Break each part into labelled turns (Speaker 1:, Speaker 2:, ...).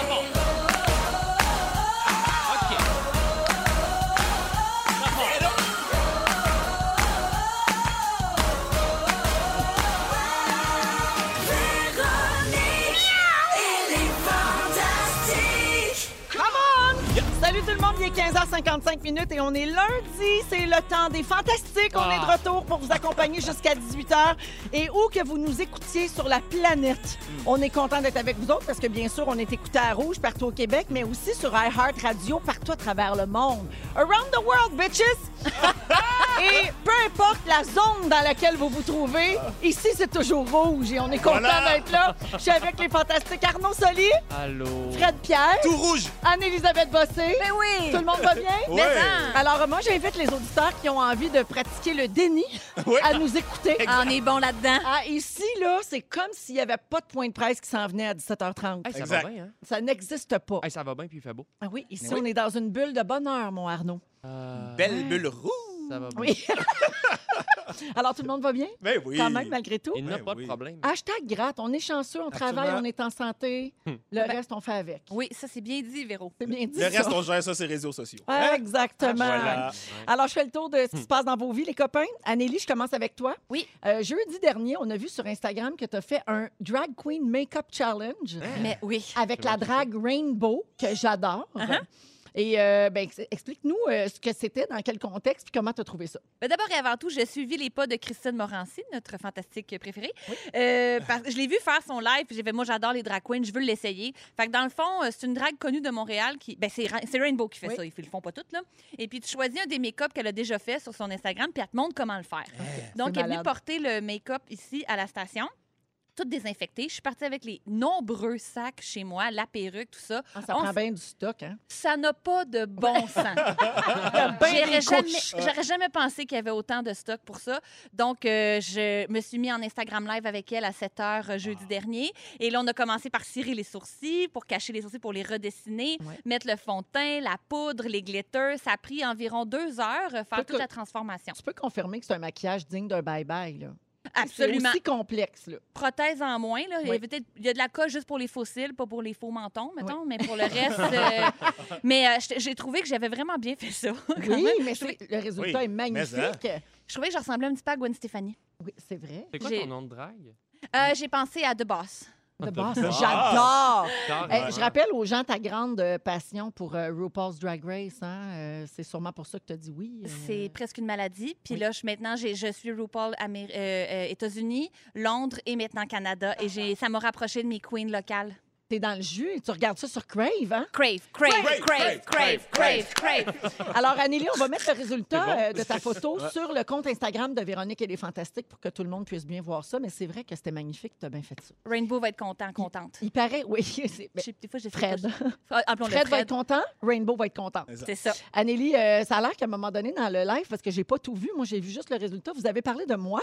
Speaker 1: d'abord. OK. D'abord.
Speaker 2: Come on! Salut tout le monde, il est 15h55 minutes et on est lundi, c'est le temps des fantastiques. On
Speaker 1: Ah.
Speaker 2: est de retour pour vous accompagner jusqu'à 18h et où que vous nous écoutiez sur la planète. On est content d'être avec vous autres parce que bien sûr, on est écouté à Rouge partout au Québec, mais aussi sur iHeart Radio partout à travers le monde. Around the world, bitches! et peu importe la zone dans laquelle vous vous trouvez, ici c'est toujours rouge et on est content
Speaker 3: Voilà.
Speaker 2: d'être là. Je suis avec les fantastiques Arnaud Soli,
Speaker 1: Allô.
Speaker 2: Fred Pierre.
Speaker 3: Tout rouge.
Speaker 2: Anne-Elisabeth Bossé.
Speaker 4: Ben oui!
Speaker 2: Tout le monde va bien?
Speaker 3: Ouais.
Speaker 2: Alors, euh, moi, j'invite les auditeurs qui ont envie de pratiquer le déni
Speaker 3: Oui.
Speaker 2: à nous écouter.
Speaker 4: Ah, on est bon là-dedans.
Speaker 2: Ah, ici, là, c'est comme s'il n'y avait pas de point de presse qui s'en venait à 17h30.
Speaker 1: Hey, ça
Speaker 3: Exact.
Speaker 1: va bien, hein?
Speaker 2: Ça n'existe pas.
Speaker 1: Hey, ça va bien, puis il fait beau.
Speaker 2: Ah oui, ici, on est dans une bulle de bonheur, mon Arnaud.
Speaker 1: Euh,
Speaker 3: Belle bulle rouge.
Speaker 1: Ça va bien.
Speaker 2: Oui. Alors, tout le monde va bien?
Speaker 3: Ben oui.
Speaker 2: Quand même, malgré tout.
Speaker 1: Il n'y a
Speaker 3: Ben
Speaker 1: pas
Speaker 3: oui.
Speaker 1: de problème.
Speaker 2: Hashtag gratte, on est chanceux, on
Speaker 3: Absolument. Hmm.
Speaker 2: travaille, on est en santé. Le reste, on fait avec.
Speaker 4: Oui, ça, c'est bien dit, Véro.
Speaker 2: C'est bien dit.
Speaker 3: Le reste,
Speaker 2: ça.
Speaker 3: on gère ça, c'est réseaux sociaux.
Speaker 2: Ouais,
Speaker 3: Hein?
Speaker 2: Exactement.
Speaker 3: Voilà.
Speaker 2: Alors, je fais le tour de ce qui se passe dans vos vies, les copains. Anélie, je commence avec toi.
Speaker 4: Oui.
Speaker 2: Euh, jeudi dernier, on a vu sur Instagram que tu as fait un Drag Queen Makeup Challenge
Speaker 4: Mais oui.
Speaker 2: avec la drague Rainbow, que j'adore.
Speaker 4: Uh-huh.
Speaker 2: Et euh, ben, ex- explique-nous euh, ce que c'était, dans quel contexte, puis comment tu as trouvé ça.
Speaker 4: Ben, D'abord et avant tout, j'ai suivi les pas de Christine Morancy, notre fantastique préférée. Euh, parce- je l'ai vu faire son live, puis j'ai fait, moi, j'adore les drag queens, je veux l'essayer. Fait que dans le fond, euh, c'est une drague connue de Montréal qui. Ben, c'est Ra- c'est Rainbow qui fait
Speaker 2: Oui.
Speaker 4: ça, ils le font pas toutes, là. Et puis, tu choisis un des make-up qu'elle a déjà fait sur son Instagram, puis elle te montre comment le faire. Donc,
Speaker 2: Ah, c'est
Speaker 4: elle est venue
Speaker 2: malade.
Speaker 4: porter le make-up ici à la station. Tout désinfecté. Je suis partie avec les nombreux sacs chez moi, la perruque, tout ça.
Speaker 2: Ah, ça
Speaker 4: On
Speaker 2: prend bien du stock, hein?
Speaker 4: Ça n'a pas de bon sens.
Speaker 2: Ben des
Speaker 4: J'aurais jamais,
Speaker 2: couches.
Speaker 4: j'aurais jamais pensé qu'il y avait autant de stock pour ça. Donc, euh, je me suis mis en Instagram Live avec elle à 7 h
Speaker 2: Ah.
Speaker 4: jeudi dernier. Et là, on a commencé par cirer les sourcils, pour cacher les sourcils, pour les redessiner,
Speaker 2: Ouais.
Speaker 4: mettre le fond de teint, la poudre, les glitters. Ça a pris environ deux heures euh, faire
Speaker 2: Pas
Speaker 4: toute la
Speaker 2: que-
Speaker 4: transformation.
Speaker 2: Tu peux confirmer que c'est un maquillage digne d'un bye-bye, là. C'est
Speaker 4: Absolument.
Speaker 2: aussi complexe, là.
Speaker 4: Prothèse en moins. Là. Il, y a
Speaker 2: Oui.
Speaker 4: peut-être- il y a de la colle juste pour les fossiles, pas pour les faux mentons, mettons. Mais pour le reste... euh, mais euh, j'ai- j'ai trouvé que j'avais vraiment bien fait ça. quand
Speaker 2: Oui,
Speaker 4: même.
Speaker 2: mais
Speaker 4: je, trouvais,
Speaker 2: c'est- le résultat
Speaker 3: Oui,
Speaker 2: est magnifique.
Speaker 4: je trouvais que je ressemblais un petit peu à Gwen Stefani.
Speaker 2: Oui, c'est vrai.
Speaker 1: C'est quoi
Speaker 4: J'ai-
Speaker 1: ton nom de drague?
Speaker 4: Euh, j'ai pensé à The Boss.
Speaker 2: De
Speaker 1: Ah,
Speaker 2: base,
Speaker 1: de base.
Speaker 2: j'adore!
Speaker 1: Carrément.
Speaker 2: Eh, je rappelle aux gens ta grande euh, passion pour euh, RuPaul's Drag Race. hein, euh, c'est sûrement pour ça que tu as dit oui. euh.
Speaker 4: C'est presque une maladie. Puis
Speaker 2: oui.
Speaker 4: là, je, maintenant, j'ai- je suis RuPaul Amé- euh, euh, États-Unis, Londres et maintenant Canada. Et j'ai- ça m'a rapproché de mes queens locales.
Speaker 2: T'es dans le jus. Tu regardes ça sur Crave, hein?
Speaker 4: Crave, crave,
Speaker 3: Crave,
Speaker 4: crave, crave,
Speaker 3: crave,
Speaker 4: crave, crave.
Speaker 2: Alors, Anneli, on va mettre le résultat
Speaker 1: C'est bon.
Speaker 2: euh, de ta photo sur le compte Instagram de Véronique et les Fantastiques pour que tout le monde puisse bien voir ça. Mais c'est vrai que c'était magnifique. Tu as bien fait ça.
Speaker 4: Rainbow va être content, contente.
Speaker 2: Il paraît, oui. c'est- ben,
Speaker 4: Je sais- des fois, j'ai
Speaker 2: Fred.
Speaker 4: Appelons
Speaker 2: Fred
Speaker 4: le
Speaker 2: va
Speaker 4: Fred.
Speaker 2: être content. Rainbow va être content.
Speaker 4: C'est ça.
Speaker 2: Anneli, euh, ça a l'air qu'à un moment donné dans le live, parce que j'ai pas tout vu, moi j'ai vu juste le résultat, vous avez parlé de moi.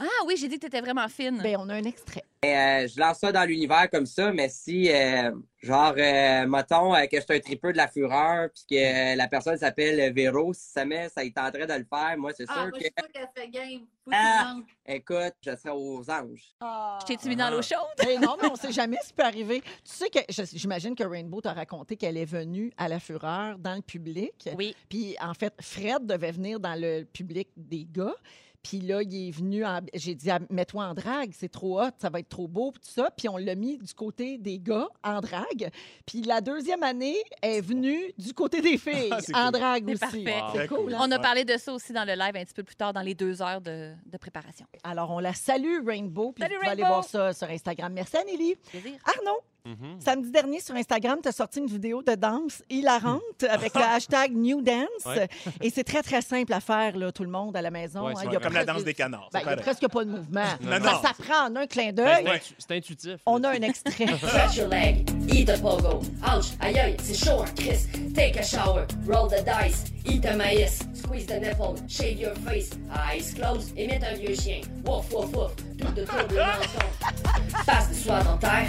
Speaker 4: Ah oui, j'ai dit que t'étais vraiment fine.
Speaker 2: Ben, on a un extrait.
Speaker 5: Euh, je lance ça dans l'univers comme ça, mais si, euh, genre, euh, mettons euh, que je suis un tripeux de la fureur, puis que euh, la personne s'appelle Véro, si ça met, ça y tenterait de le faire, moi, c'est sûr
Speaker 6: Ah, moi, je
Speaker 5: que,
Speaker 6: suis sûre qu'elle fait game. Faut
Speaker 5: Ah!
Speaker 6: qu'il manque.
Speaker 5: écoute, je serais aux anges.
Speaker 4: Je t'ai-tu mis
Speaker 3: ah,
Speaker 4: dans l'eau chaude?
Speaker 2: Ben non, mais on sait jamais ce qui peut arriver. Tu sais que je- j'imagine que Rainbow t'a raconté qu'elle est venue à la fureur dans le public.
Speaker 4: Oui.
Speaker 2: Puis en fait, Fred devait venir dans le public des gars. Puis là, il est venu. en- J'ai dit, Ah, mets-toi en drague, c'est trop hot, ça va être trop beau, puis tout ça. Puis on l'a mis du côté des gars en drague. Puis la deuxième année est venue du côté des filles
Speaker 3: Ah, c'est
Speaker 2: en
Speaker 3: cool.
Speaker 2: drague
Speaker 4: C'est
Speaker 2: aussi.
Speaker 4: parfait.
Speaker 1: Wow.
Speaker 2: C'est cool. hein?
Speaker 4: On a
Speaker 3: ah, Ouais.
Speaker 4: parlé de ça aussi dans le live un petit peu plus tard, dans les deux heures de, de préparation.
Speaker 2: Alors on la salue Rainbow. Puis
Speaker 4: Salut,
Speaker 2: vous pouvez aller
Speaker 4: Rainbow.
Speaker 2: voir ça sur Instagram. Merci Anneli.
Speaker 4: Plaisir.
Speaker 2: Arnaud.
Speaker 1: Mhm.
Speaker 2: Samedi dernier, sur Instagram, tu as sorti une vidéo de danse hilarante avec le hashtag New Dance.
Speaker 1: Hmm. Ouais.
Speaker 2: Et c'est très, très simple à faire, là, tout le monde à la maison.
Speaker 1: Ouais,
Speaker 2: hein.
Speaker 1: c'est
Speaker 2: Il y a
Speaker 3: Comme la
Speaker 2: presque-
Speaker 3: danse des canards. c'est
Speaker 2: Ben, il n'y a
Speaker 3: pareil.
Speaker 2: presque pas de mouvement. Ben,
Speaker 3: Non,
Speaker 2: ça
Speaker 3: non.
Speaker 2: s'apprend en un clin d'œil.
Speaker 1: Ben, c'est intu- C'est intuitif.
Speaker 2: On a un extrait.
Speaker 7: Stretch your leg, eat a pogo. Ouch, aïe aïe, c'est chaud, hein, Chris. Take a shower, roll the dice, eat the maïs, squeeze the nipple, shave your face, eyes closed, émette un vieux chien. Wouf, wouf, wouf, tout de trouble menton. Passe du soir en terre,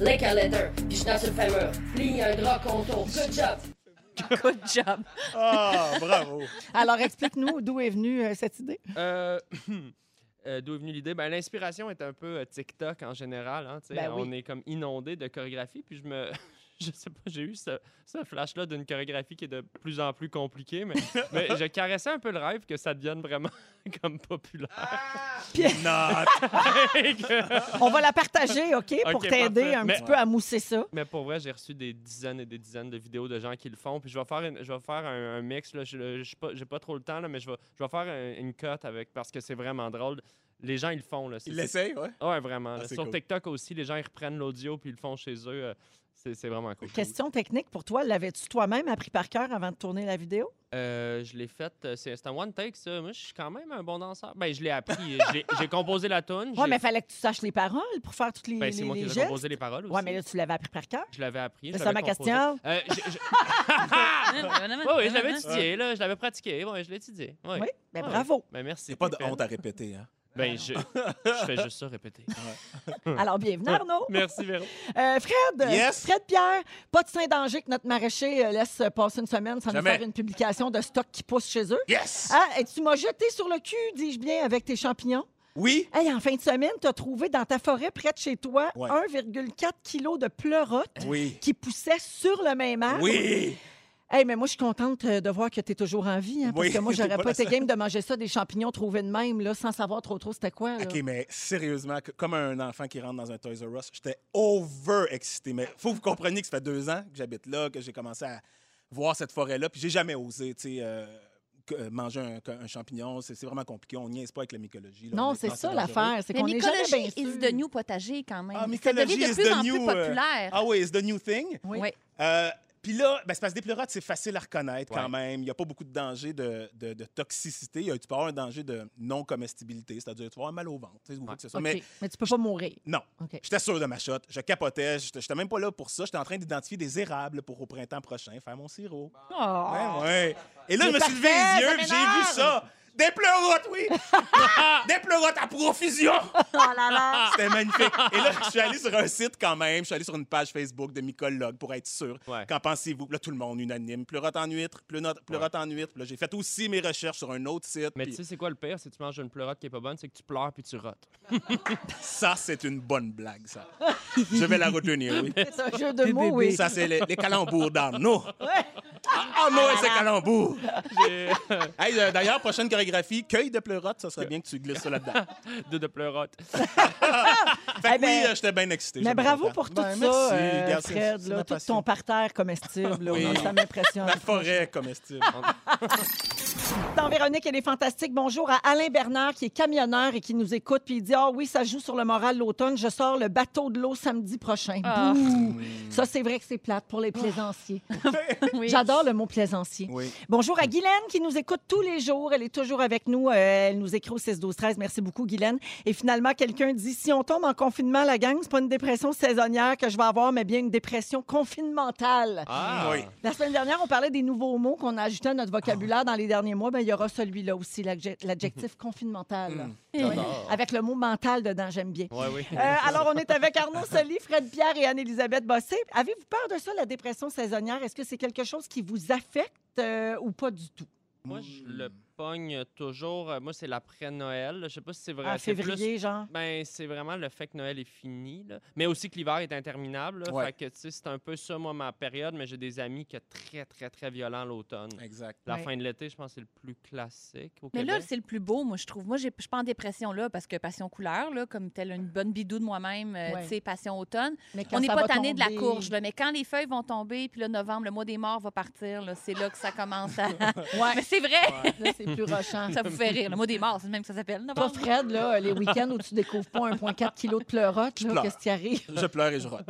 Speaker 7: lick a leather, puis je note sur le fémur. Ligne un drap contour. Good job.
Speaker 4: Good job.
Speaker 3: Ah, bravo.
Speaker 2: Alors, explique-nous d'où est venue euh, cette idée.
Speaker 1: Euh, euh, D'où est venue l'idée? Ben, L'inspiration est un peu euh, TikTok en général. hein, tu sais.
Speaker 2: Ben oui.
Speaker 1: On est comme inondé de chorégraphies. Puis je me. Je sais pas, j'ai eu ce, ce flash-là d'une chorégraphie qui est de plus en plus compliquée, mais, mais je caressais un peu le rêve que ça devienne vraiment comme populaire.
Speaker 3: Ah! Non,
Speaker 2: On va la partager, OK, pour
Speaker 1: OK,
Speaker 2: t'aider
Speaker 1: parfait.
Speaker 2: un
Speaker 1: Mais-
Speaker 2: petit peu à mousser ça.
Speaker 1: Mais pour vrai, j'ai reçu des dizaines et des dizaines de vidéos de gens qui le font. Puis je vais faire, une- je vais faire un, un mix. Là. Je n'ai pas, j'ai pas trop le temps, là, mais je vais, je vais faire un- une cote avec parce que c'est vraiment drôle. Les gens, ils le font. Là. C'est-
Speaker 3: il
Speaker 1: c'est-
Speaker 3: l'essaye, ouais.
Speaker 1: Ouais, vraiment. là.
Speaker 3: Ah, c'est
Speaker 1: Sur
Speaker 3: cool.
Speaker 1: TikTok aussi, les gens ils reprennent l'audio puis ils le font chez eux. euh, c'est c'est vraiment cool.
Speaker 2: Question technique pour toi, l'avais-tu toi-même appris par cœur avant de tourner la vidéo?
Speaker 1: Euh, je l'ai fait. euh, C'est c'est un one take, ça. Moi, je suis quand même un bon danseur. Ben, je l'ai appris. Je l'ai- J'ai composé la tune.
Speaker 2: Oui, mais fallait que tu saches les paroles pour faire toutes les,
Speaker 1: ben,
Speaker 2: les,
Speaker 1: c'est moi qui
Speaker 2: les
Speaker 1: ai
Speaker 2: gestes.
Speaker 1: composé les paroles aussi.
Speaker 2: Oui, mais là, tu l'avais appris par cœur.
Speaker 1: Je l'avais appris.
Speaker 2: C'est
Speaker 1: je
Speaker 2: ça ma
Speaker 1: l'avais composé.
Speaker 2: question.
Speaker 1: Euh, je- je- Ouais, oui, je l'avais étudié, là, je l'avais pratiqué. Ouais, je l'ai étudié. Ouais.
Speaker 2: Oui, ben,
Speaker 1: Ouais,
Speaker 2: bravo.
Speaker 1: Ben, merci.
Speaker 3: C'est pas de
Speaker 1: Pimpin.
Speaker 3: honte à répéter, hein.
Speaker 1: Ben, je, je fais juste ça répéter.
Speaker 2: Alors, bienvenue, Arnaud.
Speaker 1: Merci, Véro.
Speaker 2: Euh, Fred,
Speaker 3: Yes.
Speaker 2: Fred Pierre, pas de saint danger que notre maraîcher euh, laisse passer une semaine sans
Speaker 3: Jamais.
Speaker 2: nous faire une publication de stock qui pousse chez eux.
Speaker 3: Yes!
Speaker 2: Ah, et tu m'as jeté sur le cul, dis-je bien, avec tes champignons.
Speaker 3: Oui!
Speaker 2: Hey, en fin de semaine, tu as trouvé dans ta forêt près de chez toi
Speaker 3: Ouais.
Speaker 2: 1,4 kg de pleurotes
Speaker 3: Oui!
Speaker 2: qui poussaient sur le même arbre.
Speaker 3: Oui!
Speaker 2: Hey, mais moi, je suis contente euh, de voir que tu es toujours en vie, hein, parce
Speaker 3: Oui,
Speaker 2: que moi,
Speaker 3: t'es
Speaker 2: j'aurais
Speaker 3: pas
Speaker 2: pas
Speaker 3: la
Speaker 2: été game de manger ça, des champignons trouvés de même, là, sans savoir trop trop c'était quoi. là.
Speaker 3: OK, mais sérieusement, que- comme un enfant qui rentre dans un Toys R Us, j'étais over-excité. Mais faut que vous compreniez que ça fait deux ans que j'habite là, que j'ai commencé à voir cette forêt-là, puis j'ai jamais osé, tu sais, euh, que- euh, manger un, un champignon. C'est c'est vraiment compliqué. On niaise pas avec la mycologie. là.
Speaker 2: Non,
Speaker 3: Honnêtement,
Speaker 2: c'est ça
Speaker 3: dangereux.
Speaker 2: l'affaire, c'est
Speaker 4: Mais
Speaker 2: qu'on est jamais bien
Speaker 4: mycologie is
Speaker 2: sûr.
Speaker 4: the new potager quand même.
Speaker 3: Ah,
Speaker 4: ça devient
Speaker 3: mycologie
Speaker 4: de
Speaker 3: is
Speaker 4: plus
Speaker 3: the
Speaker 4: en plus
Speaker 3: new, euh,
Speaker 4: populaire.
Speaker 3: Ah oui, it's the new thing.
Speaker 4: oui.
Speaker 3: Euh, Puis là, ben, c'est parce que des pleurotes, c'est facile à reconnaître quand
Speaker 1: Ouais.
Speaker 3: même. Il n'y a pas beaucoup de danger de, de- de toxicité. Il y a- Tu peux avoir un danger de non-comestibilité, c'est-à-dire tu vas avoir mal au ventre, tu sais, ou quoi que ce soit.
Speaker 2: OK,
Speaker 3: Mais
Speaker 2: Mais... tu peux pas mourir.
Speaker 3: non,
Speaker 2: OK.
Speaker 3: j'étais sûr de ma shot. Je capotais. J'étais j'étais même pas là pour ça. J'étais en train d'identifier des érables pour au printemps prochain, faire mon sirop. Ouais, ouais. Et là,
Speaker 2: Mais
Speaker 3: je me suis levé
Speaker 2: Oh. parfait,
Speaker 3: les
Speaker 2: ça
Speaker 3: yeux puis j'ai vu
Speaker 2: m'énerve.
Speaker 3: ça. Des pleurotes, oui! des pleurotes à profusion!
Speaker 2: Oh
Speaker 3: C'était magnifique. Et là, je suis allé sur un site quand même. Je suis allé sur une page Facebook de mycologues pour être sûr.
Speaker 1: Ouais.
Speaker 3: Qu'en pensez-vous? Puis Là, tout le monde unanime. Pleurote en huître, pleurote, pleurote en huître. Puis Là, j'ai fait aussi mes recherches sur un autre site.
Speaker 1: Mais
Speaker 3: Puis
Speaker 1: tu sais, c'est quoi le pire? Si tu manges une pleurote qui est pas bonne, c'est que tu pleures puis tu rotes.
Speaker 3: ça, c'est une bonne blague, ça. je vais la retenir, oui.
Speaker 2: C'est un jeu de mots, oui.
Speaker 3: Ça, c'est les, les calembours d'Arnaud. Ah, Arnaud et ses calembours.
Speaker 1: J'ai-
Speaker 3: Hey, euh, D'ailleurs, prochaine chorégraphie, cueil de pleurote, ça serait bien que tu glisses ça là-dedans.
Speaker 1: de, de pleurote.
Speaker 3: Fait que
Speaker 2: Eh ben,
Speaker 3: oui, euh, j'étais bien excité.
Speaker 2: Mais
Speaker 3: j'étais
Speaker 2: bravo
Speaker 3: content.
Speaker 2: pour tout
Speaker 3: Ben,
Speaker 2: ça,
Speaker 3: merci,
Speaker 2: euh,
Speaker 3: regarde, c'est-
Speaker 2: Fred.
Speaker 3: c'est
Speaker 2: là,
Speaker 3: ma
Speaker 2: tout
Speaker 3: passion.
Speaker 2: ton parterre comestible, là,
Speaker 3: Oui.
Speaker 2: non, ça m'impressionne.
Speaker 3: La forêt comestible.
Speaker 2: Dans Véronique, elle est fantastique. Bonjour à Alain Bernard, qui est camionneur et qui nous écoute. Puis il dit Ah oui, ça joue sur le moral l'automne. Je sors le bateau de l'eau samedi prochain.
Speaker 4: Ah.
Speaker 2: Bouh. Ça, c'est vrai que c'est plate pour les plaisanciers.
Speaker 4: Oui.
Speaker 2: J'adore le mot plaisancier.
Speaker 3: oui.
Speaker 2: Bonjour à Guylaine qui nous écoute tous les jours. Elle est toujours avec nous. Euh, elle nous écrit au 6 12 13. Merci beaucoup Guylaine. Et finalement quelqu'un dit si on tombe en confinement la gang, c'est pas une dépression saisonnière que je vais avoir mais bien une dépression confinementale.
Speaker 1: Ah!
Speaker 3: Oui.
Speaker 2: La semaine dernière, on parlait des nouveaux mots qu'on a ajoutés à notre vocabulaire dans les derniers mois. Ben, il y aura celui-là aussi, l'adje- l'adjectif confinemental. Oui.
Speaker 1: Ah.
Speaker 2: Avec le mot mental dedans, j'aime bien.
Speaker 1: Ouais, oui.
Speaker 2: Euh, alors, on est avec Arnaud Soli, Fred Pierre et Anne-Élisabeth Bossé. Avez-vous peur de ça, la dépression saisonnière? Est-ce que c'est quelque chose qui vous affecte euh, ou pas du tout?
Speaker 1: Moi, je le pogne toujours. Euh, Moi, c'est l'après-Noël. là. Je sais pas si c'est vrai.
Speaker 2: En
Speaker 1: c'est plus-
Speaker 2: Ah, février, genre?
Speaker 1: Ben, c'est vraiment le fait que Noël est fini, là. mais aussi que l'hiver est interminable. là.
Speaker 3: Ouais.
Speaker 1: Fait que, tu sais, c'est un peu ça, moi, ma période, mais j'ai des amis qui sont très, très, très violents l'automne.
Speaker 3: Exact.
Speaker 1: La
Speaker 2: Ouais.
Speaker 1: fin de l'été, je pense que c'est le plus classique au
Speaker 4: Mais là,
Speaker 1: Québec.
Speaker 4: c'est le plus beau, moi, je trouve. Moi, j'ai- je suis pas en dépression, là, parce que passion couleur, là, comme telle une bonne bidou de moi-même, euh,
Speaker 2: Ouais.
Speaker 4: tu sais, passion automne.
Speaker 2: Mais quand
Speaker 4: On n'est
Speaker 2: ça
Speaker 4: pas
Speaker 2: va
Speaker 4: tanné de la
Speaker 2: tomber-
Speaker 4: courge, là, mais quand les feuilles vont tomber, puis là, novembre, le mois des morts va partir, là, c'est là que ça commence à.
Speaker 2: Ouais.
Speaker 4: mais c'est vrai!
Speaker 2: Là, c'est plus rochant.
Speaker 4: Ça vous fait rire. Le mois des morts, c'est le même que ça s'appelle,
Speaker 2: Pas
Speaker 4: novembre.
Speaker 2: Fred, là, les week-ends où tu découvres pas 1,4 kg de pleurotes, là,
Speaker 3: pleure.
Speaker 2: qu'est-ce qui arrive?
Speaker 3: Je pleure et je rote.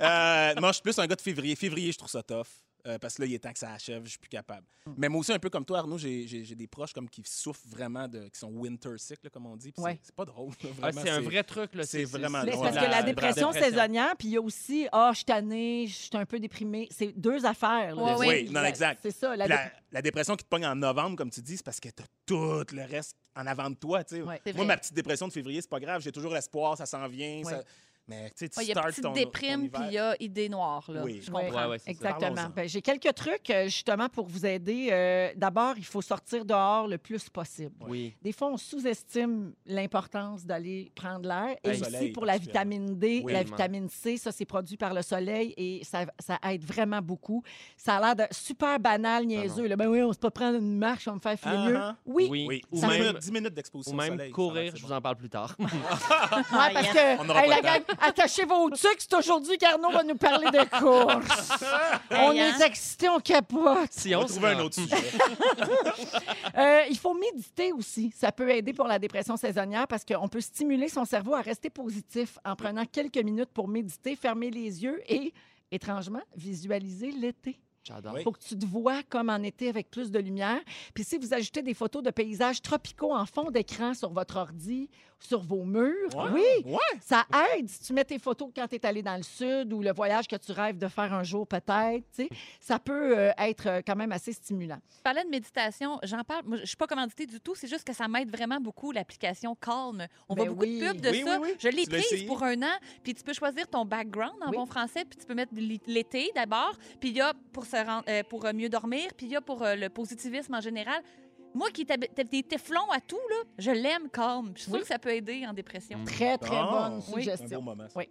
Speaker 3: euh, non, je suis plus un gars de février. Février, je trouve ça tough. euh, parce que là, il est temps que ça achève, je suis plus capable. Mais moi aussi, un peu comme toi, Arnaud, j'ai j'ai- j'ai des proches comme qui souffrent vraiment, de, qui sont winter sick, là, comme on dit. puis
Speaker 2: Ouais.
Speaker 3: c'est- C'est pas drôle. là,
Speaker 1: Ah,
Speaker 3: vraiment,
Speaker 1: c'est un vrai truc. là.
Speaker 3: c'est vraiment
Speaker 2: Mais c'est
Speaker 3: Ouais,
Speaker 2: parce
Speaker 3: la-
Speaker 2: que la
Speaker 3: la
Speaker 2: dépression saisonnière, puis il y a aussi, ah, je suis tannée, je suis un peu déprimée. C'est deux affaires. là.
Speaker 4: Ouais,
Speaker 3: Oui, ouais. non, exact.
Speaker 2: C'est ça. La
Speaker 3: Puis La, la dépression qui te pogne en novembre, comme tu dis, c'est parce que t'as tout le reste en avant de toi. tu sais.
Speaker 2: Ouais,
Speaker 4: c'est
Speaker 3: Moi,
Speaker 4: vrai.
Speaker 3: ma petite dépression de février, c'est pas grave. J'ai toujours l'espoir, ça s'en vient. ça- Mais tu sais, tu
Speaker 4: Ouais, Il y a
Speaker 3: starts
Speaker 4: petite
Speaker 3: ton- ton
Speaker 4: déprime,
Speaker 3: hiver.
Speaker 4: puis il y a idée noire. Là.
Speaker 3: Oui.
Speaker 4: Je comprends.
Speaker 1: Ouais, ouais, c'est ça.
Speaker 2: Exactement.
Speaker 3: Parlons-en.
Speaker 2: Ben, J'ai quelques trucs euh, justement pour vous aider. Euh, D'abord, il faut sortir dehors le plus possible.
Speaker 1: Oui.
Speaker 2: Des fois, on sous-estime l'importance d'aller prendre l'air. Et
Speaker 3: Le
Speaker 2: aussi
Speaker 3: soleil,
Speaker 2: pour la
Speaker 3: particulièrement.
Speaker 2: vitamine D,
Speaker 1: Oui,
Speaker 2: la
Speaker 1: vraiment.
Speaker 2: vitamine C, ça, c'est produit par le soleil et ça, ça aide vraiment beaucoup. Ça a l'air de super banal, niaiseux. là. Ben oui, on se peut prendre une marche, on va me faire filer
Speaker 3: Ah,
Speaker 2: mieux.
Speaker 3: ah.
Speaker 2: Oui,
Speaker 1: Oui.
Speaker 3: Oui,
Speaker 1: Ou
Speaker 3: ou même
Speaker 1: même-
Speaker 3: 10 minutes d'exposition
Speaker 1: Ou
Speaker 3: au
Speaker 1: même
Speaker 3: soleil, ça va,
Speaker 1: courir,
Speaker 3: c'est
Speaker 1: je
Speaker 3: bon.
Speaker 1: vous en parle plus tard.
Speaker 2: Ouais,
Speaker 4: Ah,
Speaker 2: parce que,
Speaker 3: On n'aura
Speaker 2: hey,
Speaker 3: pas
Speaker 2: la
Speaker 3: le temps.
Speaker 2: gang, attachez vos tucs, c'est aujourd'hui qu'Arnaud va nous parler de course.
Speaker 1: Ah,
Speaker 2: on
Speaker 4: Hey, hein?
Speaker 2: est excités, on capote.
Speaker 1: si
Speaker 3: On
Speaker 1: on
Speaker 3: va
Speaker 1: se
Speaker 3: trouver un
Speaker 1: rend-
Speaker 3: autre sujet.
Speaker 2: Euh, il faut méditer aussi. Ça peut aider pour la dépression saisonnière parce qu'on peut stimuler son cerveau à rester positif en prenant quelques minutes pour méditer, fermer les yeux et, étrangement, visualiser l'été.
Speaker 1: J'adore.
Speaker 3: Oui.
Speaker 2: Faut que tu te vois comme en été avec plus de lumière. Puis si vous ajoutez des photos de paysages tropicaux en fond d'écran sur votre ordi, sur vos murs,
Speaker 3: Ouais.
Speaker 2: oui,
Speaker 3: Ouais.
Speaker 2: ça aide si tu mets tes photos quand tu es allé dans le sud ou le voyage que tu rêves de faire un jour peut-être. tu sais. Ça peut euh, être euh, quand même assez stimulant.
Speaker 4: Tu parlais de méditation, j'en parle. Moi, je suis pas commanditée du tout, c'est juste que ça m'aide vraiment beaucoup, l'application Calm. On
Speaker 2: Ben
Speaker 4: voit beaucoup
Speaker 2: oui.
Speaker 4: de pubs de
Speaker 3: Oui,
Speaker 4: ça.
Speaker 3: oui, oui.
Speaker 4: Je l'ai
Speaker 3: Tu l'as
Speaker 4: prise
Speaker 3: essayé?
Speaker 4: pour un an, puis tu peux choisir ton background en
Speaker 2: Oui.
Speaker 4: bon français, puis tu peux mettre l'i- l'été d'abord, puis il y a pour, se ren- euh, pour euh, mieux dormir, puis il y a pour euh, le positivisme en général. Moi qui t'hab- t'as des téflons à tout, là, je l'aime Calm. Je suis
Speaker 2: Oui.
Speaker 4: sûre que ça peut aider en dépression.
Speaker 1: Mm.
Speaker 2: Très, très
Speaker 3: Oh,
Speaker 2: bonne
Speaker 3: oui.
Speaker 2: suggestion.
Speaker 3: Un beau moment. ça.
Speaker 2: Oui.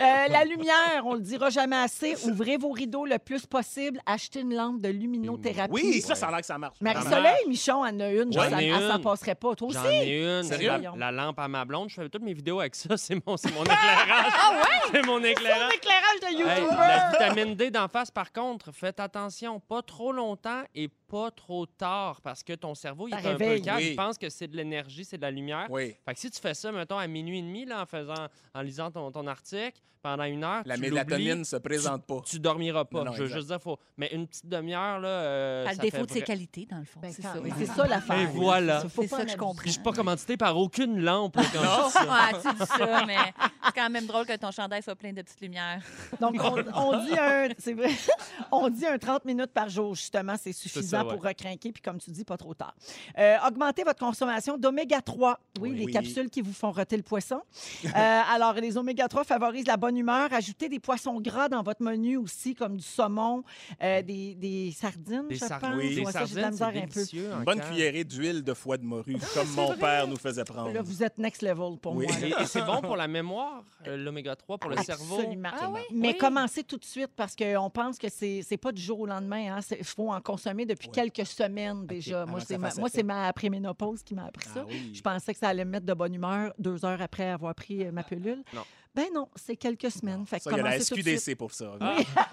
Speaker 2: Euh, la lumière, on le dira jamais assez. Ouvrez vos rideaux le plus possible. Achetez une lampe de luminothérapie.
Speaker 3: Oui, ça, ça a l'air que ça marche.
Speaker 2: Marie-Soleil Michon en a une.
Speaker 1: J'en
Speaker 2: ça-
Speaker 1: ai
Speaker 2: elle s'en
Speaker 1: une.
Speaker 2: passerait pas. Toi
Speaker 1: J'en
Speaker 2: aussi?
Speaker 1: ai une. c'est
Speaker 3: Sérieux?
Speaker 1: La, la lampe à ma blonde. Je fais toutes mes vidéos avec ça. C'est mon, c'est mon éclairage. Ah ouais? C'est mon éclairage.
Speaker 2: Éclairage de Ben,
Speaker 1: Hey, la vitamine D d'en face, par contre, faites attention, pas trop longtemps et pas trop tard, parce que ton cerveau, il
Speaker 2: Ça
Speaker 1: est un peu
Speaker 2: réveille.
Speaker 1: calme,
Speaker 3: Oui.
Speaker 1: il pense que c'est de l'énergie, c'est de la lumière.
Speaker 3: Oui.
Speaker 1: Fait que si tu fais ça, mettons, à minuit et demi, là, en, faisant, en lisant ton, ton article, pendant une heure,
Speaker 3: La
Speaker 1: tu
Speaker 3: mélatonine
Speaker 1: l'oublies,
Speaker 3: se présente pas.
Speaker 1: tu dormiras
Speaker 3: Non,
Speaker 1: pas.
Speaker 3: non,
Speaker 1: je veux
Speaker 3: exact.
Speaker 1: juste dire, faut... mais une petite demi-heure, là, euh,
Speaker 2: Ah,
Speaker 4: À
Speaker 1: ça
Speaker 4: le
Speaker 1: fait
Speaker 4: défaut de ses
Speaker 1: vrai-
Speaker 4: qualités, dans le fond. c'est ça.
Speaker 2: Ben, c'est ça l'affaire.
Speaker 1: Et voilà.
Speaker 2: faut
Speaker 4: C'est
Speaker 2: pas
Speaker 4: ça que je
Speaker 2: en
Speaker 4: comprends.
Speaker 1: Puis je suis pas commandité par aucune lampe, là, quand je dis ça.
Speaker 4: Ah, tu dis ça, mais c'est quand même drôle que ton chandail soit plein de petites lumières.
Speaker 2: Donc, on, on dit un, c'est vrai, on dit un 30 minutes par jour, justement, c'est suffisant
Speaker 1: ça, ouais.
Speaker 2: pour recrinquer, puis comme tu dis, pas trop tard. Euh, augmentez votre consommation d'oméga 3, oui,
Speaker 3: Oui.
Speaker 2: les
Speaker 3: Oui.
Speaker 2: capsules qui vous font roter le poisson. Euh, alors, les oméga 3 favorisent la bonne humeur. Ajoutez des poissons gras dans votre menu aussi, comme du saumon, euh, des, des sardines,
Speaker 1: Des
Speaker 2: je pense.
Speaker 1: sardines,
Speaker 2: Ouais, ça, j'ai
Speaker 1: des
Speaker 2: de
Speaker 1: sardines,
Speaker 2: la
Speaker 1: c'est
Speaker 2: misère un peu.
Speaker 1: délicieux. en
Speaker 3: Une bonne
Speaker 1: canne.
Speaker 3: cuillerée d'huile de foie de morue, comme mon père nous faisait prendre.
Speaker 2: Là, vous êtes next level pour
Speaker 3: Oui.
Speaker 2: moi. là.
Speaker 1: Et, et c'est bon pour la mémoire, euh, l'oméga 3, pour le cerveau.
Speaker 2: Absolument.
Speaker 4: Ah oui?
Speaker 2: Mais
Speaker 4: Oui.
Speaker 2: commencez tout de suite parce qu'on pense que c'est n'est pas du jour au lendemain. Il faut en consommer depuis
Speaker 3: Ouais.
Speaker 2: quelques semaines déjà.
Speaker 3: avant
Speaker 2: Moi,
Speaker 3: que
Speaker 2: c'est
Speaker 3: ça
Speaker 2: ma,
Speaker 3: fasse
Speaker 2: moi,
Speaker 3: effet.
Speaker 2: c'est ma préménopause qui m'a appris
Speaker 3: Ah
Speaker 2: ça.
Speaker 3: oui.
Speaker 2: Je pensais que ça allait me mettre de bonne humeur deux heures après avoir pris euh, ma pilule.
Speaker 1: Non.
Speaker 2: Ben non, c'est quelques semaines. Fait que
Speaker 3: Ça, il y a la
Speaker 2: commencez tout de suite.
Speaker 3: SQDC pour ça.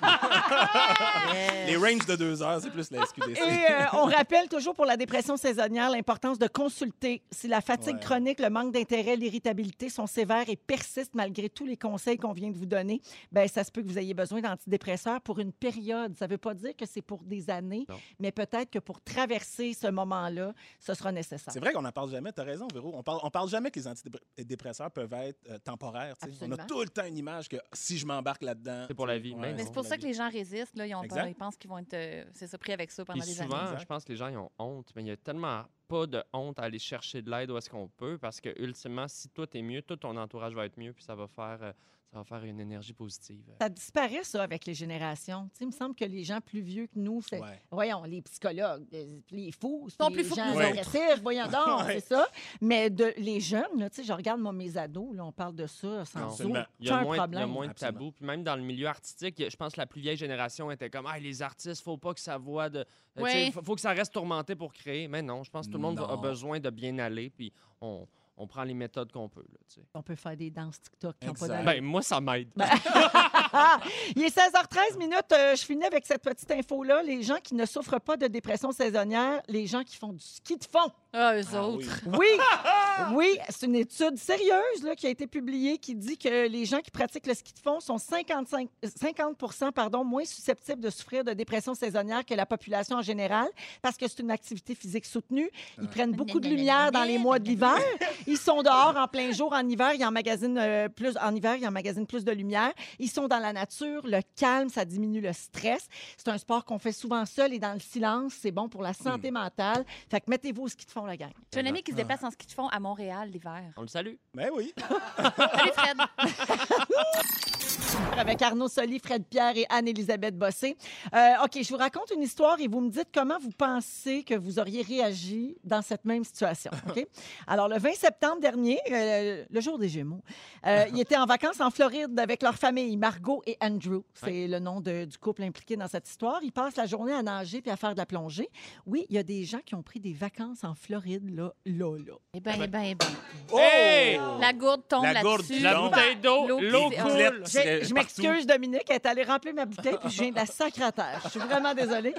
Speaker 3: Ah. Les ranges de deux heures, c'est plus la SQDC.
Speaker 2: Et euh, on rappelle toujours pour la dépression saisonnière l'importance de consulter si la fatigue
Speaker 3: Ouais.
Speaker 2: chronique, le manque d'intérêt, l'irritabilité sont sévères et persistent malgré tous les conseils qu'on vient de vous donner. Ben ça se peut que vous ayez besoin d'antidépresseurs pour une période. Ça ne veut pas dire que c'est pour des années,
Speaker 1: Non.
Speaker 2: mais peut-être que pour traverser ce moment-là, ce sera nécessaire.
Speaker 3: C'est vrai qu'on n'en parle jamais, t'as raison, Véro. On parle, on parle jamais que les antidépresseurs peuvent être euh, temporaires. tu sais. On a
Speaker 2: Absolument.
Speaker 3: tout le temps une image que si je m'embarque là-dedans.
Speaker 1: C'est pour la vie, mais
Speaker 4: Mais c'est pour ça que les gens résistent, là, ils ont peur,
Speaker 3: Exact.
Speaker 4: ils pensent qu'ils vont être euh, c'est ça, pris avec ça pendant
Speaker 1: Puis
Speaker 4: des
Speaker 1: souvent,
Speaker 4: années.
Speaker 3: Exact.
Speaker 1: je pense que les gens ils ont honte, mais il y a tellement pas de honte à aller chercher de l'aide où est-ce qu'on peut, parce que ultimement, si toi t'es mieux, tout ton entourage va être mieux, puis ça va faire, euh, ça va faire une énergie positive.
Speaker 2: Ça disparaît, ça, avec les générations. Tu sais, il me semble que les gens plus vieux que nous, c'est...
Speaker 3: Ouais.
Speaker 2: Voyons, les psychologues, les- les fous,
Speaker 4: sont
Speaker 2: les
Speaker 4: plus fous que
Speaker 2: gens
Speaker 3: nous autres.
Speaker 2: agressifs, voyons donc,
Speaker 3: Ouais.
Speaker 2: c'est ça. Mais de, les jeunes, là, tu sais, je regarde moi, mes ados, là, on parle de ça
Speaker 1: Non.
Speaker 2: sans
Speaker 3: Absolument.
Speaker 2: aucun
Speaker 1: Il y a moins, il y a
Speaker 2: problème.
Speaker 1: moins de
Speaker 3: Absolument.
Speaker 1: tabous. Puis même dans le milieu artistique, il y a- je pense que la plus vieille génération était comme Ah, les artistes, faut pas que ça voit de. euh, tu sais,
Speaker 4: Oui.
Speaker 1: faut, faut que ça reste tourmenté pour créer. Mais non, je pense que tout le monde va- a
Speaker 3: Non.
Speaker 1: besoin de bien aller, puis on, on prend les méthodes qu'on peut. là, tu sais.
Speaker 2: On peut faire des danses TikTok qui n'ont pas
Speaker 3: Exact.
Speaker 2: d'allure.
Speaker 1: Ben, moi, ça m'aide.
Speaker 2: Ah! Il est 16h13 minutes. euh, je finis avec cette petite info-là. Les gens qui ne souffrent pas de dépression saisonnière, les gens qui font du ski de fond.
Speaker 4: Ah, eux
Speaker 3: Ah oui.
Speaker 4: autres.
Speaker 2: Oui, oui, c'est une étude sérieuse là, qui a été publiée qui dit que les gens qui pratiquent le ski de fond sont 55, 50 pardon, moins susceptibles de souffrir de dépression saisonnière que la population en général parce que c'est une activité physique soutenue. Ils prennent beaucoup de lumière dans les mois de l'hiver. Ils sont dehors en plein jour en hiver, ils emmagasinent euh, plus en hiver, ils emmagasinent plus de lumière. Ils sont dans la nature, le calme, ça diminue le stress. C'est un sport qu'on fait souvent seul et dans le silence, c'est bon pour la santé mentale. Fait que mettez-vous au ski de fond fond, la gang.
Speaker 4: J'ai un ami
Speaker 3: Ah.
Speaker 4: qui se déplace en ski de fond à Montréal l'hiver.
Speaker 1: On le salue.
Speaker 3: Ben oui.
Speaker 4: Salut Fred!
Speaker 2: Avec Arnaud Soli, Fred Pierre et Anne-Élisabeth Bossé. Euh, OK, je vous raconte une histoire et vous me dites comment vous pensez que vous auriez réagi dans cette même situation. OK? Alors, le 20 septembre dernier, euh, le jour des Gémeaux, euh, ils étaient en vacances en Floride avec leur famille, Margot et Andrew. C'est le nom de- du couple impliqué dans cette histoire. Ils passent la journée à nager puis à faire de la plongée. Oui, il y a des gens qui ont pris des vacances en Floride, là, là, là.
Speaker 4: Eh ben, eh ben, eh ben.
Speaker 3: Oh!
Speaker 1: Hey!
Speaker 4: La gourde tombe
Speaker 3: La gourde
Speaker 4: là-dessus.
Speaker 1: La
Speaker 3: Non.
Speaker 1: bouteille d'eau,
Speaker 4: L'eau qui-
Speaker 1: l'eau
Speaker 4: Les
Speaker 1: coule.
Speaker 3: gouttelettes.
Speaker 2: Je-
Speaker 3: C'était
Speaker 2: Je
Speaker 3: partout.
Speaker 2: m'excuse, Dominique, elle est allée remplir ma bouteille, puis je viens de la sacrer à terre. Je suis vraiment désolée.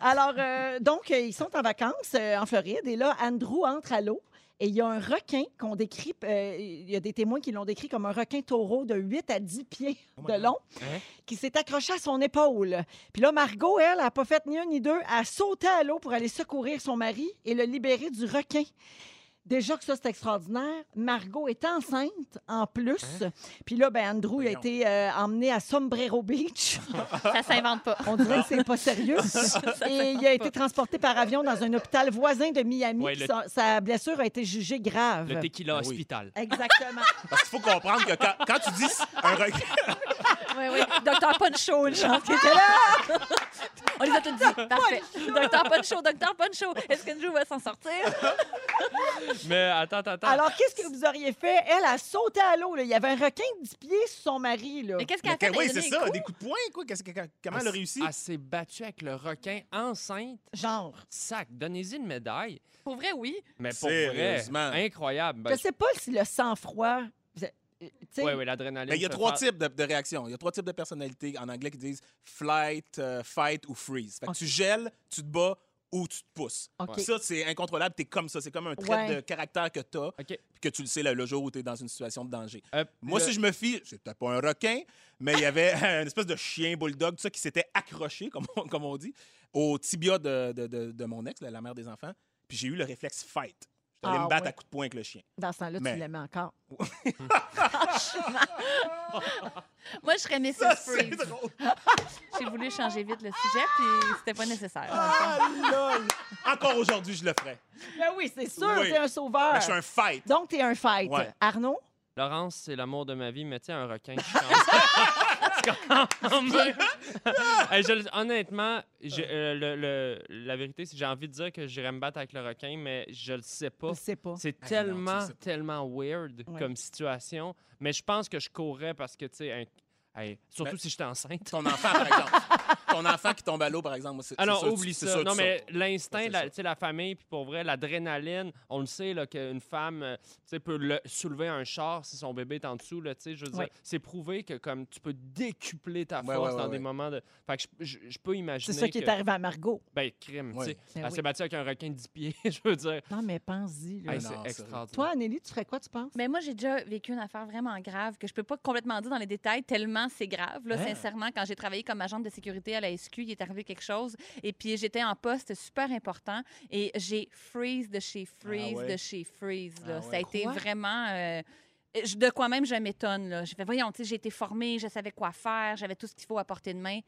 Speaker 2: Alors, euh, donc, euh, ils sont en vacances euh, en Floride, et là, Andrew entre à l'eau. Et il y a un requin qu'on décrit, euh, il y a des témoins qui l'ont décrit comme un requin taureau de 8 à 10 pieds de long
Speaker 1: Hein?
Speaker 2: qui s'est accroché à son épaule. Puis là, Margot, elle, n'a pas fait ni un ni deux, a sauté à l'eau pour aller secourir son mari et le libérer du requin. Déjà que ça, c'est extraordinaire. Margot est enceinte, en plus.
Speaker 1: Hein?
Speaker 2: Puis là, ben, Andrew il a
Speaker 3: Voyons.
Speaker 2: été euh, emmené à Sombrero Beach.
Speaker 4: Ça s'invente pas.
Speaker 2: On dirait que c'est pas sérieux. Et il a été transporté par avion dans un hôpital voisin de Miami.
Speaker 1: Ouais,
Speaker 2: puis
Speaker 1: le-
Speaker 2: sa, sa blessure a été jugée grave.
Speaker 1: Le tequila
Speaker 3: Ah oui.
Speaker 1: hospital.
Speaker 2: Exactement.
Speaker 3: Parce qu'il faut comprendre que quand, quand tu dis un requin,
Speaker 4: Oui, oui. Docteur Poncho, une chance qui était là. On les a tous dit. Parfait. Docteur Poncho, Docteur Poncho. Est-ce qu'Andrew va s'en sortir?
Speaker 1: Mais attends, attends, attends.
Speaker 2: Alors, qu'est-ce que vous auriez fait? Elle a sauté à l'eau. là. Il y avait un requin de 10 pieds sur son mari. Là.
Speaker 4: Mais qu'est-ce qu'elle a fait?
Speaker 3: Mais oui,
Speaker 4: Elle a donné
Speaker 3: c'est
Speaker 4: un
Speaker 3: ça,
Speaker 4: coup?
Speaker 3: des coups de poing, quoi. Qu'est-ce que- comment
Speaker 1: Elle
Speaker 3: elle a
Speaker 1: s-
Speaker 3: réussi?
Speaker 1: Elle s'est battue avec le requin enceinte.
Speaker 2: Genre.
Speaker 1: Sac, donnez-y une médaille.
Speaker 4: Pour vrai, oui.
Speaker 1: Mais pour vrai,
Speaker 3: Sérieusement.
Speaker 1: incroyable.
Speaker 2: Je
Speaker 1: Ben,
Speaker 2: sais pas si le sang-froid. vous êtes- euh, tu sais,
Speaker 1: ouais, ouais, l'adrénaline.
Speaker 3: Mais il y a
Speaker 1: se
Speaker 3: trois
Speaker 1: fait-
Speaker 3: types de, de réactions. Il y a trois types de personnalités en anglais qui disent flight, euh, fight ou freeze. Fait que tu gèles, tu te bats ou tu te pousses.
Speaker 2: OK.
Speaker 3: Puis Ça, c'est incontrôlable. T'es comme ça. C'est comme un trait
Speaker 2: Ouais.
Speaker 3: de caractère que t'as,
Speaker 1: OK.
Speaker 3: puis que tu le sais le, le jour où t'es dans une situation de danger.
Speaker 1: Euh,
Speaker 3: Moi,
Speaker 1: le-
Speaker 3: si je me fie, c'était pas un requin, mais il y avait une espèce de chien bulldog tout ça, qui s'était accroché, comme on, comme on dit, au tibia de, de- de- de mon ex, la, la mère des enfants. Puis j'ai eu le réflexe fight. J'étais allé
Speaker 2: Ah,
Speaker 3: me battre
Speaker 2: ouais.
Speaker 3: à coups de poing avec le chien.
Speaker 2: Dans ce temps-là,
Speaker 3: Mais-
Speaker 2: tu l'aimais encore.
Speaker 4: Moi, je serais Mrs.
Speaker 3: Ça, c'est
Speaker 4: Freeze.
Speaker 3: drôle.
Speaker 4: J'ai voulu changer vite le sujet, puis c'était pas nécessaire.
Speaker 3: Ah, lol. Encore aujourd'hui, je le ferais.
Speaker 2: Ben oui, c'est sûr,
Speaker 3: Oui.
Speaker 2: t'es un sauveur.
Speaker 3: Mais Ben, je suis un fight.
Speaker 2: Donc, t'es un fight.
Speaker 3: Ouais.
Speaker 2: Arnaud?
Speaker 1: Laurence, c'est l'amour de ma vie, mais tiens, un requin. je pense. C'est quand même- Hey, je le- honnêtement, j'ai- euh, le- le- la vérité, c'est que j'ai envie de dire que j'irais me battre avec le requin, mais je le sais
Speaker 2: Je
Speaker 1: pas.
Speaker 2: sais pas.
Speaker 1: C'est
Speaker 3: Ah, non,
Speaker 1: tellement,
Speaker 3: tu le sais pas.
Speaker 1: tellement weird
Speaker 2: Ouais.
Speaker 1: comme situation. Mais je pense que je courrais parce que, tu sais, un- hey, surtout
Speaker 3: Mais-
Speaker 1: si j'étais enceinte.
Speaker 3: Ton enfant, par exemple. Ton enfant qui tombe à l'eau, par exemple. moi, c'est-
Speaker 1: Ah
Speaker 3: c'est
Speaker 1: non,
Speaker 3: sûr,
Speaker 1: oublie
Speaker 3: c'est
Speaker 1: ça.
Speaker 3: sûr,
Speaker 1: non,
Speaker 3: tu
Speaker 1: mais
Speaker 3: sautes. Ça,
Speaker 1: l'instinct,
Speaker 3: c'est
Speaker 1: la,
Speaker 3: sûr.
Speaker 1: tu sais, la famille, puis pour vrai, l'adrénaline, on le sait, là, qu'une femme euh, tu sais, peut le- soulever un char si son bébé est en dessous. Là, tu sais, je veux dire,
Speaker 2: Ouais.
Speaker 1: C'est prouvé que comme tu peux décupler ta
Speaker 3: Ouais,
Speaker 1: force
Speaker 3: ouais, ouais,
Speaker 1: dans des
Speaker 3: ouais.
Speaker 1: moments de. Fait que je, je- je peux
Speaker 2: C'est
Speaker 1: imaginer.
Speaker 2: ça qui
Speaker 1: que-
Speaker 2: est arrivé à Margot.
Speaker 1: Ben, crime. tu
Speaker 3: Ouais.
Speaker 1: sais.
Speaker 2: Ben
Speaker 1: Elle
Speaker 2: oui.
Speaker 1: s'est battue avec un requin de 10 pieds, je veux dire.
Speaker 2: Non, mais pense-y. là.
Speaker 1: Hey,
Speaker 3: non, c'est
Speaker 1: c'est
Speaker 3: vrai.
Speaker 2: Toi,
Speaker 1: extraordinaire.
Speaker 2: Anélie, tu ferais quoi, tu penses?
Speaker 4: Mais moi, j'ai déjà vécu une affaire vraiment grave que je peux pas complètement dire dans les détails tellement c'est grave. Là,
Speaker 3: Hein?
Speaker 4: sincèrement, quand j'ai travaillé comme agente de sécurité à la SQ, il est arrivé quelque chose et puis j'étais en poste super important et j'ai freeze de chez freeze
Speaker 3: Ah ouais.
Speaker 4: de chez freeze. là.
Speaker 3: Ah
Speaker 4: Ça a
Speaker 3: ouais.
Speaker 4: été
Speaker 2: Quoi?
Speaker 4: vraiment. euh, je- de quoi même je m'étonne. là. J'ai fait, voyons, tu sais, j'ai été formée, je savais quoi faire, j'avais tout ce qu'il faut à portée de main.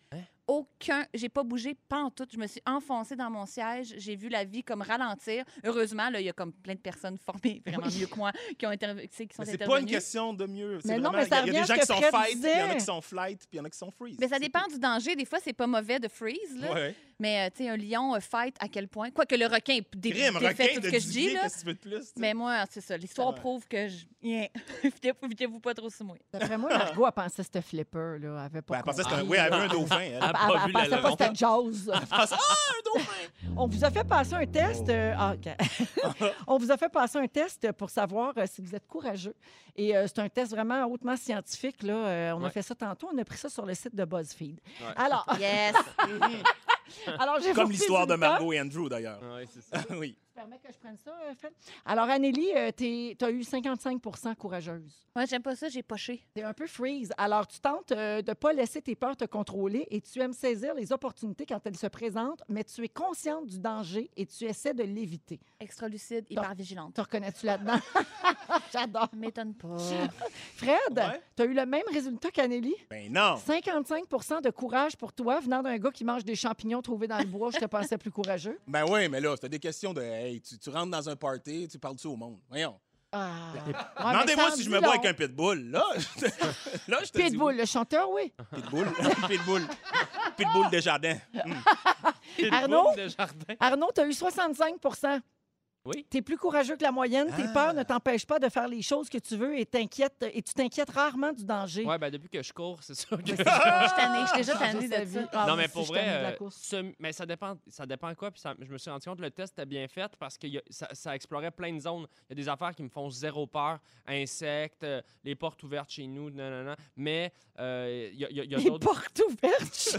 Speaker 4: Aucun, j'ai pas bougé pantoute. Je me suis enfoncée dans mon siège. J'ai vu la vie comme ralentir. Heureusement, là, il y a comme plein de personnes formées vraiment mieux que moi qui ont intervenu, qui sont
Speaker 3: Mais c'est pas une
Speaker 4: intervenues.
Speaker 3: question de mieux. C'est
Speaker 2: Mais non,
Speaker 3: vraiment-
Speaker 2: mais ça
Speaker 3: Il y a
Speaker 2: revient à
Speaker 3: des gens
Speaker 2: ce
Speaker 3: qui
Speaker 2: que
Speaker 3: sont
Speaker 2: Fred
Speaker 3: fight, puis il y en a
Speaker 2: disait.
Speaker 3: qui sont flight, puis il y en a qui sont freeze.
Speaker 4: Mais ça
Speaker 3: C'est
Speaker 4: dépend
Speaker 3: tout.
Speaker 4: du danger. Des fois, c'est pas mauvais de freeze, là.
Speaker 3: Ouais.
Speaker 4: Mais euh, tu sais, un lion euh, fight à quel point. Quoique le requin est dé-
Speaker 3: Crime,
Speaker 4: défait
Speaker 3: requin
Speaker 4: tout
Speaker 3: de
Speaker 4: ce que je
Speaker 3: 10
Speaker 4: dis,
Speaker 3: pieds,
Speaker 4: là.
Speaker 3: Qu'est-ce que tu veux de plus? tu sais?
Speaker 4: Mais moi, c'est ça. L'histoire
Speaker 3: Ouais.
Speaker 4: prouve que je. Yeah. Évitez- Évitez-vous pas trop sur moi.
Speaker 2: D'après moi, Margot, elle pensait que c'était flipper. Là. Elle avait pas
Speaker 3: Ben, elle pensait que c'était un-
Speaker 2: compris.
Speaker 3: Oui, elle avait un dauphin. elle.
Speaker 2: Elle- elle-
Speaker 1: Ah, pas
Speaker 2: elle
Speaker 1: vu
Speaker 2: pensait
Speaker 1: la
Speaker 2: pas que
Speaker 1: leçon.
Speaker 2: c'était Jaws.
Speaker 3: Elle pensait, ah, un dauphin!
Speaker 2: On vous a fait passer un test. euh, ah, OK. On vous a fait passer un test pour savoir euh, si vous êtes courageux. Et euh, c'est un test vraiment hautement scientifique. Là. Euh, on a
Speaker 1: Ouais.
Speaker 2: fait ça tantôt. On a pris ça sur le site de BuzzFeed.
Speaker 1: Ouais.
Speaker 2: Alors,
Speaker 4: Yes.
Speaker 2: alors j'ai vos
Speaker 3: Comme l'histoire de
Speaker 2: résultats.
Speaker 3: Margot et Andrew, d'ailleurs.
Speaker 1: Ah ouais, c'est ça.
Speaker 3: Oui.
Speaker 2: Tu permets que je prenne ça, euh, Fred? Alors, Anélie, tu as eu 55 courageuse.
Speaker 4: moi, j'aime pas ça. J'ai poché.
Speaker 2: T'es un peu freeze. Alors, tu tentes euh, de ne pas laisser tes peurs te contrôler et tu aimes saisir les opportunités quand elles se présentent, mais tu es consciente du danger et tu essaies de l'éviter.
Speaker 4: Extra lucide,
Speaker 2: T'as-
Speaker 4: hyper vigilante.
Speaker 2: Te reconnais-tu là-dedans? J'adore.
Speaker 4: M'étonne pas.
Speaker 2: Fred,
Speaker 3: Ouais.
Speaker 2: tu as eu le même résultat qu'Anélie.
Speaker 3: Ben non.
Speaker 2: 55 de courage pour toi venant d'un gars qui mange des champignons trouvés dans le bois. Je te pensais plus courageux.
Speaker 3: Ben oui, mais là, c'était des questions de. pareil. Tu, tu rentres dans un party, tu parles-tu au monde? Voyons.
Speaker 2: Ah.
Speaker 3: Demandez-moi si je me vois avec un pitbull. Là, je te- là, je te dis
Speaker 2: Pitbull,
Speaker 3: oui.
Speaker 2: le chanteur, oui.
Speaker 3: Pitbull. Pitbull. Pitbull des jardins.
Speaker 1: Pitbull
Speaker 2: Arnaud?
Speaker 1: de jardin.
Speaker 2: Arnaud, tu as eu 65
Speaker 1: Oui.
Speaker 2: Tu es plus courageux que la moyenne. Tes
Speaker 3: Ah.
Speaker 2: peurs ne t'empêchent pas de faire les choses que tu veux et, t'inquiètes- et tu t'inquiètes rarement du danger.
Speaker 1: Ouais, ben depuis que je cours, c'est sûr que.
Speaker 4: Je suis tannée, je suis déjà tannée
Speaker 2: Changer sa
Speaker 4: de
Speaker 2: vie.
Speaker 4: ça.
Speaker 2: Ah,
Speaker 1: non,
Speaker 2: moi
Speaker 1: mais
Speaker 2: aussi,
Speaker 1: pour
Speaker 2: je suis tannée de la
Speaker 1: vrai, euh,
Speaker 2: course.
Speaker 1: semi- mais ça dépend, ça dépend quoi. Puis ça- je me suis rendu compte que le test était bien fait parce que y a- ça, ça explorait plein de zones. Il y a des affaires qui me font zéro peur insectes, euh, les portes ouvertes chez nous, non, non, non. Mais euh, il y a, il y a- il y a
Speaker 2: Les
Speaker 1: d'autres.
Speaker 2: portes ouvertes.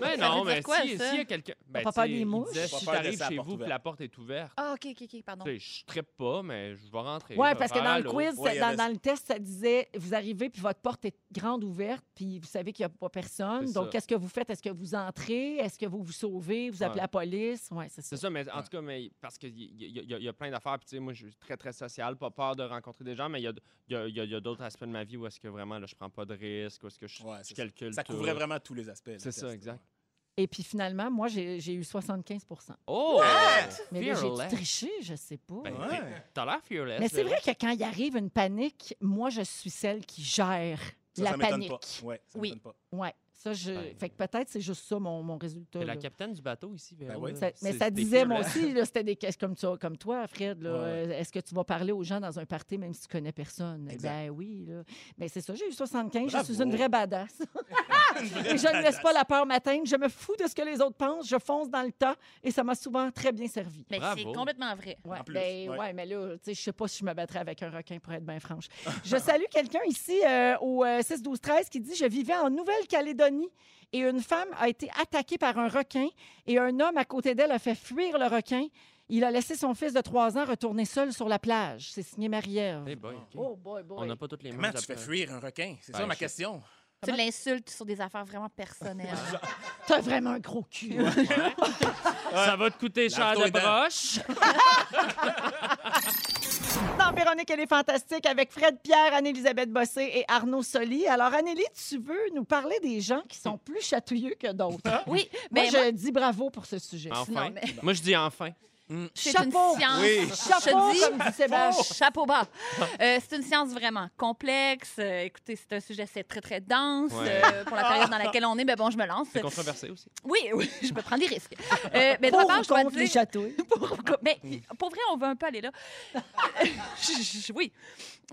Speaker 1: Mais
Speaker 4: Ça
Speaker 1: non,
Speaker 4: veut dire
Speaker 1: mais
Speaker 4: quoi,
Speaker 1: si- s'il
Speaker 4: ça?
Speaker 1: y a quelqu'un. Ben,
Speaker 2: pas peur
Speaker 1: tu sais,
Speaker 2: des
Speaker 1: il
Speaker 2: mouches?
Speaker 1: disait,
Speaker 3: Faut pas
Speaker 1: si
Speaker 3: peur de
Speaker 1: t'arrives
Speaker 3: laisser la
Speaker 1: chez
Speaker 3: porte
Speaker 1: vous et
Speaker 3: ouverte.
Speaker 1: la porte est ouverte,
Speaker 4: Ah, OK, OK, OK, pardon.
Speaker 1: tu sais, je trippe pas, mais je vais rentrer.
Speaker 2: Oui,
Speaker 1: je vais
Speaker 2: parce que
Speaker 1: faire
Speaker 2: dans le
Speaker 1: allô.
Speaker 2: quiz,
Speaker 3: Ouais, il y
Speaker 2: ça- dans,
Speaker 3: avait ça.
Speaker 2: dans le test, ça disait vous arrivez, puis votre porte est grande ouverte, puis vous savez qu'il n'y a pas personne.
Speaker 1: C'est
Speaker 2: Donc,
Speaker 1: ça.
Speaker 2: qu'est-ce que vous faites Est-ce que vous entrez Est-ce que vous vous sauvez Vous appelez
Speaker 1: Ouais.
Speaker 2: la police Oui, c'est ça.
Speaker 1: C'est ça, mais en tout cas, mais parce qu'il y, y- y- y a- y a plein d'affaires. Puis, tu sais, moi, je suis très, très social, pas peur de rencontrer des gens, mais il y a, d- y a- y a- y a d'autres aspects de ma vie où est-ce que vraiment, là, je prends pas de risques, où est-ce que je,
Speaker 3: Ouais,
Speaker 1: je
Speaker 3: c'est ça.
Speaker 1: calcule.
Speaker 3: Ça
Speaker 1: tout.
Speaker 3: couvrait vraiment tous les aspects. le
Speaker 1: C'est ça,
Speaker 3: test.
Speaker 1: exact.
Speaker 2: Et puis finalement, moi, j'ai j'ai eu 75
Speaker 1: Oh!
Speaker 2: Mais là, j'ai
Speaker 1: Fearless.
Speaker 2: triché, je sais pas.
Speaker 1: Ben,
Speaker 3: Ouais.
Speaker 1: t'es- T'as l'air fearless.
Speaker 2: Mais c'est
Speaker 1: là.
Speaker 2: vrai que quand il arrive une panique, moi, je suis celle qui gère
Speaker 3: Ça,
Speaker 2: la
Speaker 3: ça m'étonne
Speaker 2: panique.
Speaker 3: pas. Ouais, ça
Speaker 4: Oui.
Speaker 3: m'étonne pas.
Speaker 2: Ouais, ça, je.
Speaker 1: Ben.
Speaker 2: Fait que peut-être c'est juste ça mon, mon résultat.
Speaker 1: Mais la
Speaker 2: là.
Speaker 1: capitaine du bateau ici, Véro,
Speaker 3: Ben oui.
Speaker 1: là,
Speaker 2: Ça- mais
Speaker 1: c'est-
Speaker 2: ça
Speaker 1: t'es
Speaker 2: disait, moi
Speaker 1: fearless.
Speaker 2: aussi, là, c'était des questions comme, toi- comme toi, Fred. là,
Speaker 3: hein. Ouais, ouais.
Speaker 2: euh, Est-ce que tu vas parler aux gens dans un party même si tu connais personne?
Speaker 3: Exact.
Speaker 2: Ben oui. Là. Ben, c'est ça, j'ai eu 75.
Speaker 3: Bravo.
Speaker 2: Je suis une vraie badass. et je ne laisse pas la peur m'atteindre. Je me fous de ce que les autres pensent. Je fonce dans le tas et ça m'a souvent très bien servi.
Speaker 4: Mais c'est
Speaker 1: Bravo.
Speaker 4: complètement vrai.
Speaker 2: Ouais,
Speaker 3: En plus,
Speaker 2: ben,
Speaker 3: ouais.
Speaker 2: ouais, mais là, tu sais, je sais pas si je me battrais avec un requin, pour être bien franche. Je salue quelqu'un ici euh, au 6-12-13 qui dit « Je vivais en Nouvelle-Calédonie et une femme a été attaquée par un requin et un homme à côté d'elle a fait fuir le requin. Il a laissé son fils de 3 ans retourner seul sur la plage. » C'est signé Marie-Ève.
Speaker 1: Hey boy, ok.
Speaker 2: Oh boy,
Speaker 1: On
Speaker 2: boy.
Speaker 1: n'a pas toutes les
Speaker 3: Comment
Speaker 1: mêmes
Speaker 3: tu fais
Speaker 1: appels.
Speaker 3: fuir un requin? C'est
Speaker 1: Ben,
Speaker 3: ça ma
Speaker 1: je-
Speaker 3: question.
Speaker 4: Tu l'insultes sur des affaires vraiment personnelles.
Speaker 2: T'as vraiment un gros cul. hein?
Speaker 1: Ça va te coûter cher
Speaker 3: Lave-toi
Speaker 1: de
Speaker 3: les dents.
Speaker 1: broche.
Speaker 2: Dans Véronique, elle est fantastique avec Fred Pierre, Anne-Élisabeth Bossé et Arnaud Soli. Alors, Annélie, tu veux nous parler des gens qui sont plus chatouilleux que
Speaker 1: Ah.
Speaker 2: d'autres.
Speaker 4: oui,
Speaker 2: Moi,
Speaker 4: mais
Speaker 2: je dis bravo pour ce sujet.
Speaker 1: Enfin.
Speaker 4: Non, mais-
Speaker 1: Moi, je dis enfin.
Speaker 4: c'est une
Speaker 2: Chapeau.
Speaker 4: science.
Speaker 3: Oui.
Speaker 2: Chapeau,
Speaker 4: Je dis-
Speaker 2: comme dit Sébastien.
Speaker 4: Chapeau bas. Euh, c'est une science vraiment complexe. Euh, écoutez, c'est un sujet c'est très, très dense
Speaker 1: Ouais.
Speaker 4: euh, pour la période dans laquelle on est. Mais bon, je me lance.
Speaker 1: C'est controversé aussi.
Speaker 4: Oui, oui, je peux prendre des risques. Euh, mais
Speaker 2: Pour
Speaker 4: d'abord,
Speaker 2: ou
Speaker 4: je dois
Speaker 2: contre les
Speaker 4: dire-
Speaker 2: chatouilles?
Speaker 4: pour, mais, pour vrai, on va un peu aller là. Je- je- oui.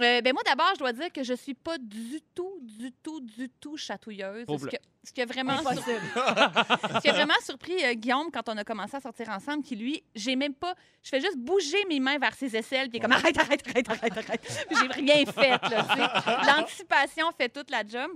Speaker 4: Euh, ben moi, d'abord, je dois dire que je suis pas du tout, du tout, du tout chatouilleuse.
Speaker 1: Pauvre.
Speaker 4: Ce, que- ce qui a vraiment, sur-
Speaker 2: Impossible.
Speaker 4: ce qui a vraiment surpris euh, Guillaume quand on a commencé à sortir ensemble, qui lui, j'ai même pas. Je fais juste bouger mes mains vers ses aisselles, puis il est comme arrête, arrête, arrête, arrête, arrête. Puis J'ai rien fait, là. tu sais. L'anticipation fait toute la job.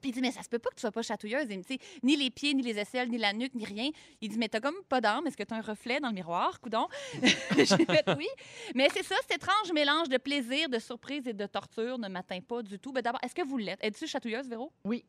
Speaker 4: Puis il dit, mais ça se peut pas que tu sois pas chatouilleuse. Il me dit, ni les pieds, ni les aisselles, ni la nuque, ni rien. Il dit, mais t'as comme pas d'âme. Est-ce que t'as un reflet dans le miroir, coudon? J'ai fait oui. Mais c'est ça, cet étrange mélange de plaisir, de surprise et de torture ne m'atteint pas du tout. Mais d'abord, est-ce que vous l'êtes? Es-tu chatouilleuse, Véro?
Speaker 2: Oui.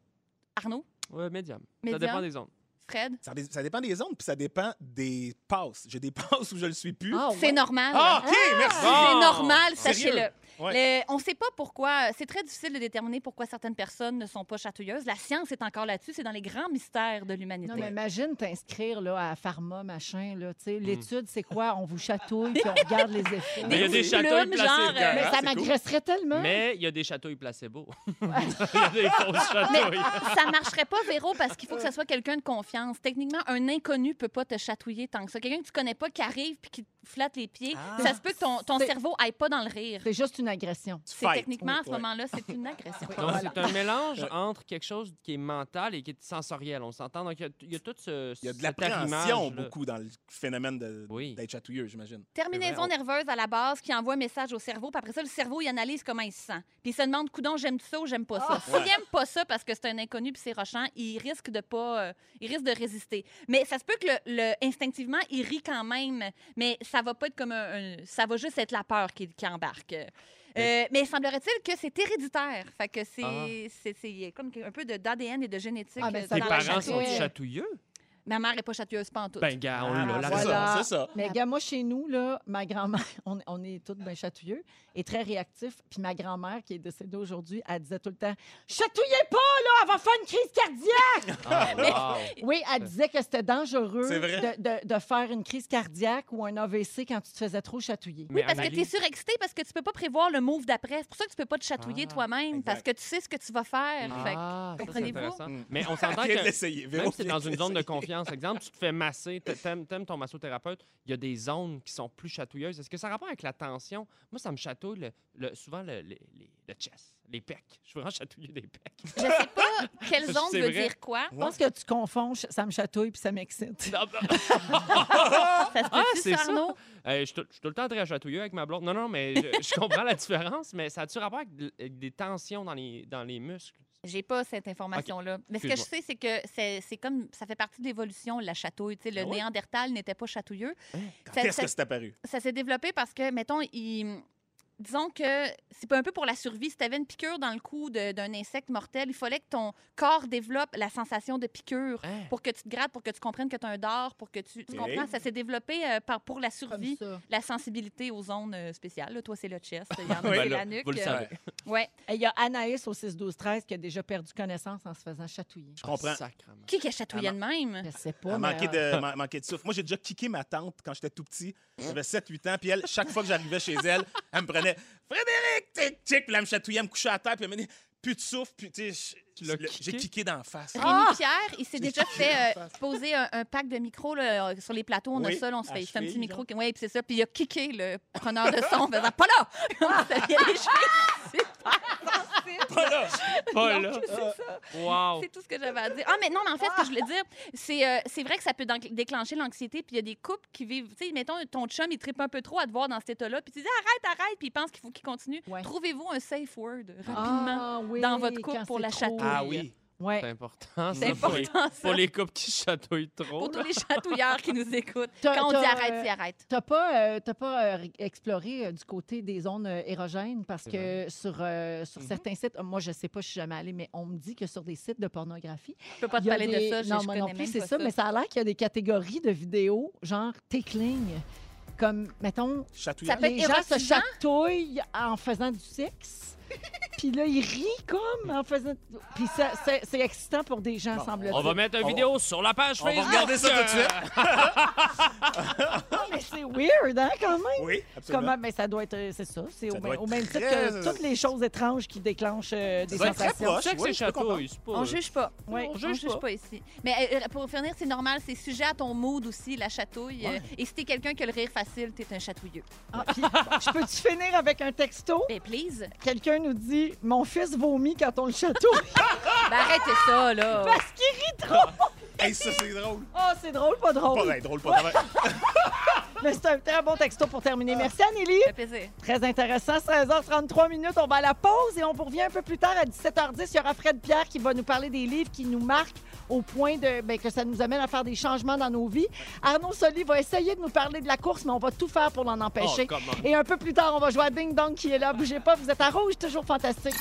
Speaker 4: Arnaud?
Speaker 1: Ouais, médium. Ça
Speaker 4: Médium.
Speaker 1: dépend des zones.
Speaker 4: Fred?
Speaker 3: Ça, dé- ça dépend des zones, puis ça dépend des passes. J'ai des passes où je le suis plus.
Speaker 2: Ah, ouais.
Speaker 4: C'est normal.
Speaker 3: Ah, OK, merci.
Speaker 4: C'est
Speaker 1: Bon.
Speaker 4: normal,
Speaker 3: Sérieux?
Speaker 4: sachez-le.
Speaker 3: Ouais.
Speaker 4: Le- on ne sait pas pourquoi. C'est très difficile de déterminer pourquoi certaines personnes ne sont pas chatouilleuses. La science est encore là-dessus. C'est dans les grands mystères de l'humanité.
Speaker 2: Non, mais imagine t'inscrire là, à Pharma, machin. Là, tu sais.
Speaker 3: Hmm.
Speaker 2: L'étude, c'est quoi? On vous chatouille, puis on regarde les effets.
Speaker 1: Mais il y a des
Speaker 4: Des
Speaker 1: chatouilles
Speaker 4: plumes,
Speaker 1: placées.
Speaker 4: genre,
Speaker 3: dedans,
Speaker 2: Mais
Speaker 3: hein,
Speaker 2: ça
Speaker 3: c'est cool.
Speaker 2: m'agresserait tellement.
Speaker 1: Mais il y a des chatouilles placebo. Il y a des fausses
Speaker 4: Mais
Speaker 1: chatouilles.
Speaker 4: ça marcherait pas, Véro, parce qu'il faut que ça soit quelqu'un de confiance. Techniquement, un inconnu peut pas te chatouiller tant que ça. Quelqu'un que tu connais pas qui arrive puis qui te flatte les pieds, ça se peut que ton, ton
Speaker 2: C'est-
Speaker 4: cerveau aille pas dans le rire.
Speaker 2: C'est juste une agression.
Speaker 3: Tu
Speaker 4: C'est
Speaker 3: fight.
Speaker 4: techniquement, à ce
Speaker 3: Ouais.
Speaker 4: moment-là, c'est une agression.
Speaker 1: Donc, c'est un mélange entre quelque chose qui est mental et qui est sensoriel. On s'entend. Donc, il y a- il y, a tout ce.
Speaker 3: Il y a de
Speaker 1: cet
Speaker 3: l'appréhension
Speaker 1: arrimage-là.
Speaker 3: beaucoup dans le phénomène de-
Speaker 1: Oui.
Speaker 3: d'être chatouilleux, j'imagine.
Speaker 4: Terminaison
Speaker 1: C'est vrai,
Speaker 4: nerveuse à la base qui envoie un message au cerveau, puis après ça, le cerveau, il analyse comment il se sent. Puis il se demande, coudon, j'aime ça ou j'aime pas
Speaker 1: Ah!
Speaker 4: ça. S'il aime pas ça parce que c'est un inconnu puis c'est rochant, il risque de pas. euh, il risque de résister. Mais ça se peut que le, le- instinctivement, il rit quand même, mais ça va pas être comme un. un- ça va juste être la peur qui, qui embarque. Euh, mais semblerait-il que c'est héréditaire. Fait que c'est
Speaker 1: Ah.
Speaker 4: c'est- c'est comme un peu d'ADN et de génétique.
Speaker 2: Ah, mais
Speaker 4: euh,
Speaker 2: ça
Speaker 4: dans
Speaker 1: Tes
Speaker 4: la
Speaker 2: doit
Speaker 1: parents
Speaker 2: chatouille.
Speaker 1: sont
Speaker 4: chatouille.
Speaker 1: chatouilleux?
Speaker 4: Ma mère n'est pas chatouilleuse pantoute.
Speaker 1: Ben, gars,
Speaker 4: Ah,
Speaker 1: on l'a, la
Speaker 3: C'est
Speaker 2: voilà.
Speaker 3: ça, c'est ça.
Speaker 2: Mais gars, moi, chez nous, là, ma grand-mère, on, on est toutes bien chatouilleux et très réactifs. Puis ma grand-mère, qui est décédée aujourd'hui, elle disait tout le temps Chatouillez pas, là, elle va faire une crise cardiaque.
Speaker 1: Ah, wow.
Speaker 2: Oui, elle disait que c'était dangereux
Speaker 3: C'est vrai.
Speaker 2: de, de- de faire une crise cardiaque ou un AVC quand tu te faisais trop chatouiller.
Speaker 1: Mais
Speaker 4: Parce que
Speaker 1: Amélie-
Speaker 4: tu es surexcité parce que tu peux pas prévoir le move d'après. C'est pour ça que tu peux pas te chatouiller
Speaker 1: Ah,
Speaker 4: toi-même
Speaker 3: exact.
Speaker 4: parce que tu sais ce que tu vas faire. Fait que-
Speaker 1: Ah, ça, c'est
Speaker 4: comprenez-vous?
Speaker 1: intéressant.
Speaker 3: Mm.
Speaker 1: Mais on s'entend
Speaker 3: Viens de
Speaker 1: que
Speaker 3: l'essayer. Véro,
Speaker 1: même si t'es
Speaker 3: viens
Speaker 1: dans
Speaker 3: de
Speaker 1: une zone de
Speaker 3: l'essayer.
Speaker 1: confiance, exemple, tu te fais masser, t'a- t'aimes, t'aimes ton massothérapeute, il y a des zones qui sont plus chatouilleuses. Est-ce que ça a rapport avec la tension? Moi, ça me chatouille le- le- souvent le, le- les- le chest, les pecs. Je suis vraiment chatouilleux des pecs.
Speaker 4: Je sais pas quelle
Speaker 1: C'est
Speaker 4: zone veut
Speaker 1: vrai.
Speaker 4: dire quoi.
Speaker 2: Je pense que tu confonds, ch- ça me chatouille puis ça m'excite.
Speaker 1: Non, ben-
Speaker 4: Ça se
Speaker 1: Ah,
Speaker 4: peut-tu,
Speaker 1: c'est
Speaker 4: ça,
Speaker 1: ça?
Speaker 4: Arnaud?
Speaker 1: Euh, je suis tout- je suis tout le temps très chatouilleux avec ma blonde. Non, non, mais je, je comprends la différence, mais ça a-tu rapport avec, de- avec des tensions dans les, dans les muscles?
Speaker 4: J'ai pas cette information-là. Mais ce que je sais, c'est que c'est c'est comme ça fait partie de l'évolution, la chatouille. Tu sais, le
Speaker 1: Ah ouais?
Speaker 4: Néandertal n'était pas chatouilleux.
Speaker 3: Quand
Speaker 4: Ça-
Speaker 3: est-ce
Speaker 4: ça-
Speaker 3: que c'est apparu?
Speaker 4: ça s'est développé parce que, mettons, il... disons que c'est pas un peu pour la survie. Si tu avais une piqûre dans le cou de- d'un insecte mortel, il fallait que ton corps développe la sensation de piqûre
Speaker 1: Hein?
Speaker 4: pour que tu te grattes, pour que tu comprennes que tu as un dard, pour que tu,
Speaker 3: Ok.
Speaker 4: tu comprends. Ça s'est développé euh, par, pour la survie.
Speaker 2: ça.
Speaker 4: La sensibilité aux zones euh, spéciales. Là, toi, c'est le chest. Il y en a,
Speaker 1: Ben
Speaker 4: c'est
Speaker 1: là,
Speaker 4: la nuque.
Speaker 1: Vous le
Speaker 4: Euh,
Speaker 1: savez.
Speaker 4: ouais.
Speaker 2: Et Il y a Anaïs au 6-12-13 qui a déjà perdu connaissance en se faisant chatouiller.
Speaker 3: Je comprends.
Speaker 1: Sacrement.
Speaker 4: Qui est
Speaker 1: Ah,
Speaker 4: chatouillait de même?
Speaker 2: Je sais
Speaker 3: Elle
Speaker 2: pas. mais,
Speaker 3: manquait
Speaker 2: euh,
Speaker 3: de, man- manquait de souffle. Moi, j'ai déjà kické ma tante quand j'étais tout petit. J'avais 7-8 ans. Puis elle, chaque fois que j'arrivais chez elle, elle me prenait Frédéric, tic, tic. Puis elle me chatouillait, elle me couchait à terre. Puis elle me dit Plus de souffle. Puis tu sais, je-
Speaker 1: Tu l'as
Speaker 3: le- j'ai
Speaker 1: kické?
Speaker 3: kické d'en face.
Speaker 2: Ah,
Speaker 4: Rémi Pierre, il s'est déjà fait
Speaker 3: en
Speaker 4: euh,
Speaker 3: face.
Speaker 4: poser un, un pack de micros là, euh, sur les plateaux. On a
Speaker 3: Oui,
Speaker 4: ça, là, on se
Speaker 3: à
Speaker 4: fait, il se fait un petit
Speaker 3: cheville,
Speaker 4: micro.
Speaker 3: genre.
Speaker 4: Qui, ouais, puis c'est ça. Puis il a kické le preneur de son en faisant Pas là Ça vient les cheveux.
Speaker 3: Pas là.
Speaker 1: Pas là.
Speaker 4: Donc, C'est ça.
Speaker 1: Wow.
Speaker 4: C'est tout ce que j'avais à dire. Ah, mais non, mais en fait, ce que je voulais dire, c'est euh, c'est vrai que ça peut dan- déclencher l'anxiété. Puis il y a des couples qui vivent. Tu sais, mettons, ton chum, il tripe un peu trop à te voir dans cet état-là. Puis tu dis Arrête, arrête. Puis il pense qu'il faut qu'il continue.
Speaker 2: Ouais.
Speaker 4: Trouvez-vous un safe word rapidement.
Speaker 2: ah, oui,
Speaker 4: dans votre couple
Speaker 2: quand
Speaker 4: pour
Speaker 2: c'est
Speaker 4: la
Speaker 2: trop.
Speaker 4: chatouille.
Speaker 1: Ah oui.
Speaker 2: Ouais.
Speaker 1: C'est important,
Speaker 4: C'est
Speaker 1: ça, pour les-
Speaker 4: important, ça.
Speaker 1: Pour les couples qui chatouillent
Speaker 3: Oh.
Speaker 1: trop.
Speaker 4: Pour tous les chatouilleurs qui nous écoutent.
Speaker 2: T'as-
Speaker 4: Quand on dit
Speaker 2: t'as,
Speaker 4: arrête,
Speaker 2: euh,
Speaker 4: c'est arrête.
Speaker 2: T'as pas, euh, t'as pas euh, ré- exploré euh, du côté des zones euh, érogènes parce
Speaker 1: C'est
Speaker 2: que sur, euh, sur certains sites, euh, moi je sais pas, je suis jamais allée, mais on me dit que sur des sites de pornographie,
Speaker 4: Je peux pas
Speaker 2: il
Speaker 4: te
Speaker 2: y a
Speaker 4: parler
Speaker 2: des-
Speaker 4: de ça. je-
Speaker 2: non,
Speaker 4: je
Speaker 2: moi
Speaker 4: connais
Speaker 2: non plus,
Speaker 4: même
Speaker 2: c'est
Speaker 4: pas
Speaker 2: ça, mais ça a l'air qu'il y a des catégories de vidéos genre tickling, comme mettons
Speaker 3: Chatouillant.
Speaker 4: Ça peut
Speaker 2: les
Speaker 4: être
Speaker 2: gens se
Speaker 4: érotisant.
Speaker 2: chatouillent en faisant du sexe. Puis là, ils rient comme en faisant. Puis ça, c'est, c'est excitant pour des gens, semble-t-il.
Speaker 1: On va mettre une
Speaker 3: On
Speaker 1: vidéo sur la page
Speaker 3: On va
Speaker 1: Facebook.
Speaker 3: regarder ça tout de suite.
Speaker 2: Ah, mais c'est weird, hein, quand même.
Speaker 3: Oui,
Speaker 2: Comment,
Speaker 3: absolument.
Speaker 2: mais ça doit être, euh, c'est ça, c'est
Speaker 3: Ça
Speaker 2: au,
Speaker 3: doit
Speaker 2: même-
Speaker 3: être
Speaker 2: au même titre
Speaker 3: très- euh,
Speaker 2: que toutes les choses étranges qui déclenchent euh,
Speaker 3: Ça
Speaker 2: des
Speaker 3: doit être très
Speaker 2: sensations.
Speaker 3: proche.
Speaker 1: C'est que
Speaker 3: Oui,
Speaker 1: c'est
Speaker 3: je peux comprendre.
Speaker 1: chatouille, c'est pas... euh,
Speaker 4: On juge pas.
Speaker 2: Ouais,
Speaker 4: on juge, pas. ici. Mais euh, pour finir, c'est normal, c'est sujet à ton mood aussi, la chatouille.
Speaker 3: Ouais.
Speaker 4: Euh, Et si t'es quelqu'un qui a le rire facile, t'es un chatouilleux.
Speaker 2: Ah, puis, je peux-tu finir avec un texto?
Speaker 4: Ben, please.
Speaker 2: Quelqu'un nous dit « Mon fils vomit quand on le chatouille
Speaker 4: Ben, arrêtez ça, là.
Speaker 2: parce qu'il rit trop!
Speaker 3: Hey, ça, c'est drôle. »
Speaker 2: Oh, c'est drôle,
Speaker 3: Pas
Speaker 2: pas drôle.
Speaker 3: ben, drôle, pas drôle.
Speaker 2: Mais c'est un très bon texto pour terminer. Merci, Anélie.
Speaker 4: Ça fait plaisir.
Speaker 2: Très intéressant. 16h33 minutes, on va à la pause et on vous revient un peu plus tard à 17h10. Il y aura Fred Pierre qui va nous parler des livres qui nous marquent au point de ben, que ça nous amène à faire des changements dans nos vies. Arnaud Soli va essayer de nous parler de la course, mais on va tout faire pour l'en empêcher.
Speaker 3: Oh,
Speaker 1: comment?
Speaker 2: et un peu plus tard, on va jouer à Ding Dong qui est là. Bougez pas, vous êtes à rouge, toujours fantastique.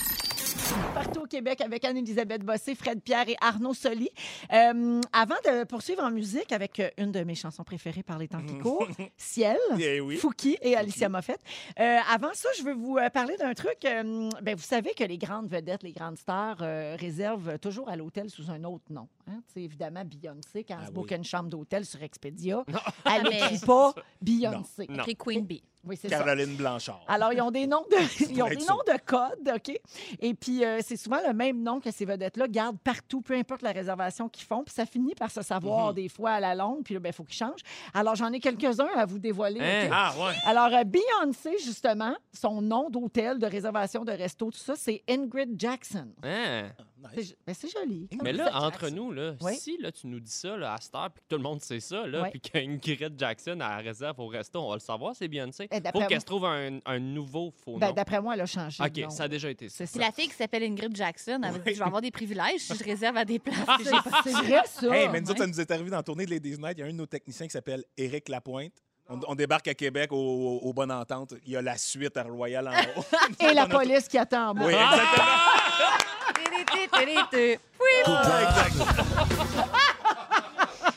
Speaker 2: Partout au Québec avec Anne-Élisabeth Bossé, Fred Pierre et Arnaud Soli. Euh, avant de poursuivre en musique avec euh, une de mes chansons préférées par les temps qui courent, Ciel.
Speaker 3: Eh oui.
Speaker 2: Fouki et Alicia Moffett. Euh, avant ça, je veux vous euh, parler d'un truc. euh, ben, vous savez que les grandes vedettes, les grandes stars euh, réservent toujours à l'hôtel sous un autre nom. Hein? Tu sais, Évidemment, Beyoncé, quand
Speaker 3: Ah
Speaker 2: elle se
Speaker 3: oui.
Speaker 2: book une chambre d'hôtel sur Expedia,
Speaker 1: Non.
Speaker 2: elle
Speaker 4: Ah, mais-
Speaker 2: n'écrit pas Beyoncé.
Speaker 1: Non.
Speaker 4: Écrit Queen Bee.
Speaker 2: Oui, c'est ça. Ah,
Speaker 3: Caroline Blanchard.
Speaker 2: Alors, ils ont des noms de, ils ont
Speaker 3: Pour
Speaker 2: des
Speaker 3: être sûr.
Speaker 2: noms de code, OK? Et puis, euh, c'est souvent le même nom que ces vedettes-là gardent partout, peu importe la réservation qu'ils font. Puis ça finit par se savoir des fois à la longue. Puis là, ben, il faut qu'ils changent. Alors, j'en ai quelques-uns à vous dévoiler.
Speaker 1: Hein?
Speaker 2: OK?
Speaker 3: Ah, ouais.
Speaker 2: Alors, euh, Beyoncé, justement, son nom d'hôtel, de réservation, de resto, tout ça, c'est Ingrid Jackson.
Speaker 1: Hein?
Speaker 2: C'est jo- ben, c'est joli.
Speaker 1: Mais là, entre nous, là,
Speaker 2: Oui.
Speaker 1: si là, tu nous dis ça là, à cette heure, puis que tout le monde sait ça, là,
Speaker 2: Oui.
Speaker 1: puis qu'Ingrid Jackson à la réserve au resto, on va le savoir, c'est Beyoncé.
Speaker 2: Eh, d'après
Speaker 1: Faut
Speaker 2: moi-
Speaker 1: qu'elle se trouve un, un nouveau faux
Speaker 2: Ben,
Speaker 1: nom.
Speaker 2: D'après moi, elle a changé. de nom.
Speaker 1: OK, ça a déjà été ça.
Speaker 2: C'est
Speaker 4: Puis
Speaker 2: ça.
Speaker 4: la fille qui s'appelle Ingrid Jackson, elle va dire Je vais avoir des privilèges si je réserve à des places.
Speaker 2: Ah!
Speaker 4: que j'ai pas.
Speaker 2: C'est vrai, ça.
Speaker 3: Hey, mais nous autres, ça nous est arrivé dans la tournée de Ladies Night. Il y a un de nos techniciens qui s'appelle Éric Lapointe. On, on débarque à Québec au, au- au Bonne Entente. Il y a la suite à Royal en haut.
Speaker 2: Et la police qui attend en bas.
Speaker 3: Oui, exactement.
Speaker 1: Ah,
Speaker 2: Ah.
Speaker 4: Tiri, tiri, tiri, tiri.
Speaker 3: exactement.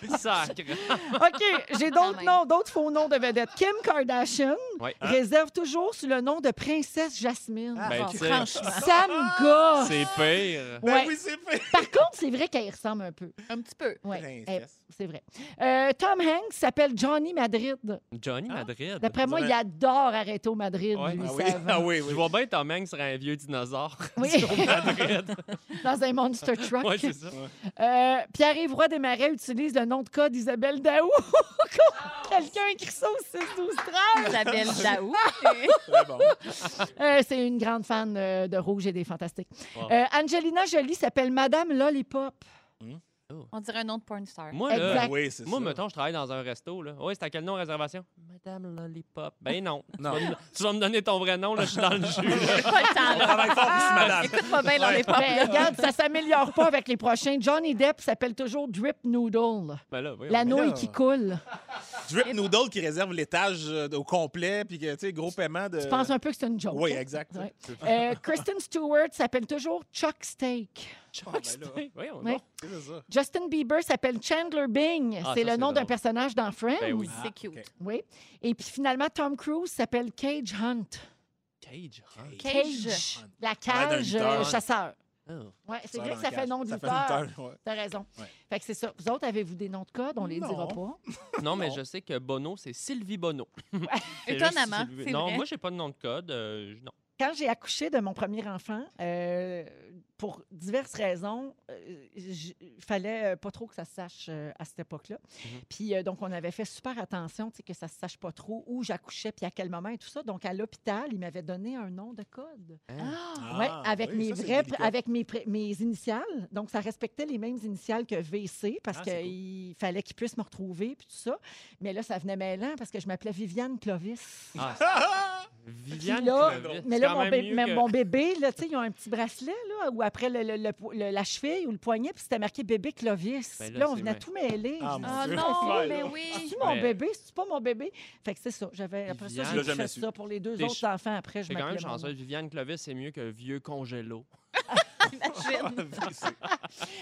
Speaker 1: Sacre.
Speaker 2: OK, j'ai
Speaker 4: Quand
Speaker 2: d'autres
Speaker 4: même.
Speaker 2: noms, d'autres faux noms de vedettes. Kim Kardashian
Speaker 1: Ouais.
Speaker 3: Ah.
Speaker 2: réserve toujours sous le nom de princesse Jasmine.
Speaker 1: Ben, tu sais,
Speaker 4: Franchement.
Speaker 2: Ça me gosse.
Speaker 1: c'est pire.
Speaker 3: Ben
Speaker 2: Ouais.
Speaker 3: oui, Ah. c'est fait.
Speaker 2: Par contre, c'est vrai qu'elle y ressemble un peu.
Speaker 4: Un petit peu.
Speaker 2: Ouais, elle-
Speaker 3: Princesse.
Speaker 2: c'est vrai. Euh, Tom Hanks s'appelle Johnny Madrid.
Speaker 1: Johnny Madrid.
Speaker 2: Ah. D'après moi,
Speaker 3: Ouais.
Speaker 2: il adore arrêter au Madrid,
Speaker 1: Ouais.
Speaker 2: lui,
Speaker 3: Ah
Speaker 2: ça
Speaker 3: oui,
Speaker 2: avant.
Speaker 3: ah oui,
Speaker 1: Je
Speaker 3: oui.
Speaker 1: vois bien Tom Hanks serait un vieux dinosaure.
Speaker 2: Oui. Dans un monster truck.
Speaker 1: Ouais, c'est ça.
Speaker 2: Euh, Pierre-Yves Roy Desmarais utilise le nom de code Isabelle Daou. Quelqu'un écrit ça au 6 12
Speaker 4: Isabelle Daou.
Speaker 3: Très bon.
Speaker 2: Euh, C'est une grande fan euh, de Rouge et des Fantastiques.
Speaker 1: Wow.
Speaker 2: Euh, Angelina Jolie s'appelle Madame Lollipop.
Speaker 4: On dirait un nom de porn star.
Speaker 1: Moi, là,
Speaker 2: Exact.
Speaker 3: Ben Oui, c'est
Speaker 1: moi,
Speaker 3: ça.
Speaker 1: mettons, je travaille dans un resto. Là. Ouais, c'est à quel nom réservation? Madame Lollipop. Ben non.
Speaker 3: Non.
Speaker 1: Tu, vas me, tu vas me donner ton vrai nom, là, je suis dans le jus. là.
Speaker 4: Pas le temps,
Speaker 3: On
Speaker 4: là.
Speaker 3: travaille fort ici, madame.
Speaker 4: Écoute pas bien dans les
Speaker 1: Ah,
Speaker 4: pop.
Speaker 2: Ben, regarde, ça s'améliore pas avec les prochains. Johnny Depp s'appelle toujours Drip Noodle,
Speaker 1: Ben là, euh, voyons.
Speaker 2: la
Speaker 3: mais là-
Speaker 2: nouille qui coule.
Speaker 3: Drip Noodle qui réserve l'étage euh, au complet, puis que, tu sais, gros paiement de.
Speaker 2: Tu penses un peu que c'est une joke.
Speaker 3: Oui,
Speaker 2: hein?
Speaker 3: exact.
Speaker 2: Ouais. Euh, Kristen Stewart s'appelle toujours Chuck Steak.
Speaker 1: Chuck, voyons,
Speaker 2: Ouais.
Speaker 1: non.
Speaker 3: Ah, ben C'est ça.
Speaker 2: Justin Bieber s'appelle Chandler Bing.
Speaker 1: Ah,
Speaker 2: c'est
Speaker 1: ça,
Speaker 2: le
Speaker 1: c'est
Speaker 2: nom d'un
Speaker 1: drôle.
Speaker 2: personnage dans Friends.
Speaker 1: Ben oui.
Speaker 4: C'est cute.
Speaker 3: Ah, ok.
Speaker 2: Oui. Et puis finalement, Tom Cruise s'appelle Cage Hunt.
Speaker 1: Cage. hein?
Speaker 4: Cage.
Speaker 2: La
Speaker 3: d'un
Speaker 2: cage
Speaker 3: lutteur.
Speaker 2: euh, chasseur.
Speaker 1: Oh.
Speaker 2: Ouais, c'est
Speaker 3: Ça
Speaker 2: vrai
Speaker 3: dans
Speaker 2: que ça
Speaker 3: le
Speaker 2: fait
Speaker 3: cage.
Speaker 2: nom de
Speaker 3: Ça fait
Speaker 2: lutteur.
Speaker 3: lutteur, ouais.
Speaker 2: T'as raison.
Speaker 3: Ouais.
Speaker 2: Fait que c'est ça. Vous autres, avez-vous des noms de code? On les
Speaker 3: Non.
Speaker 2: dira pas.
Speaker 1: Non, mais je sais que Bono, c'est Sylvie Bono. C'est juste
Speaker 4: Étonnamment,
Speaker 1: Sylvie-
Speaker 4: c'est
Speaker 1: Non,
Speaker 4: vrai.
Speaker 1: moi, j'ai pas de nom de code. euh, non.
Speaker 2: Quand j'ai accouché de mon premier enfant, euh, pour diverses raisons, il fallait euh, pas trop que ça se sache euh, à cette époque-là.
Speaker 3: Mm-hmm.
Speaker 1: Mhm.
Speaker 2: Puis euh, donc, on avait fait super attention tu sais, que ça se sache pas trop où j'accouchais puis à quel moment et tout ça. Donc, à l'hôpital, ils m'avaient donné un nom de code. Ah, Ouais,
Speaker 3: Ah,
Speaker 2: avec, mes vrais, avec mes, pré- mes initiales. Donc, ça respectait les mêmes initiales que VC parce
Speaker 3: Ah, c'est cool.
Speaker 2: qu'il fallait qu'ils puissent me retrouver puis tout ça. Mais là, ça venait mêlant parce que je m'appelais Viviane Clovis.
Speaker 1: Ah, Viviane
Speaker 2: Puis là,
Speaker 1: Clovis,
Speaker 2: mais
Speaker 1: c'est
Speaker 2: là,
Speaker 1: quand
Speaker 2: mon,
Speaker 1: même
Speaker 2: bé-
Speaker 1: mieux
Speaker 2: mais
Speaker 1: que-
Speaker 2: mon bébé, là, tu sais, ils ont un petit bracelet, là, ou après le- le- le po- le- la cheville ou le poignet, puis c'était marqué bébé Clovis.
Speaker 1: Ben
Speaker 2: Puis
Speaker 1: là,
Speaker 2: là, on
Speaker 1: c'est
Speaker 2: venait
Speaker 1: ma-
Speaker 2: tout mêler.
Speaker 3: Ah,
Speaker 2: Je dis,
Speaker 3: mon
Speaker 4: Ah
Speaker 3: Dieu.
Speaker 4: non,
Speaker 3: Ouais,
Speaker 4: mais
Speaker 3: là.
Speaker 4: oui.
Speaker 2: c'est-tu mon
Speaker 1: Mais-
Speaker 2: bébé? C'est-tu pas mon bébé? Fait que c'est ça. J'avais, après ça,
Speaker 1: Viviane-
Speaker 2: j'ai
Speaker 3: Tu l'as
Speaker 2: fait
Speaker 3: jamais su.
Speaker 2: ça pour les deux
Speaker 1: T'es
Speaker 2: autres
Speaker 1: ch-
Speaker 2: enfants. Après, je
Speaker 1: C'est quand même
Speaker 2: m'appelais mon nom.
Speaker 1: chanceux. Viviane Clovis, c'est mieux que vieux congélo.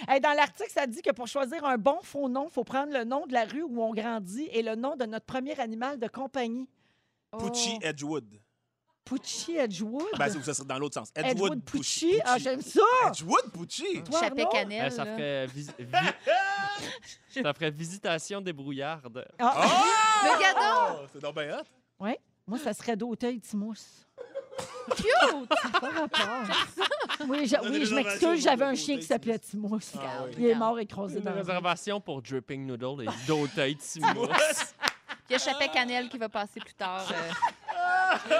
Speaker 2: Hey, dans l'article, ça dit que pour choisir un bon faux nom, il faut prendre le nom de la rue où on grandit et le nom de notre premier animal de compagnie. Oh.
Speaker 3: Pucci Edgewood.
Speaker 2: Pucci Edgewood.
Speaker 3: Ben, c'est- ça serait dans l'autre sens.
Speaker 2: Edgewood,
Speaker 3: Edgewood
Speaker 2: Pucci. Ah, j'aime ça.
Speaker 3: Edgewood Pucci.
Speaker 2: Toi,
Speaker 4: Chapet
Speaker 2: Arnaud?
Speaker 4: cannelle.
Speaker 1: Eh, ça,
Speaker 4: là.
Speaker 1: ferait visi- vi- ça ferait visitation débrouillarde.
Speaker 2: Ah,
Speaker 4: Mais regarde,
Speaker 3: Oh! C'est donc bien hot.
Speaker 2: ouais. Moi, ça serait d'Auteuil Timousse.
Speaker 4: cute!
Speaker 2: Pas rapport. Oui, je,
Speaker 3: Donne
Speaker 2: oui,
Speaker 3: une
Speaker 2: je
Speaker 3: réservation
Speaker 2: m'excuse, j'avais
Speaker 3: pour
Speaker 2: un chien
Speaker 3: Auteuil-Timousse.
Speaker 2: qui s'appelait Timousse.
Speaker 3: Ah oui.
Speaker 2: Il est mort écrasé
Speaker 1: Une
Speaker 2: dans le
Speaker 1: réservation pour Dripping Noodle et d'autres Timos.
Speaker 4: Il y a Chapet Cannelle qui va passer plus tard. euh.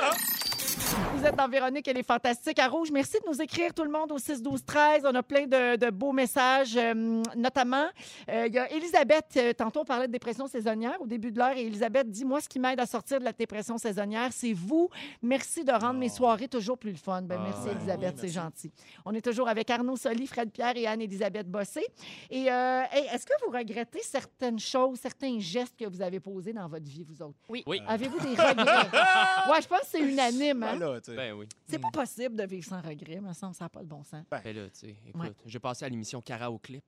Speaker 2: Vous êtes dans Véronique, elle est fantastique à Rouge. Merci de nous écrire, tout le monde, au 6 12 13 On a plein de, de beaux messages, euh, notamment. euh, Il y a Elisabeth, euh, tantôt on parlait de dépression saisonnière au début de l'heure, et Elisabeth dit Moi, ce qui m'aide à sortir de la dépression saisonnière, c'est vous. Merci de rendre mes soirées toujours plus le fun. Ben,
Speaker 1: Ah,
Speaker 2: merci,
Speaker 1: ben
Speaker 2: Elisabeth,
Speaker 3: oui,
Speaker 2: c'est
Speaker 3: merci.
Speaker 2: gentil. On est toujours avec Arnaud Soli, Fred Pierre et Anne-Elisabeth Bossé. Et euh, hey, est-ce que vous regrettez certaines choses, certains gestes que vous avez posés dans votre vie, vous autres
Speaker 4: Oui.
Speaker 1: Oui.
Speaker 2: Avez-vous des regrets Ouais, je pense que c'est unanime. hein?
Speaker 3: Ben là, tu sais.
Speaker 1: Ben oui.
Speaker 2: C'est
Speaker 3: Hmm.
Speaker 2: pas possible de vivre sans regret, me semble, ça n'a pas de bon sens.
Speaker 1: Ben là, tu sais, écoute,
Speaker 2: Ouais.
Speaker 1: j'ai passé à l'émission Karaoke Clip.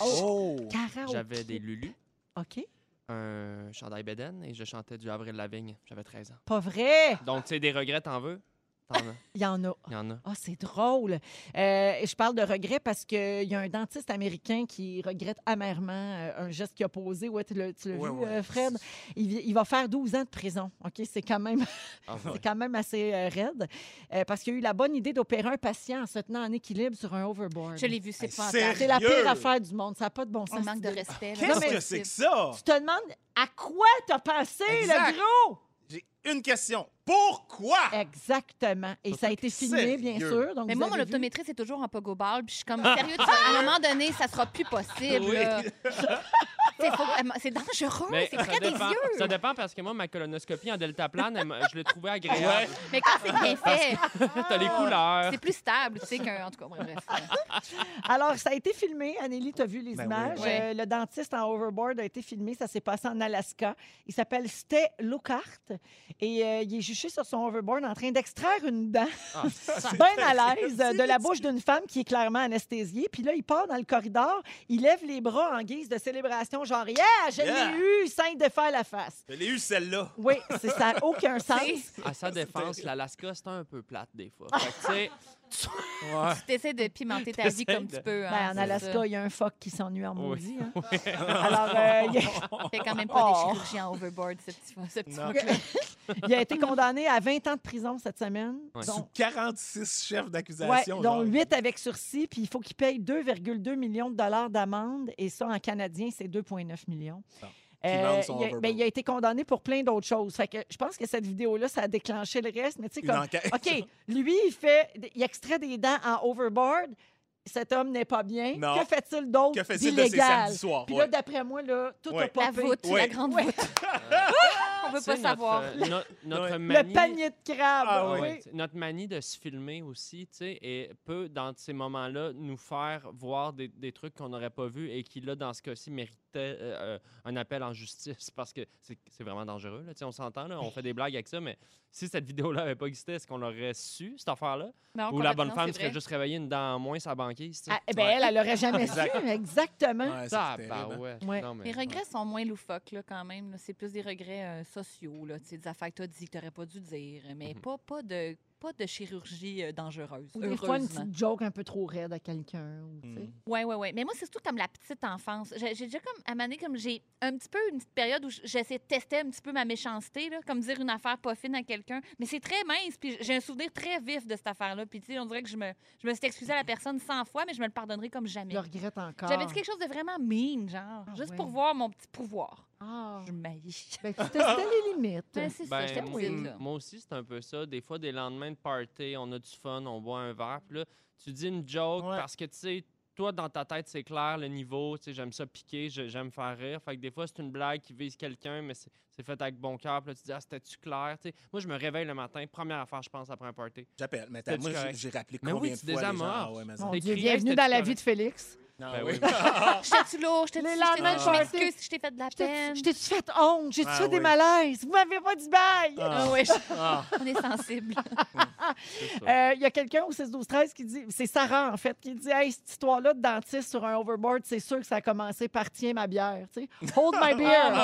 Speaker 3: Oh!
Speaker 2: Karaoke.
Speaker 1: J'avais des Lulu,
Speaker 2: OK.
Speaker 1: un chandail Beden et je chantais du Avril Lavigne. J'avais 13 ans.
Speaker 2: Pas vrai.
Speaker 1: Donc, tu sais, des regrets, t'en veux? T'en as.
Speaker 2: Il y en a.
Speaker 1: Il y en a.
Speaker 2: Ah, c'est drôle. Euh, je parle de regret parce qu'il y a un dentiste américain qui regrette amèrement euh, un geste qu'il a posé. Ouais, tu l'as tu l'as
Speaker 3: Ouais,
Speaker 2: vu,
Speaker 3: ouais.
Speaker 2: euh, Fred? Il, vi- il va faire 12 ans de prison. OK? C'est quand même,
Speaker 1: Ah,
Speaker 2: c'est quand même assez euh, raide euh, parce qu'il a eu la bonne idée d'opérer un patient en se tenant en équilibre sur un overboard.
Speaker 4: Je l'ai vu, c'est
Speaker 3: Hey,
Speaker 4: pas
Speaker 2: C'est la pire
Speaker 3: Sérieux?
Speaker 2: affaire du monde. Ça n'a pas de bon
Speaker 4: On
Speaker 2: sens.
Speaker 4: manque de respect. là.
Speaker 2: Non,
Speaker 3: Qu'est-ce
Speaker 2: mais-
Speaker 3: que c'est que ça?
Speaker 2: Tu te demandes à quoi t'as pensé,
Speaker 3: Exact.
Speaker 2: le gros?
Speaker 3: J'ai une question. Pourquoi?
Speaker 2: Exactement. Et ça a été filmé, bien
Speaker 3: Sérieux.
Speaker 2: sûr. Donc
Speaker 4: Mais
Speaker 2: vous
Speaker 4: moi, mon
Speaker 2: avez vu.
Speaker 4: optométrie, c'est toujours en pogoball. Puis je suis comme, sérieux, tu- à un moment donné, ça sera plus possible.
Speaker 1: Oui.
Speaker 4: là. C'est faut- c'est dangereux,
Speaker 1: Mais
Speaker 4: c'est
Speaker 1: ça
Speaker 4: près des
Speaker 1: dépend, ça
Speaker 4: yeux.
Speaker 1: dépend parce que moi, ma colonoscopie en deltaplane, elle m'a- je l'ai trouvée agréable.
Speaker 4: Mais quand c'est bien fait,
Speaker 1: T'as les couleurs.
Speaker 4: c'est plus stable, tu sais, qu'un. En tout cas, bref. euh,
Speaker 2: Alors, ça a oui. été filmé. Anneli, tu as vu les
Speaker 3: Ben oui.
Speaker 2: images.
Speaker 4: Oui.
Speaker 2: Euh, le dentiste en overboard a été filmé. Ça s'est passé en Alaska. Il s'appelle Stay Lockhart. Et euh, il est juché sur son overboard en train d'extraire une dent,
Speaker 1: Ah, ça-
Speaker 2: bien à l'aise, euh, de la bouche d'une femme qui est clairement anesthésiée. Puis là, il part dans le corridor. Il lève les bras en guise de célébration. genre, yeah, je
Speaker 3: Yeah.
Speaker 2: l'ai eu, sans de faire la face.
Speaker 3: Je l'ai eu celle-là.
Speaker 2: Oui, c'est- ça n'a aucun sens.
Speaker 1: À sa défense, l'Alaska, c'est un peu plate des fois. Fait que, tu sais,
Speaker 6: Tu t'essaies de pimenter ta vie
Speaker 1: J'essaie
Speaker 6: comme
Speaker 1: de-
Speaker 6: tu peux.
Speaker 2: Ben,
Speaker 6: hein,
Speaker 2: en
Speaker 6: c'est
Speaker 2: Alaska, il y a un phoque qui s'ennuie en maudit. hein. Alors, euh, il, a,
Speaker 6: ça. Fait quand même pas
Speaker 2: Oh.
Speaker 6: des chirurgiens overboard, ce petit, ce petit
Speaker 3: Non.
Speaker 6: fuck-là.
Speaker 2: il a été condamné à 20 ans de prison cette semaine.
Speaker 1: Ouais.
Speaker 2: Donc,
Speaker 3: 46 chefs
Speaker 2: Ouais,
Speaker 3: d'accusation. genre.
Speaker 2: dont 8 avec sursis, puis il faut qu'il paye 2,2 millions de dollars d'amende, et ça, en canadien, c'est 2,9 millions.
Speaker 3: Bon.
Speaker 2: Euh,
Speaker 3: Puis vendre son
Speaker 2: il, a,
Speaker 3: overboard.
Speaker 2: ben, il a été condamné pour plein d'autres choses. Fait que je pense que cette vidéo-là, ça a déclenché le reste, mais tu sais,
Speaker 3: Une
Speaker 2: comme...
Speaker 3: enquête.
Speaker 2: OK, lui, il fait... Il extrait des dents en overboard. Cet homme n'est pas bien.
Speaker 3: Non.
Speaker 2: Que fait-il d'autre
Speaker 3: Que fait-il de ces
Speaker 2: d'illégal?
Speaker 3: samedis soirs?
Speaker 2: Puis
Speaker 3: Ouais.
Speaker 2: là, d'après moi, là, tout
Speaker 3: Ouais.
Speaker 2: a
Speaker 6: La
Speaker 2: popé.
Speaker 6: voûte,
Speaker 3: Ouais.
Speaker 6: la grande
Speaker 2: Ouais.
Speaker 6: voûte. On veut
Speaker 1: euh, tu sais,
Speaker 6: pas savoir.
Speaker 1: Notre, euh, no- notre
Speaker 3: Ouais.
Speaker 1: manie,
Speaker 2: Le panier de crabe.
Speaker 3: Ah
Speaker 1: Ouais,
Speaker 3: oui.
Speaker 1: tu sais, Notre manie de se filmer aussi, tu sais, et peut, dans ces moments-là, nous faire voir des, des trucs qu'on n'aurait pas vus et qui, là, dans ce cas-ci, méritaient euh, euh, un appel en justice parce que c'est c'est vraiment dangereux. Là, tu sais, on s'entend, là, on fait des blagues avec ça, mais si cette vidéo-là n'avait pas existé, est-ce qu'on l'aurait su, cette affaire-là?
Speaker 6: Non,
Speaker 1: Ou la bonne
Speaker 6: complètement,
Speaker 1: femme
Speaker 6: c'est
Speaker 1: serait
Speaker 6: vrai.
Speaker 1: juste réveillée une dent en moins sa banquise? tu sais?
Speaker 2: Ah, eh ben, elle, elle l'aurait jamais su.
Speaker 3: Exact.
Speaker 2: Exactement.
Speaker 3: Ouais, ça,
Speaker 1: Ah,
Speaker 3: c'est
Speaker 1: bah
Speaker 3: terrible, hein.
Speaker 1: ouais.
Speaker 2: Ouais.
Speaker 1: Non, mais-
Speaker 6: Les regrets sont moins loufoques, là, quand même. là. C'est plus des regrets euh, sociaux, là, tu sais, des affaires que tu as dit que tu n'aurais pas dû dire, mais
Speaker 2: Mhm.
Speaker 6: pas, pas, de, pas de chirurgie euh, dangereuse.
Speaker 2: Ou des fois, une
Speaker 6: heureusement.
Speaker 2: petite joke un peu trop raide à quelqu'un. ou, tu sais.
Speaker 3: Mm.
Speaker 6: Oui, oui, oui. Mais moi, c'est surtout comme la petite enfance. J'ai j'ai déjà comme, à un moment donné, comme j'ai un petit peu une petite période où j- j'essayais de tester un petit peu ma méchanceté, là, comme dire une affaire pas fine à quelqu'un. Mais c'est très mince, puis j'ai un souvenir très vif de cette affaire-là. Puis, tu sais, on dirait que je me, je me suis excusée à la personne 100 fois, mais je me le pardonnerai comme
Speaker 2: Je
Speaker 6: jamais.
Speaker 2: le regrette encore.
Speaker 6: J'avais dit quelque chose de vraiment mean, genre,
Speaker 2: Ah
Speaker 6: juste
Speaker 2: ouais.
Speaker 6: pour voir mon petit pouvoir.
Speaker 2: Ah.
Speaker 6: Je maillis.
Speaker 2: Ben, tu testais les limites.
Speaker 6: Ben, c'est ça,
Speaker 1: Ben,
Speaker 6: j'étais
Speaker 1: moi,
Speaker 6: petite,
Speaker 3: Mm.
Speaker 6: là.
Speaker 1: moi aussi, c'est un peu ça. Des fois, des lendemains de party, on a du fun, on boit un verre. Puis là, tu dis une joke
Speaker 3: Ouais.
Speaker 1: parce que, tu sais, toi, dans ta tête, c'est clair, le niveau, tu sais, j'aime ça piquer, je- j'aime faire rire. Fait que des fois, c'est une blague qui vise quelqu'un, mais c'est c'est fait avec bon cœur. Puis là, tu dis, ah, c'était-tu clair? Tu sais, moi, je me réveille le matin, première affaire, je pense, après un party.
Speaker 3: J'appelle. Mais t'as-
Speaker 1: T'es-tu
Speaker 3: moi, j'ai-
Speaker 1: correct?
Speaker 3: j'ai rappelé
Speaker 1: Mais
Speaker 3: combien
Speaker 1: oui,
Speaker 3: de
Speaker 1: tu
Speaker 3: fois les gens.
Speaker 1: désamorces.
Speaker 3: Ah ouais, mais
Speaker 2: Mon
Speaker 3: ça-
Speaker 1: T'es
Speaker 2: Dieu,
Speaker 1: crié,
Speaker 2: bienvenue
Speaker 1: c'était
Speaker 2: dans la
Speaker 1: correct.
Speaker 2: vie de Félix.
Speaker 3: Ah ouais.
Speaker 1: Ben oui.
Speaker 6: J'étais-tu lourde? J'étais-tu
Speaker 2: Les
Speaker 6: j'étais mal? Je
Speaker 3: lendemains,
Speaker 6: m'excuse si je t'ai fait de la
Speaker 2: Je t'ai-
Speaker 6: peine.
Speaker 2: je t'ai-tu fait honte? J'ai-tu
Speaker 3: Ah
Speaker 2: fait des
Speaker 3: oui.
Speaker 2: malaises? Vous m'avez pas dit bail! Euh,
Speaker 6: Ah
Speaker 3: Ah.
Speaker 6: ouais, je-
Speaker 3: Ah.
Speaker 6: on est sensible.
Speaker 1: C'est
Speaker 2: Euh, Il
Speaker 1: ça.
Speaker 2: y a quelqu'un au 6-12-13 qui dit, c'est Sarah en fait, qui dit Hey, cette histoire-là de dentiste sur un overboard, c'est sûr que ça a commencé par tiens ma bière. tu sais. Hold my
Speaker 6: Ah,
Speaker 2: beer!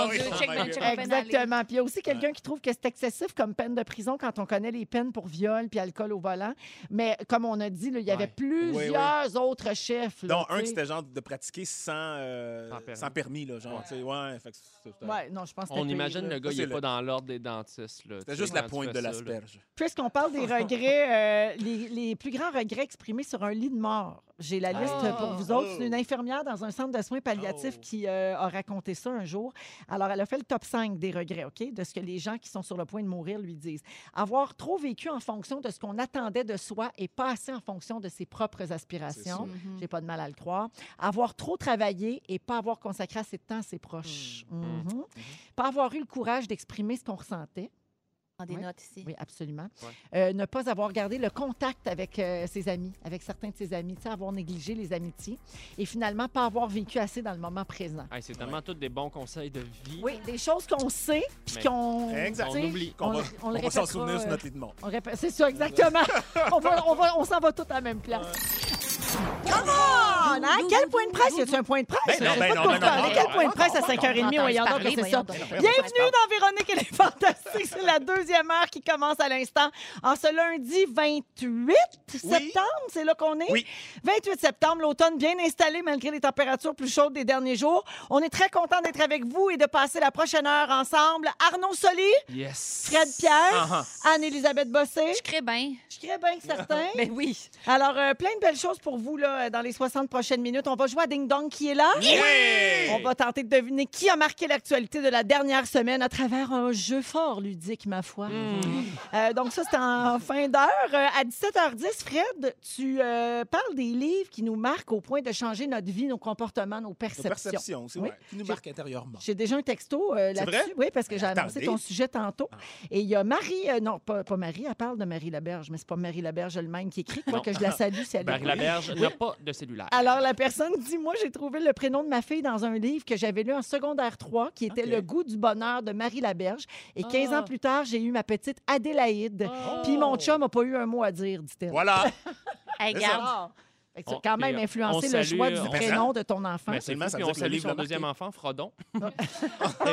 Speaker 6: mon
Speaker 3: oui,
Speaker 6: Dieu,
Speaker 3: oh
Speaker 6: check
Speaker 3: my
Speaker 6: my
Speaker 3: God.
Speaker 6: check open alley.
Speaker 2: Exactement. Puis il y a aussi quelqu'un qui trouve que c'est excessif comme peine de prison quand on connaît les peines pour viol puis alcool au volant. Mais comme on a dit, là, il y avait
Speaker 1: Ouais.
Speaker 2: plusieurs autres chefs. là,
Speaker 3: Dont un qui
Speaker 2: tu sais.
Speaker 3: c'était genre de pratiquer sans, euh,
Speaker 1: Sans permis.
Speaker 3: sans permis, là, genre, tu sais, ouais, fait que c'est- c'est-
Speaker 2: Ouais, non, je pense que
Speaker 1: On
Speaker 2: c'était
Speaker 1: imagine
Speaker 2: pire, là.
Speaker 1: le gars,
Speaker 3: Ça,
Speaker 1: il est
Speaker 3: c'est
Speaker 1: pas
Speaker 3: le-
Speaker 1: dans l'ordre des dentistes. là, tu
Speaker 3: C'était
Speaker 1: sais,
Speaker 3: juste la
Speaker 1: quand tu
Speaker 3: pointe
Speaker 1: fais
Speaker 3: de
Speaker 1: ça, là.
Speaker 3: l'asperge.
Speaker 2: Puisqu'on parle des regrets, euh, les, les plus grands regrets exprimés sur un lit de mort. J'ai la liste
Speaker 6: Ah.
Speaker 2: pour vous autres. C'est une infirmière dans un centre de soins palliatifs
Speaker 1: Oh.
Speaker 2: qui euh, a raconté ça un jour. Alors, elle a fait le top 5 des regrets, OK, de ce que les gens qui sont sur le point de mourir lui disent. Avoir trop vécu en fonction de ce qu'on attendait de soi et pas assez en fonction de ses propres aspirations.
Speaker 6: Mhm.
Speaker 2: J'ai pas de mal à le croire. Avoir trop travaillé et pas avoir consacré assez de temps à ses proches. Mhm. Pas avoir eu le courage d'exprimer ce qu'on ressentait.
Speaker 6: Prends des
Speaker 2: Ouais.
Speaker 6: notes ici.
Speaker 2: Oui, absolument. Euh, ne pas avoir gardé le contact avec euh, ses amis, avec certains de ses amis, tu sais, avoir négligé les amitiés et finalement pas avoir vécu assez dans le moment présent.
Speaker 1: Hey, c'est tellement tous des bons conseils de vie.
Speaker 2: Oui, des choses qu'on sait puis
Speaker 1: Mais-
Speaker 2: qu'on
Speaker 3: Exact.
Speaker 2: tu sais,
Speaker 1: On oublie.
Speaker 3: Qu'on
Speaker 2: On-
Speaker 3: va, on
Speaker 2: on le
Speaker 3: va s'en
Speaker 2: répétera,
Speaker 3: souvenir sur
Speaker 2: euh,
Speaker 3: notre lit de mort.
Speaker 2: on répète- C'est ça, exactement. on va, on va- on s'en va tous à la même place. Come on! hein? Quel point de presse? Y a-tu un point de presse?
Speaker 3: Ben non,
Speaker 2: Je sais
Speaker 3: ben
Speaker 2: pas de
Speaker 3: non, ben
Speaker 2: quoi vous
Speaker 3: non,
Speaker 2: parlez.
Speaker 3: ben
Speaker 2: Quel
Speaker 3: non,
Speaker 2: point de presse à 5h30 au
Speaker 6: Entends-y
Speaker 2: Ayant d'Or?
Speaker 6: parler,
Speaker 3: ben
Speaker 2: C'est ça.
Speaker 6: voyons donc.
Speaker 2: Bienvenue dans Véronique et les Fantastiques. C'est la deuxième heure qui commence à l'instant. En ce lundi 28 septembre, c'est là qu'on est.
Speaker 3: Oui.
Speaker 2: 28 septembre, l'automne bien installé malgré les températures plus chaudes des derniers jours. On est très content d'être avec vous et de passer la prochaine heure ensemble. Arnaud Soli,
Speaker 1: Yes.
Speaker 2: Fred Pierre, Anne-Élisabeth Bossé.
Speaker 6: Je crée bien.
Speaker 2: Je suis très bien certain.
Speaker 6: Ben oui.
Speaker 2: Alors, euh, plein de belles choses pour vous là, euh, dans les 60 prochaines minutes. On va jouer à Ding Dong qui est là. On va tenter de deviner qui a marqué l'actualité de la dernière semaine à travers un jeu fort ludique, ma foi.
Speaker 6: Mm.
Speaker 2: Euh, donc ça, c'est en fin d'heure. Euh, à 17h10, Fred, tu euh, parles des livres qui nous marquent au point de changer notre vie, nos comportements, nos
Speaker 3: Nos
Speaker 2: perceptions.
Speaker 3: perceptions, c'est
Speaker 2: Oui.
Speaker 3: ouais, qui nous marque intérieurement.
Speaker 2: J'ai déjà un texto euh,
Speaker 3: C'est
Speaker 2: là-dessus.
Speaker 3: vrai?
Speaker 2: Oui, parce que j'ai
Speaker 3: Attendez.
Speaker 2: annoncé ton sujet tantôt.
Speaker 3: Ah.
Speaker 2: Et il y a Marie, euh, non, pas, pas Marie, elle parle de Marie Laberge, mais c'est pas Marie Laberge elle-même qui écrit, quoique je la salue si elle
Speaker 1: Marie
Speaker 2: écoute.
Speaker 1: Laberge n'a pas de cellulaire.
Speaker 2: Alors, la personne dit Moi, j'ai trouvé le prénom de ma fille dans un livre que j'avais lu en secondaire 3, qui était
Speaker 3: OK.
Speaker 2: Le goût du bonheur de Marie Laberge. Et 15
Speaker 1: Ah.
Speaker 2: ans plus tard, j'ai eu ma petite Adélaïde.
Speaker 1: Oh.
Speaker 2: Puis mon chum n'a pas eu un mot à dire, dit-elle.
Speaker 3: Voilà.
Speaker 6: Hey,
Speaker 3: C'est
Speaker 6: garde.
Speaker 2: Alors, Fait que tu as
Speaker 1: On-
Speaker 2: quand même
Speaker 1: et on-
Speaker 2: influencé
Speaker 1: on
Speaker 2: le
Speaker 1: salue, euh,
Speaker 2: choix du
Speaker 1: on-
Speaker 2: prénom de ton enfant.
Speaker 1: Mais Ben, c'est
Speaker 3: Seulement,
Speaker 1: fou,
Speaker 3: ça
Speaker 1: puis
Speaker 3: veut
Speaker 1: on
Speaker 3: dire que le
Speaker 1: salue
Speaker 3: livre
Speaker 1: son
Speaker 3: a marqué.
Speaker 1: deuxième enfant, Frodon. Et-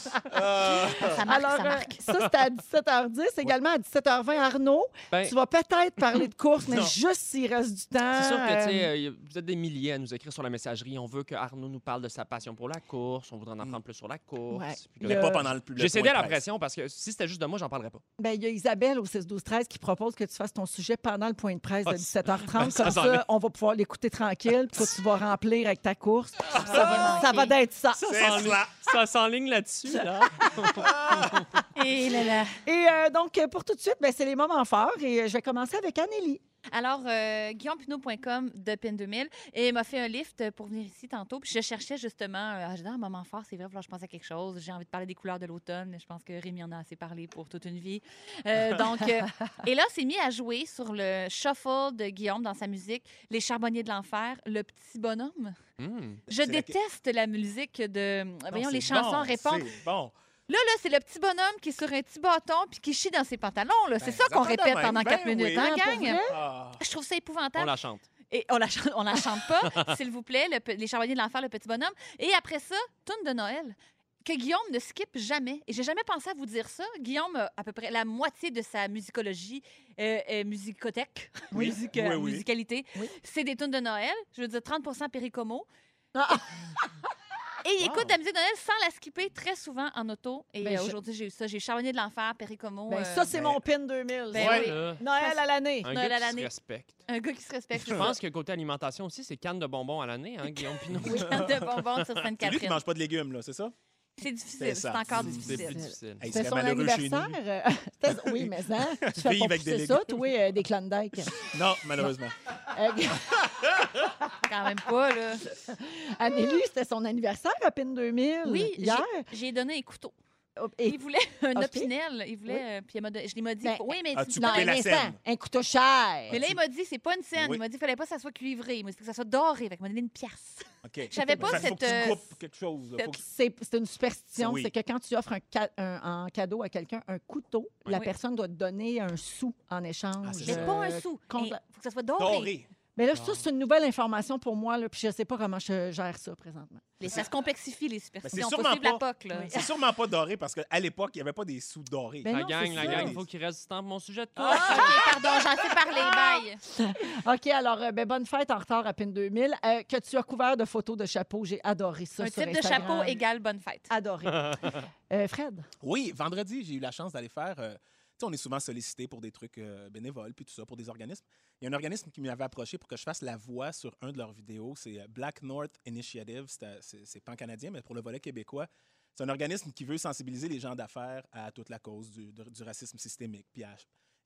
Speaker 4: Ça marque,
Speaker 2: Alors,
Speaker 4: ça
Speaker 2: euh,
Speaker 4: marque.
Speaker 2: ça, c'est à 17h10. Également à 17h20, Arnaud,
Speaker 1: ben,
Speaker 2: tu vas peut-être parler de course, mais
Speaker 1: Non.
Speaker 2: juste s'il reste du temps.
Speaker 1: C'est sûr que, tu sais,
Speaker 2: euh,
Speaker 1: euh, y a- vous êtes des milliers à nous écrire sur la messagerie. On veut que Arnaud nous parle de sa passion pour la course. On voudrait en apprendre plus sur la course.
Speaker 2: Ouais.
Speaker 1: Puis
Speaker 3: Mais
Speaker 1: là-
Speaker 2: Le-
Speaker 3: pas pendant le public.
Speaker 1: J'ai cédé à la pression parce que si c'était juste de moi, j'en parlerais pas.
Speaker 2: Ben, il y a Isabelle au 6 12 13 qui propose que tu fasses ton sujet pendant le point de presse de
Speaker 1: Ah,
Speaker 2: 17h30.
Speaker 1: ben, ça,
Speaker 2: Comme
Speaker 1: j'en ai.
Speaker 2: ça, on va pouvoir l'écouter tranquille. Puis toi, tu vas remplir avec ta course.
Speaker 1: Ah,
Speaker 2: Ça va, ça va d'être ça.
Speaker 1: Ça
Speaker 3: C'est
Speaker 1: s'enligne-
Speaker 3: cela.
Speaker 1: ça s'enligne là-dessus, là.
Speaker 6: Eh
Speaker 4: Et là là.
Speaker 2: Et euh, donc, euh, pour tout de suite, ben, c'est les moments forts. Et euh, je vais commencer avec Anélie.
Speaker 4: Alors, euh, guillaumepinot.com de PIN 2000 et il m'a fait un lift pour venir ici tantôt. Puis je cherchais justement, euh, ah, j'ai dit, Ah, un moment fort, c'est vrai, falloir que je pense à quelque chose. J'ai envie de parler des couleurs de l'automne. Je pense que Rémi en a assez parlé pour toute une vie. Euh, donc, euh, et là, c'est mis à jouer sur le shuffle de Guillaume dans sa musique, Les Charbonniers de l'Enfer, Le Petit Bonhomme.
Speaker 1: Hmm.
Speaker 4: Je
Speaker 3: C'est laquelle?
Speaker 4: déteste la musique de.
Speaker 2: Ah,
Speaker 4: voyons, les chansons
Speaker 3: bon,
Speaker 4: répondent.
Speaker 3: c'est Bon.
Speaker 4: Là, là, c'est le petit bonhomme qui est sur un petit bâton puis qui chie dans ses pantalons. là. C'est
Speaker 3: Ben,
Speaker 4: ça qu'on
Speaker 3: ça, quand
Speaker 4: répète
Speaker 3: même.
Speaker 4: pendant
Speaker 3: Ben
Speaker 4: quatre minutes,
Speaker 3: oui.
Speaker 4: hein,
Speaker 2: Ah, pour
Speaker 4: gang?
Speaker 2: vrai?
Speaker 3: Ah.
Speaker 4: Je trouve ça
Speaker 1: On
Speaker 4: épouvantable.
Speaker 1: la chante.
Speaker 4: Et on la chante, on la chante pas, s'il vous plaît, le pe- les charbonniers de l'enfer, le petit bonhomme. Et après ça, tourne de Noël que Guillaume ne skip jamais. Et j'ai jamais pensé à vous dire ça. Guillaume a à peu près la moitié de sa musicologie, euh, euh, musicothèque,
Speaker 3: Oui.
Speaker 4: musique,
Speaker 3: Oui, oui.
Speaker 4: musicalité,
Speaker 2: Oui.
Speaker 4: c'est des tunes de Noël. Je veux dire 30 Péricomo.
Speaker 2: Ah.
Speaker 4: Et il
Speaker 3: Wow.
Speaker 4: écoute de la musique de Noël sans la skipper très souvent en auto. Et
Speaker 2: Ben,
Speaker 4: euh,
Speaker 2: je-
Speaker 4: aujourd'hui, j'ai eu ça. J'ai Charbonnier de l'enfer, Péricomo.
Speaker 2: Ben,
Speaker 4: euh,
Speaker 2: ça, c'est
Speaker 3: ben-
Speaker 2: mon PIN 2000.
Speaker 4: Ben
Speaker 1: Ouais,
Speaker 4: oui.
Speaker 1: là,
Speaker 2: Noël à l'année.
Speaker 1: Un
Speaker 4: Noël à
Speaker 1: gars qui se
Speaker 4: l'année.
Speaker 1: respecte.
Speaker 4: un gars qui se respecte.
Speaker 1: Je pense que côté alimentation aussi, c'est canne de bonbons à l'année, hein, Guillaume Pinot.
Speaker 4: Oui, de bonbons sur
Speaker 3: C'est lui qui
Speaker 4: Sainte-Catherine.
Speaker 3: mange pas de légumes, là, c'est ça?
Speaker 4: C'est
Speaker 3: C'est
Speaker 4: difficile, c'est
Speaker 3: ça.
Speaker 4: encore
Speaker 3: C'est
Speaker 1: C'est plus
Speaker 4: difficile.
Speaker 1: difficile.
Speaker 3: Hey, il
Speaker 2: C'était
Speaker 3: serait
Speaker 2: son
Speaker 3: malheureux chez nous.
Speaker 2: anniversaire. C'était- oui, mais hein, tu fais
Speaker 3: Vive
Speaker 2: pas
Speaker 3: avec des
Speaker 2: pousser ça, toi, euh, des Klondike.
Speaker 3: Non, malheureusement.
Speaker 2: Euh,
Speaker 4: Quand même pas, là.
Speaker 2: Anélie, c'était son anniversaire à PIN 2000
Speaker 4: Oui, j'ai-
Speaker 2: hier.
Speaker 4: J'ai donné un couteau.
Speaker 2: Et Ah,
Speaker 4: Il voulait un
Speaker 2: Ok.
Speaker 4: opinel. Il voulait. euh, Puis il m'a don- je l'ai m'a dit.
Speaker 2: Ben,
Speaker 4: oui, mais.
Speaker 3: as-tu
Speaker 4: non,
Speaker 2: Non,
Speaker 3: coupé
Speaker 4: mais-
Speaker 2: un
Speaker 3: la
Speaker 2: instant,
Speaker 3: scène.
Speaker 2: un couteau cher.
Speaker 4: mais là, il m'a dit, c'est pas une scène.
Speaker 3: Oui.
Speaker 4: Il m'a dit, il fallait pas que ça soit cuivré. Il m'a dit que ça soit doré. Fait qu'il m'a donné une pièce.
Speaker 3: OK.
Speaker 4: Je savais pas
Speaker 3: Fait- Faut
Speaker 4: cette,
Speaker 3: que tu
Speaker 4: euh,
Speaker 3: coupes quelque chose. là.
Speaker 4: cette-
Speaker 3: Faut que-
Speaker 2: C'est c'est une superstition.
Speaker 3: Oui.
Speaker 2: C'est que quand tu offres un, ca- un- en cadeau à quelqu'un un couteau, la
Speaker 4: Oui.
Speaker 2: personne doit te donner un sou en échange.
Speaker 3: Ah, c'est Ah.
Speaker 4: Mais
Speaker 3: Je
Speaker 4: pas un sou.
Speaker 2: compte-
Speaker 4: Il faut que ça soit doré.
Speaker 3: Doré.
Speaker 2: Mais là, ça, c'est une nouvelle information pour moi, là, puis je ne sais pas comment je gère ça présentement.
Speaker 4: Mais ça se complexifie, les superstitions. Faut
Speaker 3: sûrement
Speaker 4: suivre la
Speaker 3: pas-
Speaker 4: POC, là.
Speaker 3: C'est sûrement pas doré parce qu'à l'époque, il n'y avait pas des sous dorés.
Speaker 2: Ben
Speaker 1: La
Speaker 2: non,
Speaker 1: gang,
Speaker 2: c'est
Speaker 1: la
Speaker 2: ça.
Speaker 1: gang, il faut qu'il reste du temps pour mon sujet de course.
Speaker 4: Ah, OK, pardon, j'en sais
Speaker 2: Ah!
Speaker 4: parler. Bye.
Speaker 2: OK, alors, euh, ben, bonne fête en retard à peine 2000. Euh, que tu as couvert de photos de chapeaux, j'ai adoré ça.
Speaker 4: Un
Speaker 2: sur
Speaker 4: type de
Speaker 2: Instagram.
Speaker 4: chapeau égale bonne fête.
Speaker 3: Ah,
Speaker 2: Adoré. Euh, Fred,
Speaker 3: Oui, vendredi, j'ai eu la chance d'aller faire. euh, tu sais, on est souvent sollicité pour des trucs euh, bénévoles, puis tout ça, pour des organismes. Il y a un organisme qui m'avait approché pour que je fasse la voix sur un de leurs vidéos. C'est euh, Black North Initiative. C'est, euh, C'est c'est pan-canadien, mais pour le volet québécois, c'est un organisme qui veut sensibiliser les gens d'affaires à toute la cause du, du- du racisme systémique, puis à-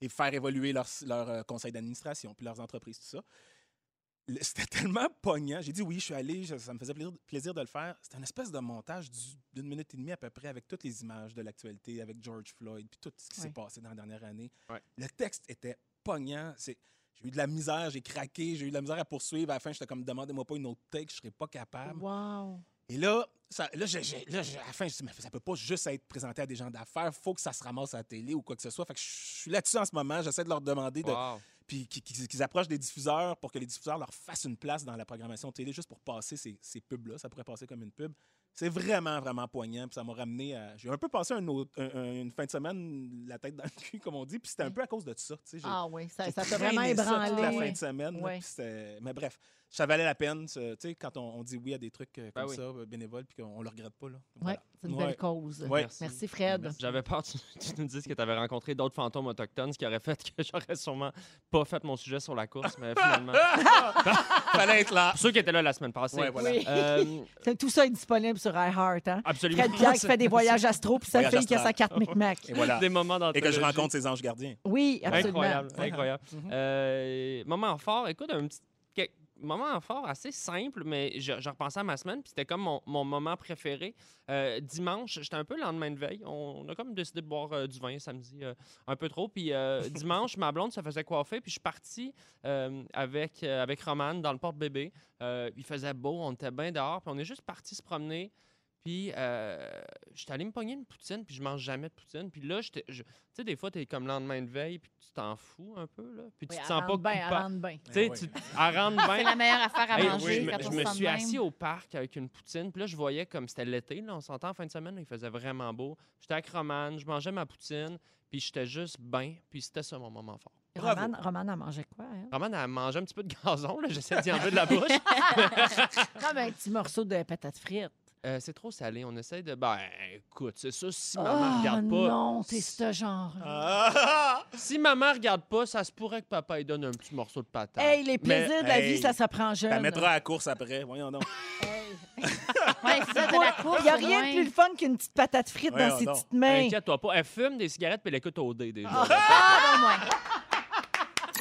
Speaker 3: et faire évoluer leur, leur euh, conseil d'administration, puis leurs entreprises, tout ça. Le- C'était tellement pognant. J'ai dit oui, je suis allé, je- ça me faisait plaisir, plaisir de le faire. C'était une espèce de montage du- d'une minute et demie à peu près avec toutes les images de l'actualité, avec George Floyd, puis tout ce qui s'est
Speaker 2: Ouais.
Speaker 3: passé dans la dernière année.
Speaker 1: Ouais.
Speaker 3: Le texte était pognant. C'est- J'ai eu de la misère, j'ai craqué, j'ai eu de la misère à poursuivre. À la fin, j'étais comme demandez-moi pas une autre take, je serais pas capable.
Speaker 2: wow.
Speaker 3: Et là, ça, là, j'ai- j'ai- là, j'ai- à la fin, je dis, mais ça peut pas juste être présenté à des gens d'affaires, faut que ça se ramasse à la télé ou quoi que ce soit. Fait que je suis là-dessus en ce moment, j'essaie de leur demander de,
Speaker 1: Wow.
Speaker 3: puis qui- qui- qu'ils approchent des diffuseurs pour que les diffuseurs leur fassent une place dans la programmation télé juste pour passer ces, ces pubs-là. Ça pourrait passer comme une pub. C'est vraiment, vraiment poignant. Puis ça m'a ramené à. J'ai un peu passé un autre- un- un- une fin de semaine la tête dans le cul, comme on dit. Puis c'était un peu à cause de tout ça. tu sais. J'ai-
Speaker 2: Ah oui, ça
Speaker 3: j'ai
Speaker 2: ça t'a
Speaker 3: traîné
Speaker 2: vraiment
Speaker 3: ça toute la
Speaker 2: ébranlé.
Speaker 3: fin de semaine. là,
Speaker 2: Ouais.
Speaker 3: puis c'était- Mais bref, ça valait la peine. ce- Tu sais, quand on, on dit oui à des trucs euh,
Speaker 1: Ben
Speaker 3: comme
Speaker 1: oui.
Speaker 3: ça, euh, bénévoles, puis qu'on le regrette pas. Là.
Speaker 2: Oui,
Speaker 3: Voilà.
Speaker 2: c'est une
Speaker 3: Ouais.
Speaker 2: belle cause.
Speaker 3: Ouais.
Speaker 2: Merci. Merci, Fred.
Speaker 3: Merci.
Speaker 1: J'avais peur que tu, tu nous dises que tu avais rencontré d'autres fantômes autochtones, ce qui aurait fait que j'aurais sûrement pas fait mon sujet sur la course, mais finalement.
Speaker 3: Fallait être là.
Speaker 1: Pour ceux qui étaient là la semaine passée.
Speaker 3: Ouais, voilà.
Speaker 2: Oui.
Speaker 1: Euh,
Speaker 2: Tout ça est disponible sur iHeart. Hein?
Speaker 1: absolument.
Speaker 2: Fred Pierre qui fait des voyages astro, puis sa
Speaker 3: Voyage
Speaker 2: fille qui a sa
Speaker 3: astral.
Speaker 2: carte Micmac.
Speaker 3: Et voilà.
Speaker 1: Des moments
Speaker 3: Et que je
Speaker 1: d'anthologie.
Speaker 3: rencontre ces anges gardiens.
Speaker 2: Oui, absolument.
Speaker 1: Incroyable,
Speaker 2: Ouais. Mhm.
Speaker 1: incroyable. Euh, moment fort, écoute, un petit que- moment fort assez simple, mais je, je repensais à ma semaine, puis c'était comme mon, mon moment préféré. Euh, dimanche, j'étais un peu le lendemain de veille. On, on a comme décidé de boire euh, du vin samedi, euh, un peu trop. Puis euh, dimanche, ma blonde se faisait coiffer, puis je suis parti euh, avec, euh, avec Romane dans le porte-bébé. Euh, il faisait beau, on était bien dehors, puis on est juste parti se promener. Puis Puis, euh, j'étais allé me pogner une poutine, puis je mange jamais de poutine. Puis là, j'étais- je- tu sais, des fois, t'es comme lendemain de veille, puis tu t'en fous un peu, là. Puis tu te sens pas coupable. Tu sais,
Speaker 3: Ouais.
Speaker 1: tu elle rentre bien.
Speaker 6: C'est la meilleure affaire à
Speaker 1: Hey,
Speaker 6: manger
Speaker 1: je me,
Speaker 6: quand
Speaker 1: je
Speaker 6: on
Speaker 1: me
Speaker 6: se sent de
Speaker 1: suis
Speaker 6: même.
Speaker 1: assis au parc avec une poutine, puis là, je voyais comme c'était l'été, là, on s'entend en fin de semaine, là, il faisait vraiment beau. J'étais avec Romane, je mangeais ma poutine, puis j'étais juste bien, puis c'était ça mon moment fort.
Speaker 3: Bravo.
Speaker 2: Romane, Romane, elle mangeait quoi? hein? elle?
Speaker 1: Romane, elle mangeait un petit peu de gazon, là, j'essaie d'y enlever de la bouche.
Speaker 2: Comme un petit morceau de patate frite.
Speaker 1: Euh, c'est trop salé, on essaie de. Ben, écoute, c'est ça, si maman regarde pas.
Speaker 2: Ah, Oh, non, t'es ce genre.
Speaker 3: Ah!
Speaker 1: Si maman regarde pas, ça se pourrait que papa il donne un petit morceau de patate.
Speaker 2: Hey, les plaisirs de la
Speaker 3: hey,
Speaker 2: vie, ça s'apprend jeune.
Speaker 3: La mettra à la course après, voyons donc.
Speaker 6: Ouais, c'est ça, de la course.
Speaker 2: Il n'y a rien de plus le fun qu'une petite patate frite
Speaker 3: Ouais,
Speaker 2: dans ses
Speaker 3: non.
Speaker 2: petites mains. Ah,
Speaker 1: Inquiète-toi pas, elle fume des cigarettes, puis elle écoute au dé déjà.
Speaker 6: pas moins.
Speaker 2: ben,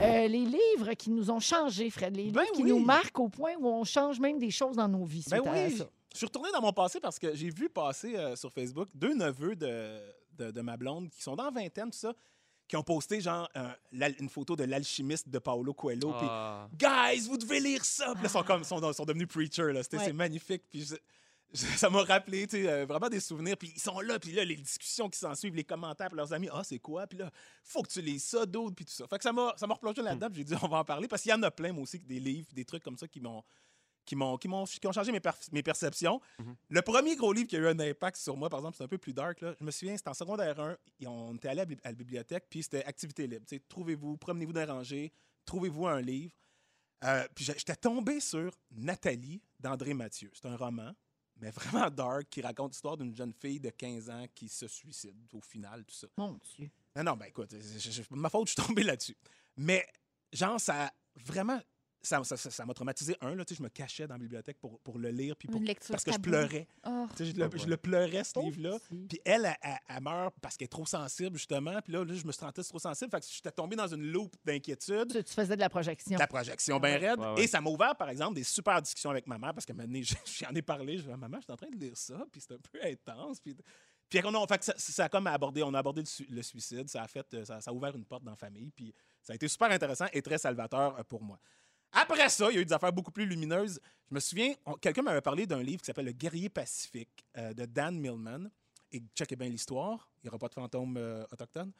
Speaker 2: Euh, les livres qui nous ont changés, Fred, les livres
Speaker 3: Ben
Speaker 2: qui
Speaker 3: oui.
Speaker 2: nous marquent au point où on change même des choses dans nos vies.
Speaker 3: Ben
Speaker 2: suite à
Speaker 3: oui.
Speaker 2: ça.
Speaker 3: Je suis retourné dans mon passé parce que j'ai vu passer euh, sur Facebook deux neveux de, de, de ma blonde qui sont dans la vingtaine, tout ça, qui ont posté genre euh, l'al- une photo de l'alchimiste de Paolo Coelho. puis
Speaker 1: Ah.
Speaker 3: Guys, vous devez lire ça! Puis là, ils sont, comme, sont, sont devenus preachers. là. C'était-
Speaker 2: Ouais.
Speaker 3: C'est magnifique. Puis je- je- ça m'a rappelé tu sais, euh, vraiment des souvenirs. Puis ils sont là, puis là, les discussions qui s'en suivent, les commentaires, puis leurs amis, ah, c'est quoi? Puis là, faut que tu lises ça, d'autres, puis tout ça. Fait que ça m'a ça m'a replongé là-dedans, puis j'ai dit, on va en parler, parce qu'il y en a plein, moi aussi, des livres, des trucs comme ça qui m'ont. Qui, m'ont, qui, m'ont, qui ont changé mes, perf- mes perceptions. Le premier gros livre qui a eu un impact sur moi, par exemple, c'est un peu plus dark. Là. Je me souviens, c'était en secondaire 1. et on était allé à, la bibli- à la bibliothèque, puis c'était activité libre. tu sais, Trouvez-vous, promenez-vous dans les rangées, trouvez-vous un livre. Euh, puis j'a- j'étais tombé sur Nathalie d'André Mathieu. C'est un roman, mais vraiment dark, qui raconte l'histoire d'une jeune fille de 15 ans qui se suicide au final, tout ça.
Speaker 2: Mon Dieu.
Speaker 3: Non, non, ben écoute, je- je- je- ma faute, je suis tombé là-dessus. Mais, genre, ça a vraiment. Ça ça- ça- ça m'a traumatisé. Un, là, tu sais, je me cachais dans la bibliothèque pour, pour le lire, puis pour-
Speaker 6: Une lecture
Speaker 3: parce que je
Speaker 6: taboue.
Speaker 3: pleurais.
Speaker 6: Oh.
Speaker 3: Tu sais, Je le,
Speaker 1: Ah ouais.
Speaker 3: je le pleurais, ce livre-là.
Speaker 2: petit.
Speaker 3: Puis elle, elle, elle- elle meurt parce qu'elle est trop sensible, justement. Puis là, là, je me sentais trop sensible. Fait que j'étais tombé dans une loupe d'inquiétude.
Speaker 2: Tu, tu faisais de la projection.
Speaker 3: La projection bien raide.
Speaker 1: Ouais, ouais.
Speaker 3: Et ça m'a ouvert, par exemple, des super discussions avec ma mère parce que maintenant, j'en ai parlé. Je dis, maman, je suis en train de lire ça, puis c'est un peu intense. Puis, puis on a, fait que ça, ça a comme abordé, on a abordé le, su- le suicide, ça a, fait, euh, ça, ça a ouvert une porte dans la famille, puis ça a été super intéressant et très salvateur euh, pour moi. Après ça, il y a eu des affaires beaucoup plus lumineuses. Je me souviens, on- quelqu'un m'avait parlé d'un livre qui s'appelle Le guerrier pacifique euh, de Dan Millman. Et checkez bien l'histoire, il n'y aura pas de fantômes euh, autochtones.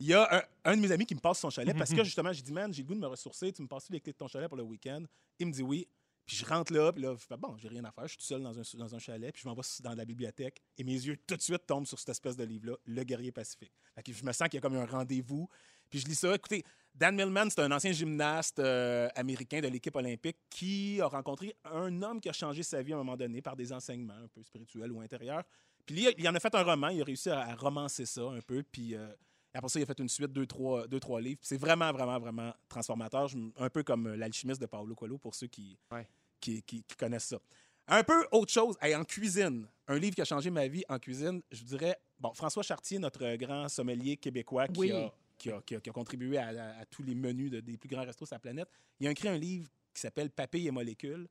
Speaker 3: Il y a un, un de mes amis qui me passe son chalet parce que justement, j'ai dit, man, j'ai le goût de me ressourcer, tu me passes les clés de ton chalet pour le week-end. Il me dit oui. Puis je rentre là, puis là, je fais, bon, j'ai rien à faire, je suis tout seul dans un, dans un chalet, puis je m'en vais dans la bibliothèque, et mes yeux tout de suite tombent sur cette espèce de livre-là, Le guerrier pacifique. Fait que je me sens qu'il y a comme un rendez-vous, puis je lis ça. Écoutez, Dan Millman, c'est un ancien gymnaste euh, américain de l'équipe olympique qui a rencontré un homme qui a changé sa vie à un moment donné par des enseignements un peu spirituels ou intérieurs. Puis il, a- il en a fait un roman, il a réussi à, à romancer ça un peu, puis euh, après ça, il a fait une suite, deux, trois, deux, trois livres. Puis C'est vraiment, vraiment, vraiment transformateur, Je m- un peu comme euh, l'alchimiste de Paolo Coelho pour ceux qui,
Speaker 1: Ouais.
Speaker 3: qui, qui- qui connaissent ça. Un peu autre chose, hey, en cuisine, un livre qui a changé ma vie en cuisine, je vous dirais, bon, François Chartier, notre euh, grand sommelier québécois qui
Speaker 2: Oui.
Speaker 3: a qui a, qui a- qui a contribué à, à- à tous les menus de- des plus grands restos de la planète, il a écrit un livre qui s'appelle Papilles et molécules,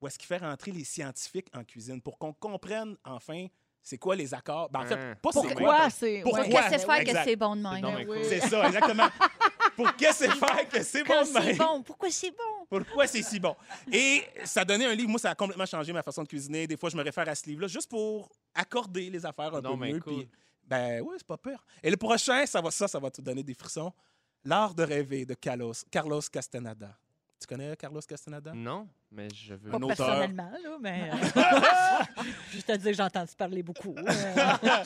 Speaker 3: où est-ce qu'il fait rentrer les scientifiques en cuisine pour qu'on comprenne enfin c'est quoi les accords. Ben, en
Speaker 1: Hein.
Speaker 3: fait, pas c'est quoi,
Speaker 2: Pourquoi c'est.
Speaker 3: Pourquoi?
Speaker 2: ouais.
Speaker 6: Pour que c'est
Speaker 3: Ouais,
Speaker 6: faire que
Speaker 3: exact.
Speaker 6: c'est bon de
Speaker 1: C'est
Speaker 6: même.
Speaker 1: donc
Speaker 6: hein.
Speaker 1: bien
Speaker 2: Ah, oui.
Speaker 1: cool.
Speaker 3: C'est ça, exactement. Pour que c'est faire que c'est bon
Speaker 6: Quand
Speaker 3: de
Speaker 6: c'est
Speaker 3: même?
Speaker 6: bon, pourquoi c'est bon?
Speaker 3: Pourquoi c'est si bon? Et ça donnait un livre, moi, ça a complètement changé ma façon de cuisiner. Des fois, je me réfère à ce livre-là juste pour accorder les affaires un
Speaker 1: Non,
Speaker 3: peu
Speaker 1: mais
Speaker 3: mieux.
Speaker 1: cool.
Speaker 3: puis- ben oui, c'est pas peur. Et le prochain, ça va, ça, ça va te donner des frissons. L'art de rêver de Carlos, Carlos Castaneda. Tu connais Carlos Castaneda?
Speaker 1: Non, mais je veux.
Speaker 4: Pas
Speaker 3: Un auteur.
Speaker 4: personnellement, là, mais. euh, Je te dis que j'ai entendu parler beaucoup. euh.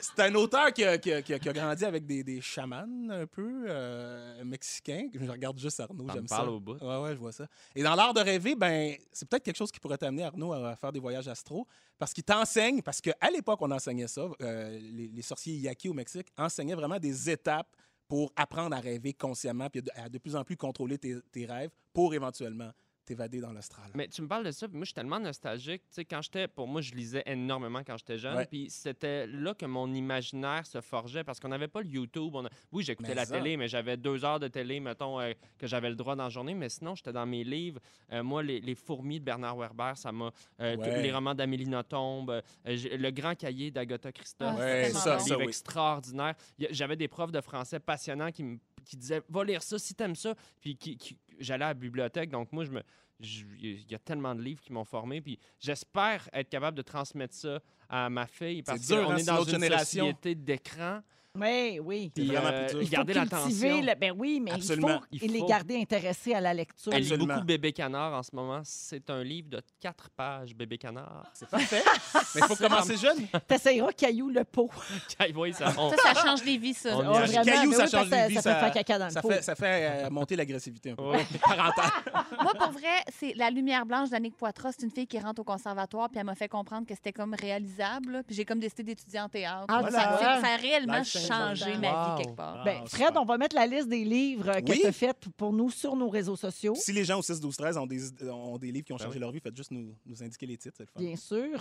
Speaker 3: C'est un auteur qui a, qui a- qui a- qui a grandi avec des, des chamans un peu euh, mexicains. Je regarde juste Arnaud,
Speaker 1: Ça me
Speaker 3: j'aime ça.
Speaker 1: parle au bout.
Speaker 3: Ouais, ouais, je vois ça. Et dans l'art de rêver, ben, c'est peut-être quelque chose qui pourrait t'amener, Arnaud, à faire des voyages astro. Parce qu'il t'enseigne, parce qu'à l'époque, on enseignait ça, euh, les, les sorciers Yaki au Mexique enseignaient vraiment des étapes pour apprendre à rêver consciemment, puis de- à de plus en plus contrôler tes, tes rêves pour éventuellement t'évader dans l'astral.
Speaker 1: Mais tu me parles de ça, puis moi, je suis tellement nostalgique. Tu sais, quand j'étais, pour moi, je lisais énormément quand j'étais jeune,
Speaker 3: Ouais.
Speaker 1: puis c'était là que mon imaginaire se forgeait parce qu'on n'avait pas le YouTube. on a- Oui, j'écoutais
Speaker 3: Mais
Speaker 1: la
Speaker 3: ça.
Speaker 1: télé, mais j'avais deux heures de télé, mettons, euh, que j'avais le droit dans la journée, mais sinon, j'étais dans mes livres. Euh, moi, les, les fourmis de Bernard Werber, ça m'a. euh, tous
Speaker 3: Ouais.
Speaker 1: Les romans d'Amélie Nothomb, euh, euh, j'ai- le grand cahier d'Agatha Christophe.
Speaker 6: Ah, Ouais,
Speaker 1: c'est
Speaker 6: ça,
Speaker 1: un
Speaker 6: ça,
Speaker 1: livre
Speaker 3: oui.
Speaker 1: extraordinaire. Il y a- J'avais des profs de français passionnants qui me qui disaient va lire ça si t'aimes ça puis qui, qui- j'allais à la bibliothèque donc moi je me je- il y a tellement de livres qui m'ont formé. Puis j'espère être capable de transmettre ça à ma fille parce
Speaker 3: dur,
Speaker 1: qu'on
Speaker 3: hein,
Speaker 1: est
Speaker 3: c'est
Speaker 1: dans
Speaker 3: l'autre
Speaker 1: une
Speaker 3: génération.
Speaker 1: société d'écran.
Speaker 2: Oui, Ben oui.
Speaker 3: C'est
Speaker 1: Puis
Speaker 3: vraiment
Speaker 1: euh,
Speaker 3: plus dur. Il faut
Speaker 1: garder
Speaker 2: Faut cultiver
Speaker 1: l'attention.
Speaker 2: le- Ben oui, mais
Speaker 3: Absolument.
Speaker 2: il, faut
Speaker 1: Il
Speaker 2: les
Speaker 1: faut.
Speaker 2: garder intéressés à la lecture.
Speaker 1: Elle lit
Speaker 3: Absolument.
Speaker 1: beaucoup Bébé Canard en ce moment. C'est un livre de quatre pages, Bébé Canard.
Speaker 3: C'est parfait. Mais il faut commencer jeune.
Speaker 2: T'essayeras Caillou le pot.
Speaker 1: oui, ça, on-
Speaker 6: Ça, ça change les vies, ça.
Speaker 1: On
Speaker 2: Ah,
Speaker 1: y
Speaker 2: vraiment,
Speaker 3: Ah, Caillou,
Speaker 2: mais
Speaker 3: ça change
Speaker 2: oui, parce
Speaker 3: les
Speaker 2: que
Speaker 3: vies,
Speaker 2: Ça,
Speaker 3: ça-
Speaker 2: peut faire caca dans le
Speaker 3: Ça
Speaker 2: pot.
Speaker 3: fait, ça fait euh, monter l'agressivité un peu.
Speaker 1: Ouais, parental.
Speaker 6: Moi, pour vrai, c'est La lumière blanche d'Annick Poitras. C'est une fille qui rentre au conservatoire, puis elle m'a fait comprendre que c'était comme réalisable. là, Puis j'ai comme décidé d'étudier en théâtre.
Speaker 2: Ah,
Speaker 6: Ça-
Speaker 2: voilà.
Speaker 6: ça, ça a réellement
Speaker 3: Life change
Speaker 6: changé
Speaker 3: all
Speaker 6: ma
Speaker 1: time.
Speaker 6: vie
Speaker 1: Wow.
Speaker 6: quelque part.
Speaker 2: Ben,
Speaker 3: Ah,
Speaker 2: Fred,
Speaker 3: super.
Speaker 2: on va mettre la liste des livres euh, que
Speaker 3: Oui.
Speaker 2: tu as faites pour nous sur nos réseaux sociaux,
Speaker 3: Si les gens au 6, 12, 13 ont des, ont des livres qui ont changé
Speaker 1: oui.
Speaker 3: leur vie, faites juste nous, nous indiquer les titres. C'est le fun.
Speaker 2: bien sûr.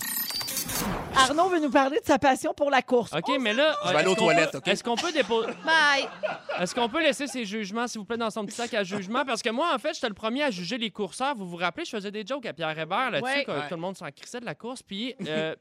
Speaker 2: Arnaud veut nous parler de sa passion pour la course. Oh,
Speaker 1: OK, mais là.
Speaker 3: Je vais aller aux
Speaker 1: est-ce qu'on
Speaker 3: toilettes,
Speaker 1: peut-
Speaker 3: OK?
Speaker 1: Est-ce qu'on peut déposer.
Speaker 6: Bye!
Speaker 1: Est-ce qu'on peut laisser ses jugements, s'il vous plaît, dans son petit sac à jugement? Parce que moi, en fait, j'étais le premier à juger les courseurs. Vous vous rappelez, je faisais des jokes à Pierre Hébert là-dessus,
Speaker 2: Ouais.
Speaker 1: que
Speaker 3: Ouais.
Speaker 1: tout le monde s'en crissait de la course. Puis, euh,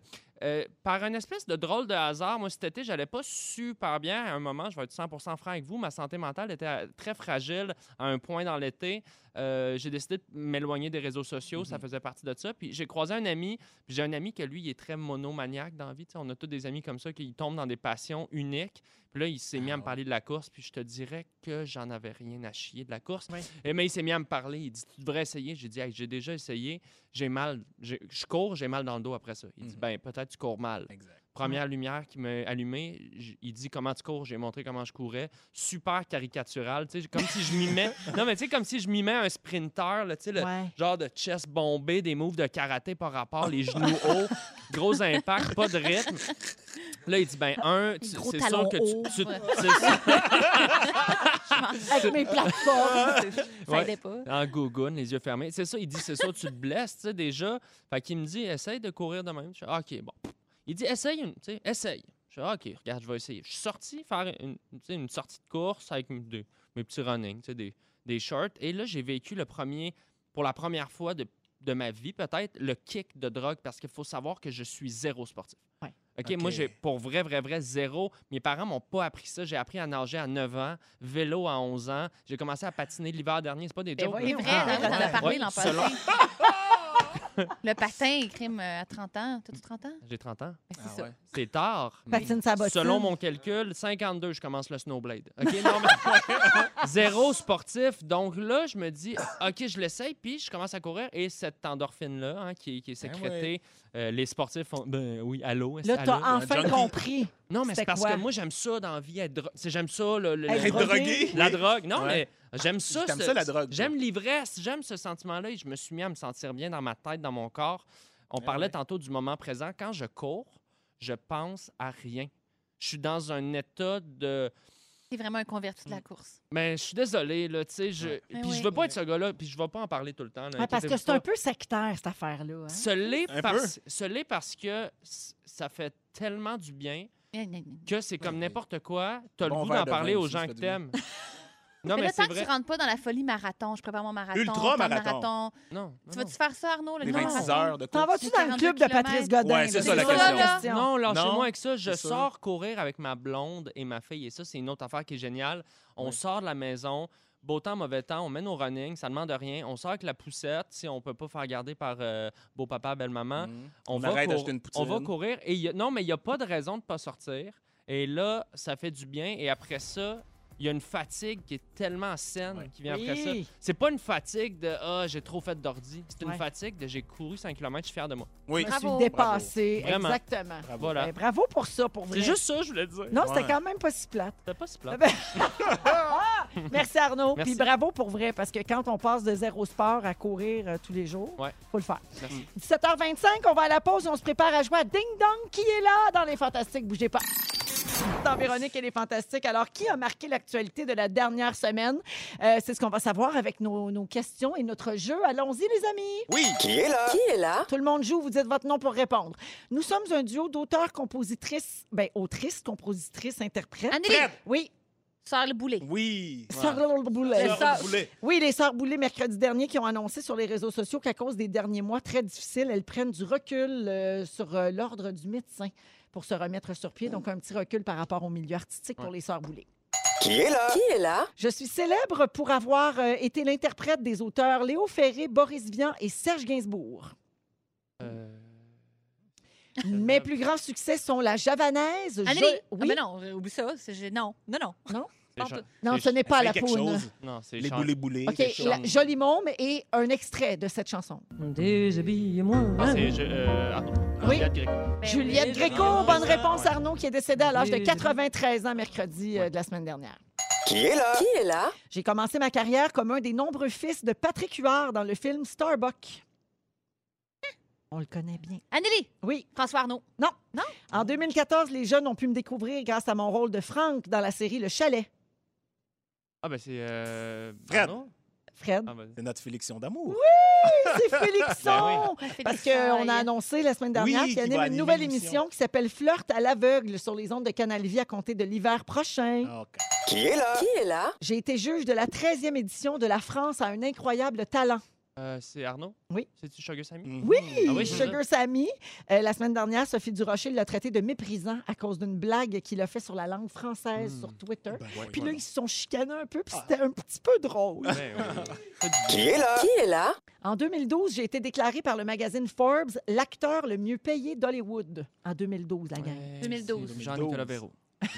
Speaker 1: euh, par une espèce de drôle de hasard, moi, cet été, j'allais pas super bien. À un moment, je vais être 100 franc avec vous, ma santé mentale était euh, très fragile à un point dans l'été. Euh, j'ai décidé de m'éloigner des réseaux sociaux, ça faisait partie de ça. Puis j'ai croisé un ami, puis j'ai un ami que lui, il est très monomaniaque dans la vie. tu sais, on a tous des amis comme ça qui tombent dans des passions uniques. Puis là, il s'est mis à me parler de la course, puis je te dirais que j'en avais rien à chier de la course. Et, Eh, mais il s'est mis à me parler, il dit Tu devrais essayer. J'ai dit Hey, J'ai déjà essayé, j'ai mal, j'ai- je cours, j'ai mal dans le dos après ça. Il dit
Speaker 3: Mhm.
Speaker 1: Ben, peut-être tu cours mal.
Speaker 3: Exact.
Speaker 1: Première lumière qui m'a allumé, j- il dit comment tu cours, j'ai montré comment je courais, super caricatural, tu sais, comme si je mimais. non mais tu sais comme si je mimais un sprinter, là, tu sais le
Speaker 2: Ouais.
Speaker 1: genre de chest bombé, des moves de karaté par rapport, les genoux hauts, gros impact, pas de rythme. Là il dit ben un, tu-
Speaker 6: gros
Speaker 1: c'est
Speaker 6: talons
Speaker 1: sûr que
Speaker 6: hauts,
Speaker 1: tu, tu-
Speaker 6: ouais.
Speaker 1: c'est-
Speaker 2: Avec mes plateformes.
Speaker 6: Ça
Speaker 1: Ouais.
Speaker 6: aidait pas.
Speaker 1: en gougoune, les yeux fermés. C'est ça, il dit c'est sûr tu te blesses, tu sais déjà. Fait qu'il me dit essaye de courir de même. Je fais, Ah, OK, bon. Il dit essaye une, tu sais, essaye. Je fais, Ah, OK, regarde, je vais essayer. Je suis sorti faire une, tu sais, une sortie de course avec mes, des- mes petits running, tu sais, des, des shorts. Et là, j'ai vécu le premier, pour la première fois de, de ma vie, peut-être, le kick de drogue parce qu'il faut savoir que je suis zéro sportif.
Speaker 2: Ouais.
Speaker 1: OK,
Speaker 3: OK.
Speaker 1: moi, j'ai pour vrai, vrai, vrai, zéro. Mes parents m'ont pas appris ça. J'ai appris à nager à 9 ans, vélo à 11 ans. J'ai commencé à patiner l'hiver dernier. C'est pas des
Speaker 2: Ben
Speaker 1: jokes. là.
Speaker 2: voyons.
Speaker 6: C'est vrai,
Speaker 2: Ah,
Speaker 6: hein, on en a
Speaker 1: ouais.
Speaker 6: parlé l'an passé.
Speaker 1: Selon-
Speaker 6: Le patin, crime euh, à 30 ans. T'as-tu 30 ans?
Speaker 1: J'ai 30 ans.
Speaker 6: Ben, c'est
Speaker 3: Ah
Speaker 6: ça.
Speaker 3: ouais.
Speaker 1: C'est tard.
Speaker 2: Patine sa bottine.
Speaker 1: Selon mon calcul, 52, je commence le snowblade. OK, non, mais- Zéro sportif. Donc là, je me dis, OK, je l'essaye, puis je commence à courir. Et cette endorphine-là hein, qui, est- qui est
Speaker 3: Ben
Speaker 1: sécrétée, euh, les sportifs font, ben oui, allô. est-ce-
Speaker 2: Là,
Speaker 1: allô?
Speaker 2: t'as
Speaker 3: junkie.
Speaker 2: enfin compris.
Speaker 1: Non, mais
Speaker 2: c'était
Speaker 1: c'est parce
Speaker 2: quoi?
Speaker 1: que moi, j'aime ça dans la vie, être dro- c'est- J'aime ça, le, le-
Speaker 2: Être
Speaker 1: le-
Speaker 3: Être drogué.
Speaker 1: la
Speaker 3: oui.
Speaker 1: drogue. Non,
Speaker 3: Ouais.
Speaker 1: mais j'aime ça.
Speaker 3: T'aimes
Speaker 1: ce-
Speaker 3: ça, la drogue,
Speaker 1: J'aime l'ivresse, j'aime ce sentiment-là et je me suis mis à me sentir bien dans ma tête, dans mon corps. On
Speaker 3: Ah
Speaker 1: parlait
Speaker 3: ouais.
Speaker 1: tantôt du moment présent. Quand je cours, je pense à rien. Je suis dans un état de.
Speaker 6: T'es vraiment un converti de la course.
Speaker 1: Mais je suis désolé, là, tu sais. Je...
Speaker 3: Ouais.
Speaker 6: Mais
Speaker 1: Puis je
Speaker 6: oui.
Speaker 1: veux pas être ce gars-là, puis je vais pas en parler tout le temps. là,
Speaker 2: Ouais, parce que
Speaker 1: inquiétez-vous
Speaker 2: c'est un
Speaker 1: pas.
Speaker 2: peu sectaire, cette affaire-là. hein.
Speaker 1: Ce l'est
Speaker 3: Un
Speaker 1: parce... ce l'est parce que c- ça fait tellement du bien
Speaker 6: Gna, gna, gna.
Speaker 1: que c'est comme
Speaker 3: Ouais.
Speaker 1: n'importe quoi. T'as
Speaker 3: Bon
Speaker 1: le goût
Speaker 3: verre
Speaker 1: d'en
Speaker 3: de
Speaker 1: parler
Speaker 3: vin
Speaker 1: aux
Speaker 3: aussi, ça
Speaker 1: gens
Speaker 3: fait
Speaker 1: que
Speaker 3: du bien.
Speaker 1: t'aimes. Non,
Speaker 6: mais
Speaker 1: mais,
Speaker 6: le
Speaker 1: c'est
Speaker 6: temps que tu
Speaker 1: vrai.
Speaker 6: rentres pas dans la folie marathon, je prépare mon marathon.
Speaker 3: Ultra
Speaker 6: temps de
Speaker 3: marathon.
Speaker 1: Non, non,
Speaker 6: Tu vas-tu faire ça, Arnaud? Le
Speaker 3: Les
Speaker 6: grand
Speaker 3: 26
Speaker 6: marathon?
Speaker 3: heures de
Speaker 2: T'en
Speaker 3: cours.
Speaker 2: vas-tu dans le
Speaker 6: 42
Speaker 2: club de Patrice
Speaker 6: kilomètres?
Speaker 2: Godin?
Speaker 3: Ouais,
Speaker 2: là?
Speaker 3: c'est ça, la
Speaker 6: ça,
Speaker 3: question.
Speaker 6: là.
Speaker 1: Non,
Speaker 3: Non,
Speaker 1: lâchez-moi avec ça. Je
Speaker 3: c'est ça.
Speaker 1: sors courir avec ma blonde et ma fille. Et ça, c'est une autre affaire qui est géniale. On
Speaker 3: Ouais.
Speaker 1: sort de la maison, beau temps, mauvais temps, on mène au running, ça demande rien. On sort avec la poussette si on peut pas faire garder par euh, beau papa, belle maman.
Speaker 3: Mhm.
Speaker 1: On,
Speaker 3: On
Speaker 1: va
Speaker 3: arrête
Speaker 1: cour-
Speaker 3: d'acheter une poutine.
Speaker 1: On va courir. Et il y a- Non, mais il n'y a pas de raison de pas sortir. Et là, ça fait du bien. Et après ça, il y a une fatigue qui est tellement saine
Speaker 3: Ouais.
Speaker 1: qui vient après ça.
Speaker 2: Oui.
Speaker 1: C'est pas une fatigue de Ah, j'ai trop fait d'ordi. C'est une
Speaker 2: Ouais.
Speaker 1: fatigue de j'ai couru 5 km, je suis fier de moi.
Speaker 3: Oui.
Speaker 2: Je me suis
Speaker 6: Bravo.
Speaker 2: dépassée.
Speaker 1: Bravo. Vraiment.
Speaker 2: Exactement.
Speaker 3: Bravo.
Speaker 1: Voilà.
Speaker 2: Ben, bravo pour ça, pour vrai.
Speaker 1: C'est juste ça, je voulais dire.
Speaker 2: Non, c'était
Speaker 3: Ouais.
Speaker 2: quand même pas si plate.
Speaker 1: C'était pas si
Speaker 2: Ah
Speaker 1: plat.
Speaker 2: Merci Arnaud.
Speaker 1: Merci.
Speaker 2: Puis bravo pour vrai, parce que quand on passe de zéro sport à courir euh, tous les jours,
Speaker 1: Ouais.
Speaker 2: faut le faire. Mm.
Speaker 1: Merci.
Speaker 2: 17h25, on va à la pause et on se prépare à jouer à Ding Dong qui est là dans les Fantastiques. Bougez pas. Dans Véronique et les Fantastiques. Alors, qui a marqué l'actualité de la dernière semaine? Euh, C'est ce qu'on va savoir avec nos, nos questions et notre jeu. Allons-y, les amis.
Speaker 8: Qui est là?
Speaker 2: Tout le monde joue, vous dites votre nom pour répondre. Nous sommes un duo d'auteurs, compositrices, ben, autrices, compositrices, interprètes.
Speaker 6: Anneli,
Speaker 2: Oui,
Speaker 6: sors le boulet.
Speaker 3: Oui.
Speaker 2: Sarah Boulet.
Speaker 3: Sors
Speaker 6: ça.
Speaker 3: le boulet.
Speaker 2: Oui, les sœurs Boulay, mercredi dernier, qui ont annoncé sur les réseaux sociaux qu'à cause des derniers mois très difficiles, elles prennent du recul euh, sur euh, l'ordre du médecin pour se remettre sur pied. Donc, un petit recul par rapport au milieu artistique pour les sœurs Boulay.
Speaker 8: Qui est là?
Speaker 9: Qui est là?
Speaker 2: Je suis célèbre pour avoir euh, été l'interprète des auteurs Léo Ferré, Boris Vian et Serge Gainsbourg. bah.
Speaker 1: Euh,
Speaker 2: Mes plus grands succès sont la javanaise. je-
Speaker 4: Anneli! Ah,
Speaker 3: ben
Speaker 2: Oui?
Speaker 4: mais non, oublie ça. c'est- j'ai- Non, non, non.
Speaker 1: les
Speaker 4: Partout.
Speaker 1: chan-
Speaker 2: non,
Speaker 1: les
Speaker 2: ce n'est pas la
Speaker 3: quelque
Speaker 2: poune.
Speaker 3: chose.
Speaker 1: Non, c'est
Speaker 3: Les
Speaker 1: chan-
Speaker 3: boulets boulets.
Speaker 2: OK,
Speaker 3: quelque chose.
Speaker 2: la Jolie Môme et un extrait de cette chanson.
Speaker 9: Déshabille-moi.
Speaker 1: Ah, c'est. je- euh, Arnaud.
Speaker 2: Oui.
Speaker 1: Juliette Gréco.
Speaker 4: Ben
Speaker 2: Juliette
Speaker 4: oui,
Speaker 2: Gréco,
Speaker 4: ben oui.
Speaker 2: bonne réponse, Arnaud, qui est décédé à l'âge de
Speaker 9: Oui.
Speaker 2: 93 ans mercredi euh, de la semaine dernière.
Speaker 8: Qui est là?
Speaker 9: Qui est là?
Speaker 2: J'ai commencé ma carrière comme un des nombreux fils de Patrick Huard dans le film Starbuck. On le connaît bien.
Speaker 4: Anneli!
Speaker 2: Oui,
Speaker 4: François Arnaud.
Speaker 2: En 2014, les jeunes ont pu me découvrir grâce à mon rôle de Franck dans la série Le Chalet.
Speaker 1: Ah, ben c'est. Euh,
Speaker 3: Fred.
Speaker 1: Arnaud?
Speaker 2: Fred,
Speaker 1: Ah, ben,
Speaker 3: C'est notre fiction d'amour.
Speaker 2: c'est Félixon! Parce qu'on a
Speaker 4: non.
Speaker 2: annoncé la semaine dernière
Speaker 3: Oui,
Speaker 2: qu'il
Speaker 3: qu'il
Speaker 2: anime
Speaker 3: va
Speaker 2: une
Speaker 3: animer
Speaker 2: nouvelle
Speaker 3: l'émission.
Speaker 2: émission qui s'appelle Flirt à l'aveugle sur les ondes de Canal Vie à compter de l'hiver prochain.
Speaker 3: Ah, OK.
Speaker 8: Qui est là?
Speaker 9: Qui est là?
Speaker 2: J'ai été juge de la 13e édition de La France a un incroyable talent.
Speaker 1: euh, c'est Arnaud?
Speaker 2: Oui.
Speaker 1: C'est-tu Sugar Sammy?
Speaker 3: Mhm.
Speaker 2: Oui,
Speaker 1: Ah oui, c'est
Speaker 2: Sugar Sammy. Euh, la semaine dernière, Sophie Durocher l'a traité de méprisant à cause d'une blague qu'il a fait sur la langue française
Speaker 1: Hmm. Ah.
Speaker 2: sur Twitter.
Speaker 3: Ben oui.
Speaker 2: Puis là, ils se sont chicanés un peu, puis c'était un petit peu drôle.
Speaker 1: Ben, oui, oui, oui. Faites du-
Speaker 8: Qui est là?
Speaker 9: Qui est là?
Speaker 2: En 2012, j'ai été déclaré par le magazine Forbes l'acteur le mieux payé d'Hollywood. En 2012, la gang.
Speaker 1: Ouais,
Speaker 4: 2012.
Speaker 1: c'est Jean-Nicolas
Speaker 3: 2012.
Speaker 1: Véro.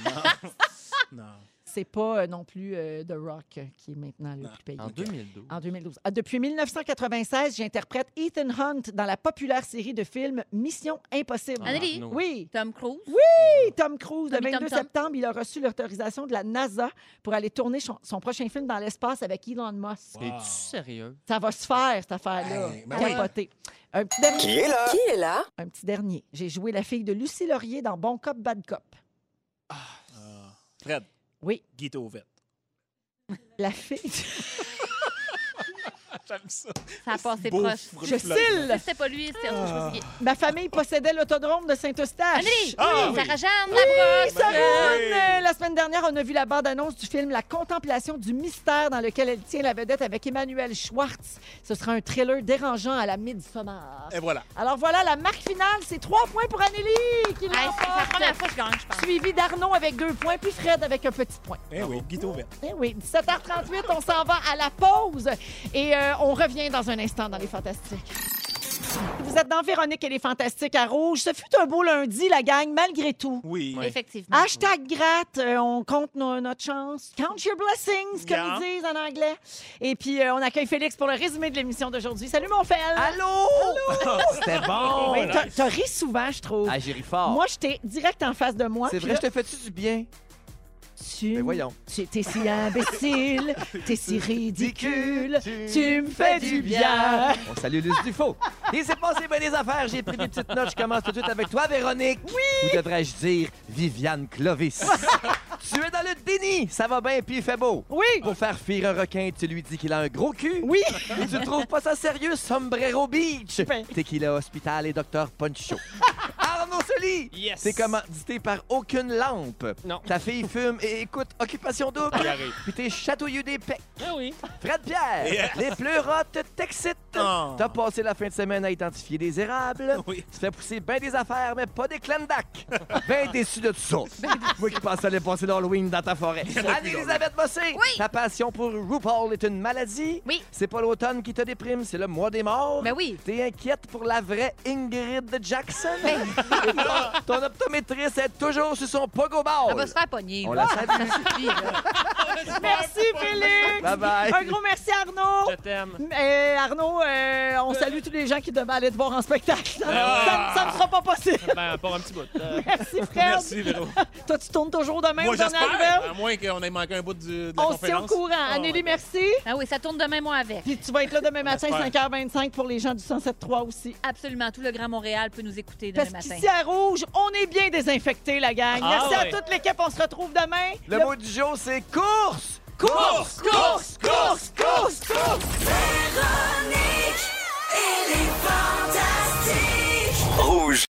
Speaker 3: Non. Non.
Speaker 2: C'est pas euh, non plus euh, The Rock euh, qui est maintenant le
Speaker 3: Non.
Speaker 2: plus payé.
Speaker 1: En 2012.
Speaker 2: En 2012. Ah, depuis 1996, j'interprète Ethan Hunt dans la populaire série de films Mission Impossible.
Speaker 1: Ah,
Speaker 4: Anneli?
Speaker 1: Arnaud.
Speaker 2: Oui,
Speaker 4: Tom Cruise.
Speaker 2: et Tom Cruise, le
Speaker 4: Tommy
Speaker 2: 22
Speaker 4: Tom Tom.
Speaker 2: septembre, il a reçu l'autorisation de la NASA pour aller tourner son, son prochain film dans l'espace avec Elon Musk.
Speaker 3: Wow.
Speaker 1: Es-tu sérieux?
Speaker 2: Ça va se faire, cette affaire-là.
Speaker 3: Hey, ben oui.
Speaker 2: Capoté. Un petit dernier.
Speaker 8: Qui est là?
Speaker 9: Qui est là?
Speaker 2: Un petit dernier. J'ai joué la fille de Lucie Laurier dans Bon Cop, Bad Cop.
Speaker 3: Ah. Fred.
Speaker 2: Oui.
Speaker 3: Guy Tauvet.
Speaker 2: La fille.
Speaker 3: J'aime ça.
Speaker 4: Ça a passé
Speaker 3: Beau
Speaker 4: proche.
Speaker 3: fruit
Speaker 2: Ah, Je
Speaker 3: flottant.
Speaker 2: cille.
Speaker 4: C'était pas lui, c'était autre chose. qui-
Speaker 2: Ma famille possédait l'autodrome de Saint-Eustache.
Speaker 4: Anneli!
Speaker 3: Ah, oui.
Speaker 4: Sarah-Jeanne Labrosse!
Speaker 2: Sarah,
Speaker 8: Ah,
Speaker 3: Oui.
Speaker 8: ben
Speaker 2: euh, La semaine dernière, on a vu la bande-annonce du film La contemplation du mystère dans lequel elle tient la vedette avec Emmanuel Schwartz. Ce sera un thriller dérangeant à la midsommar.
Speaker 3: Et voilà.
Speaker 2: Alors voilà, la marque finale, c'est trois points pour Anneli qui
Speaker 4: Hey, C'est la
Speaker 2: l'emporte.
Speaker 4: première fois que je gagne, je pense.
Speaker 2: Suivi d'Arnaud avec deux points, puis Fred avec un petit point.
Speaker 3: Eh oui, Guy Tauvet.
Speaker 2: Eh oui, 17h38, on s'en va à la pause et euh, on revient dans un instant dans les Fantastiques. Vous êtes dans Véronique et les Fantastiques à Rouge. Ce fut un beau lundi, la gang, malgré tout.
Speaker 3: Oui.
Speaker 4: Effectivement.
Speaker 2: Hashtag gratte, euh, on compte no- notre chance. Count your blessings, comme
Speaker 3: Yeah.
Speaker 2: ils disent en anglais. Et puis, euh, on accueille Félix pour le résumé de l'émission d'aujourd'hui. Salut, mon fel! Allô!
Speaker 10: C'était bon!
Speaker 2: Oui, t'as- T'as ri souvent, je trouve.
Speaker 10: Ah, j'ai ri fort.
Speaker 2: Moi, j'étais direct en face de moi.
Speaker 10: c'est
Speaker 2: Ah, puis
Speaker 10: vrai, je
Speaker 2: là,
Speaker 10: te fais-tu du bien?
Speaker 2: tu...
Speaker 10: Mais voyons.
Speaker 2: tu- T'es si imbécile, t'es si ridicule,
Speaker 10: Tu
Speaker 2: tu me fais du bien.
Speaker 10: On salue Luce Dufault. Il s'est passé bien des affaires. J'ai pris des petites notes. Je commence tout de suite avec toi, Véronique. Oui! Ou devrais-je dire Viviane Clovis? tu es dans le déni. Ça va bien, puis il fait beau.
Speaker 2: Oui,
Speaker 10: Pour faire fuir un requin, tu lui dis qu'il a un gros cul.
Speaker 2: oui,
Speaker 10: Et tu trouves pas ça sérieux, Sombrero Beach?
Speaker 2: Ben.
Speaker 10: Tequila Hospital et Docteur Poncho. Arnaud Soli!
Speaker 1: Yes!
Speaker 10: C'est commandité par aucune lampe.
Speaker 1: Non.
Speaker 10: Ta fille fume et écoute Occupation Double.
Speaker 1: Il arrive.
Speaker 10: Puis t'es chatouilleux des pecs.
Speaker 1: Ah oui.
Speaker 10: Fred Pierre,
Speaker 3: Yeah.
Speaker 10: les pleurotes t'excitent.
Speaker 1: Oh.
Speaker 3: Ah.
Speaker 10: T'as passé la fin de semaine à identifier des érables.
Speaker 3: Oui.
Speaker 10: Tu fais pousser bien des affaires, mais pas des clendac. ben déçu de tout ça. Moi qui pensais aller passer l'Halloween dans ta forêt. Anne-Elisabeth Bossé, ta passion pour RuPaul est une maladie.
Speaker 4: Oui.
Speaker 10: C'est pas l'automne qui te déprime, c'est le mois des morts.
Speaker 4: Ben oui.
Speaker 10: T'es inquiète pour la vraie Ingrid Jackson.
Speaker 4: Ben
Speaker 10: ton, ton optométriste est toujours sur son pogo ball.
Speaker 4: Elle va se faire pogner.
Speaker 10: Oh On
Speaker 4: là.
Speaker 10: la salue.
Speaker 4: Ça suffit, là.
Speaker 2: merci Félix.
Speaker 10: bye bye.
Speaker 2: Un gros merci Arnaud.
Speaker 1: Je t'aime.
Speaker 2: Euh, Arnaud, euh, on salue tous les gens qui devaient aller te voir en spectacle.
Speaker 3: Ah!
Speaker 2: Ça, ça ne sera pas possible.
Speaker 1: Ben, pour un petit bout. Euh,
Speaker 2: Merci Fred.
Speaker 3: Merci, Véro.
Speaker 2: Toi, tu tournes toujours demain
Speaker 3: Moi,
Speaker 2: même dernière
Speaker 3: j'espère.
Speaker 2: nouvelle.
Speaker 3: À moins qu'on ait manqué un bout du- de la
Speaker 2: On se tient au
Speaker 3: conférence.
Speaker 2: courant.
Speaker 3: Ah,
Speaker 2: Anneli,
Speaker 3: ouais.
Speaker 2: merci.
Speaker 4: Ah oui, ça tourne demain, moi, avec.
Speaker 2: Puis tu vas être là demain matin,
Speaker 3: espère.
Speaker 2: 5h25 pour les gens du 107.3 aussi.
Speaker 4: Absolument, tout le Grand Montréal peut nous écouter demain
Speaker 2: Parce
Speaker 4: matin.
Speaker 2: qu'ici à Rouge, on est bien désinfecté, la gang.
Speaker 1: Ah
Speaker 2: Merci
Speaker 1: ouais.
Speaker 2: à toute l'équipe. On se retrouve demain.
Speaker 10: Le mot du jour, c'est course!
Speaker 2: course, course, course, course, course.
Speaker 8: Rouge.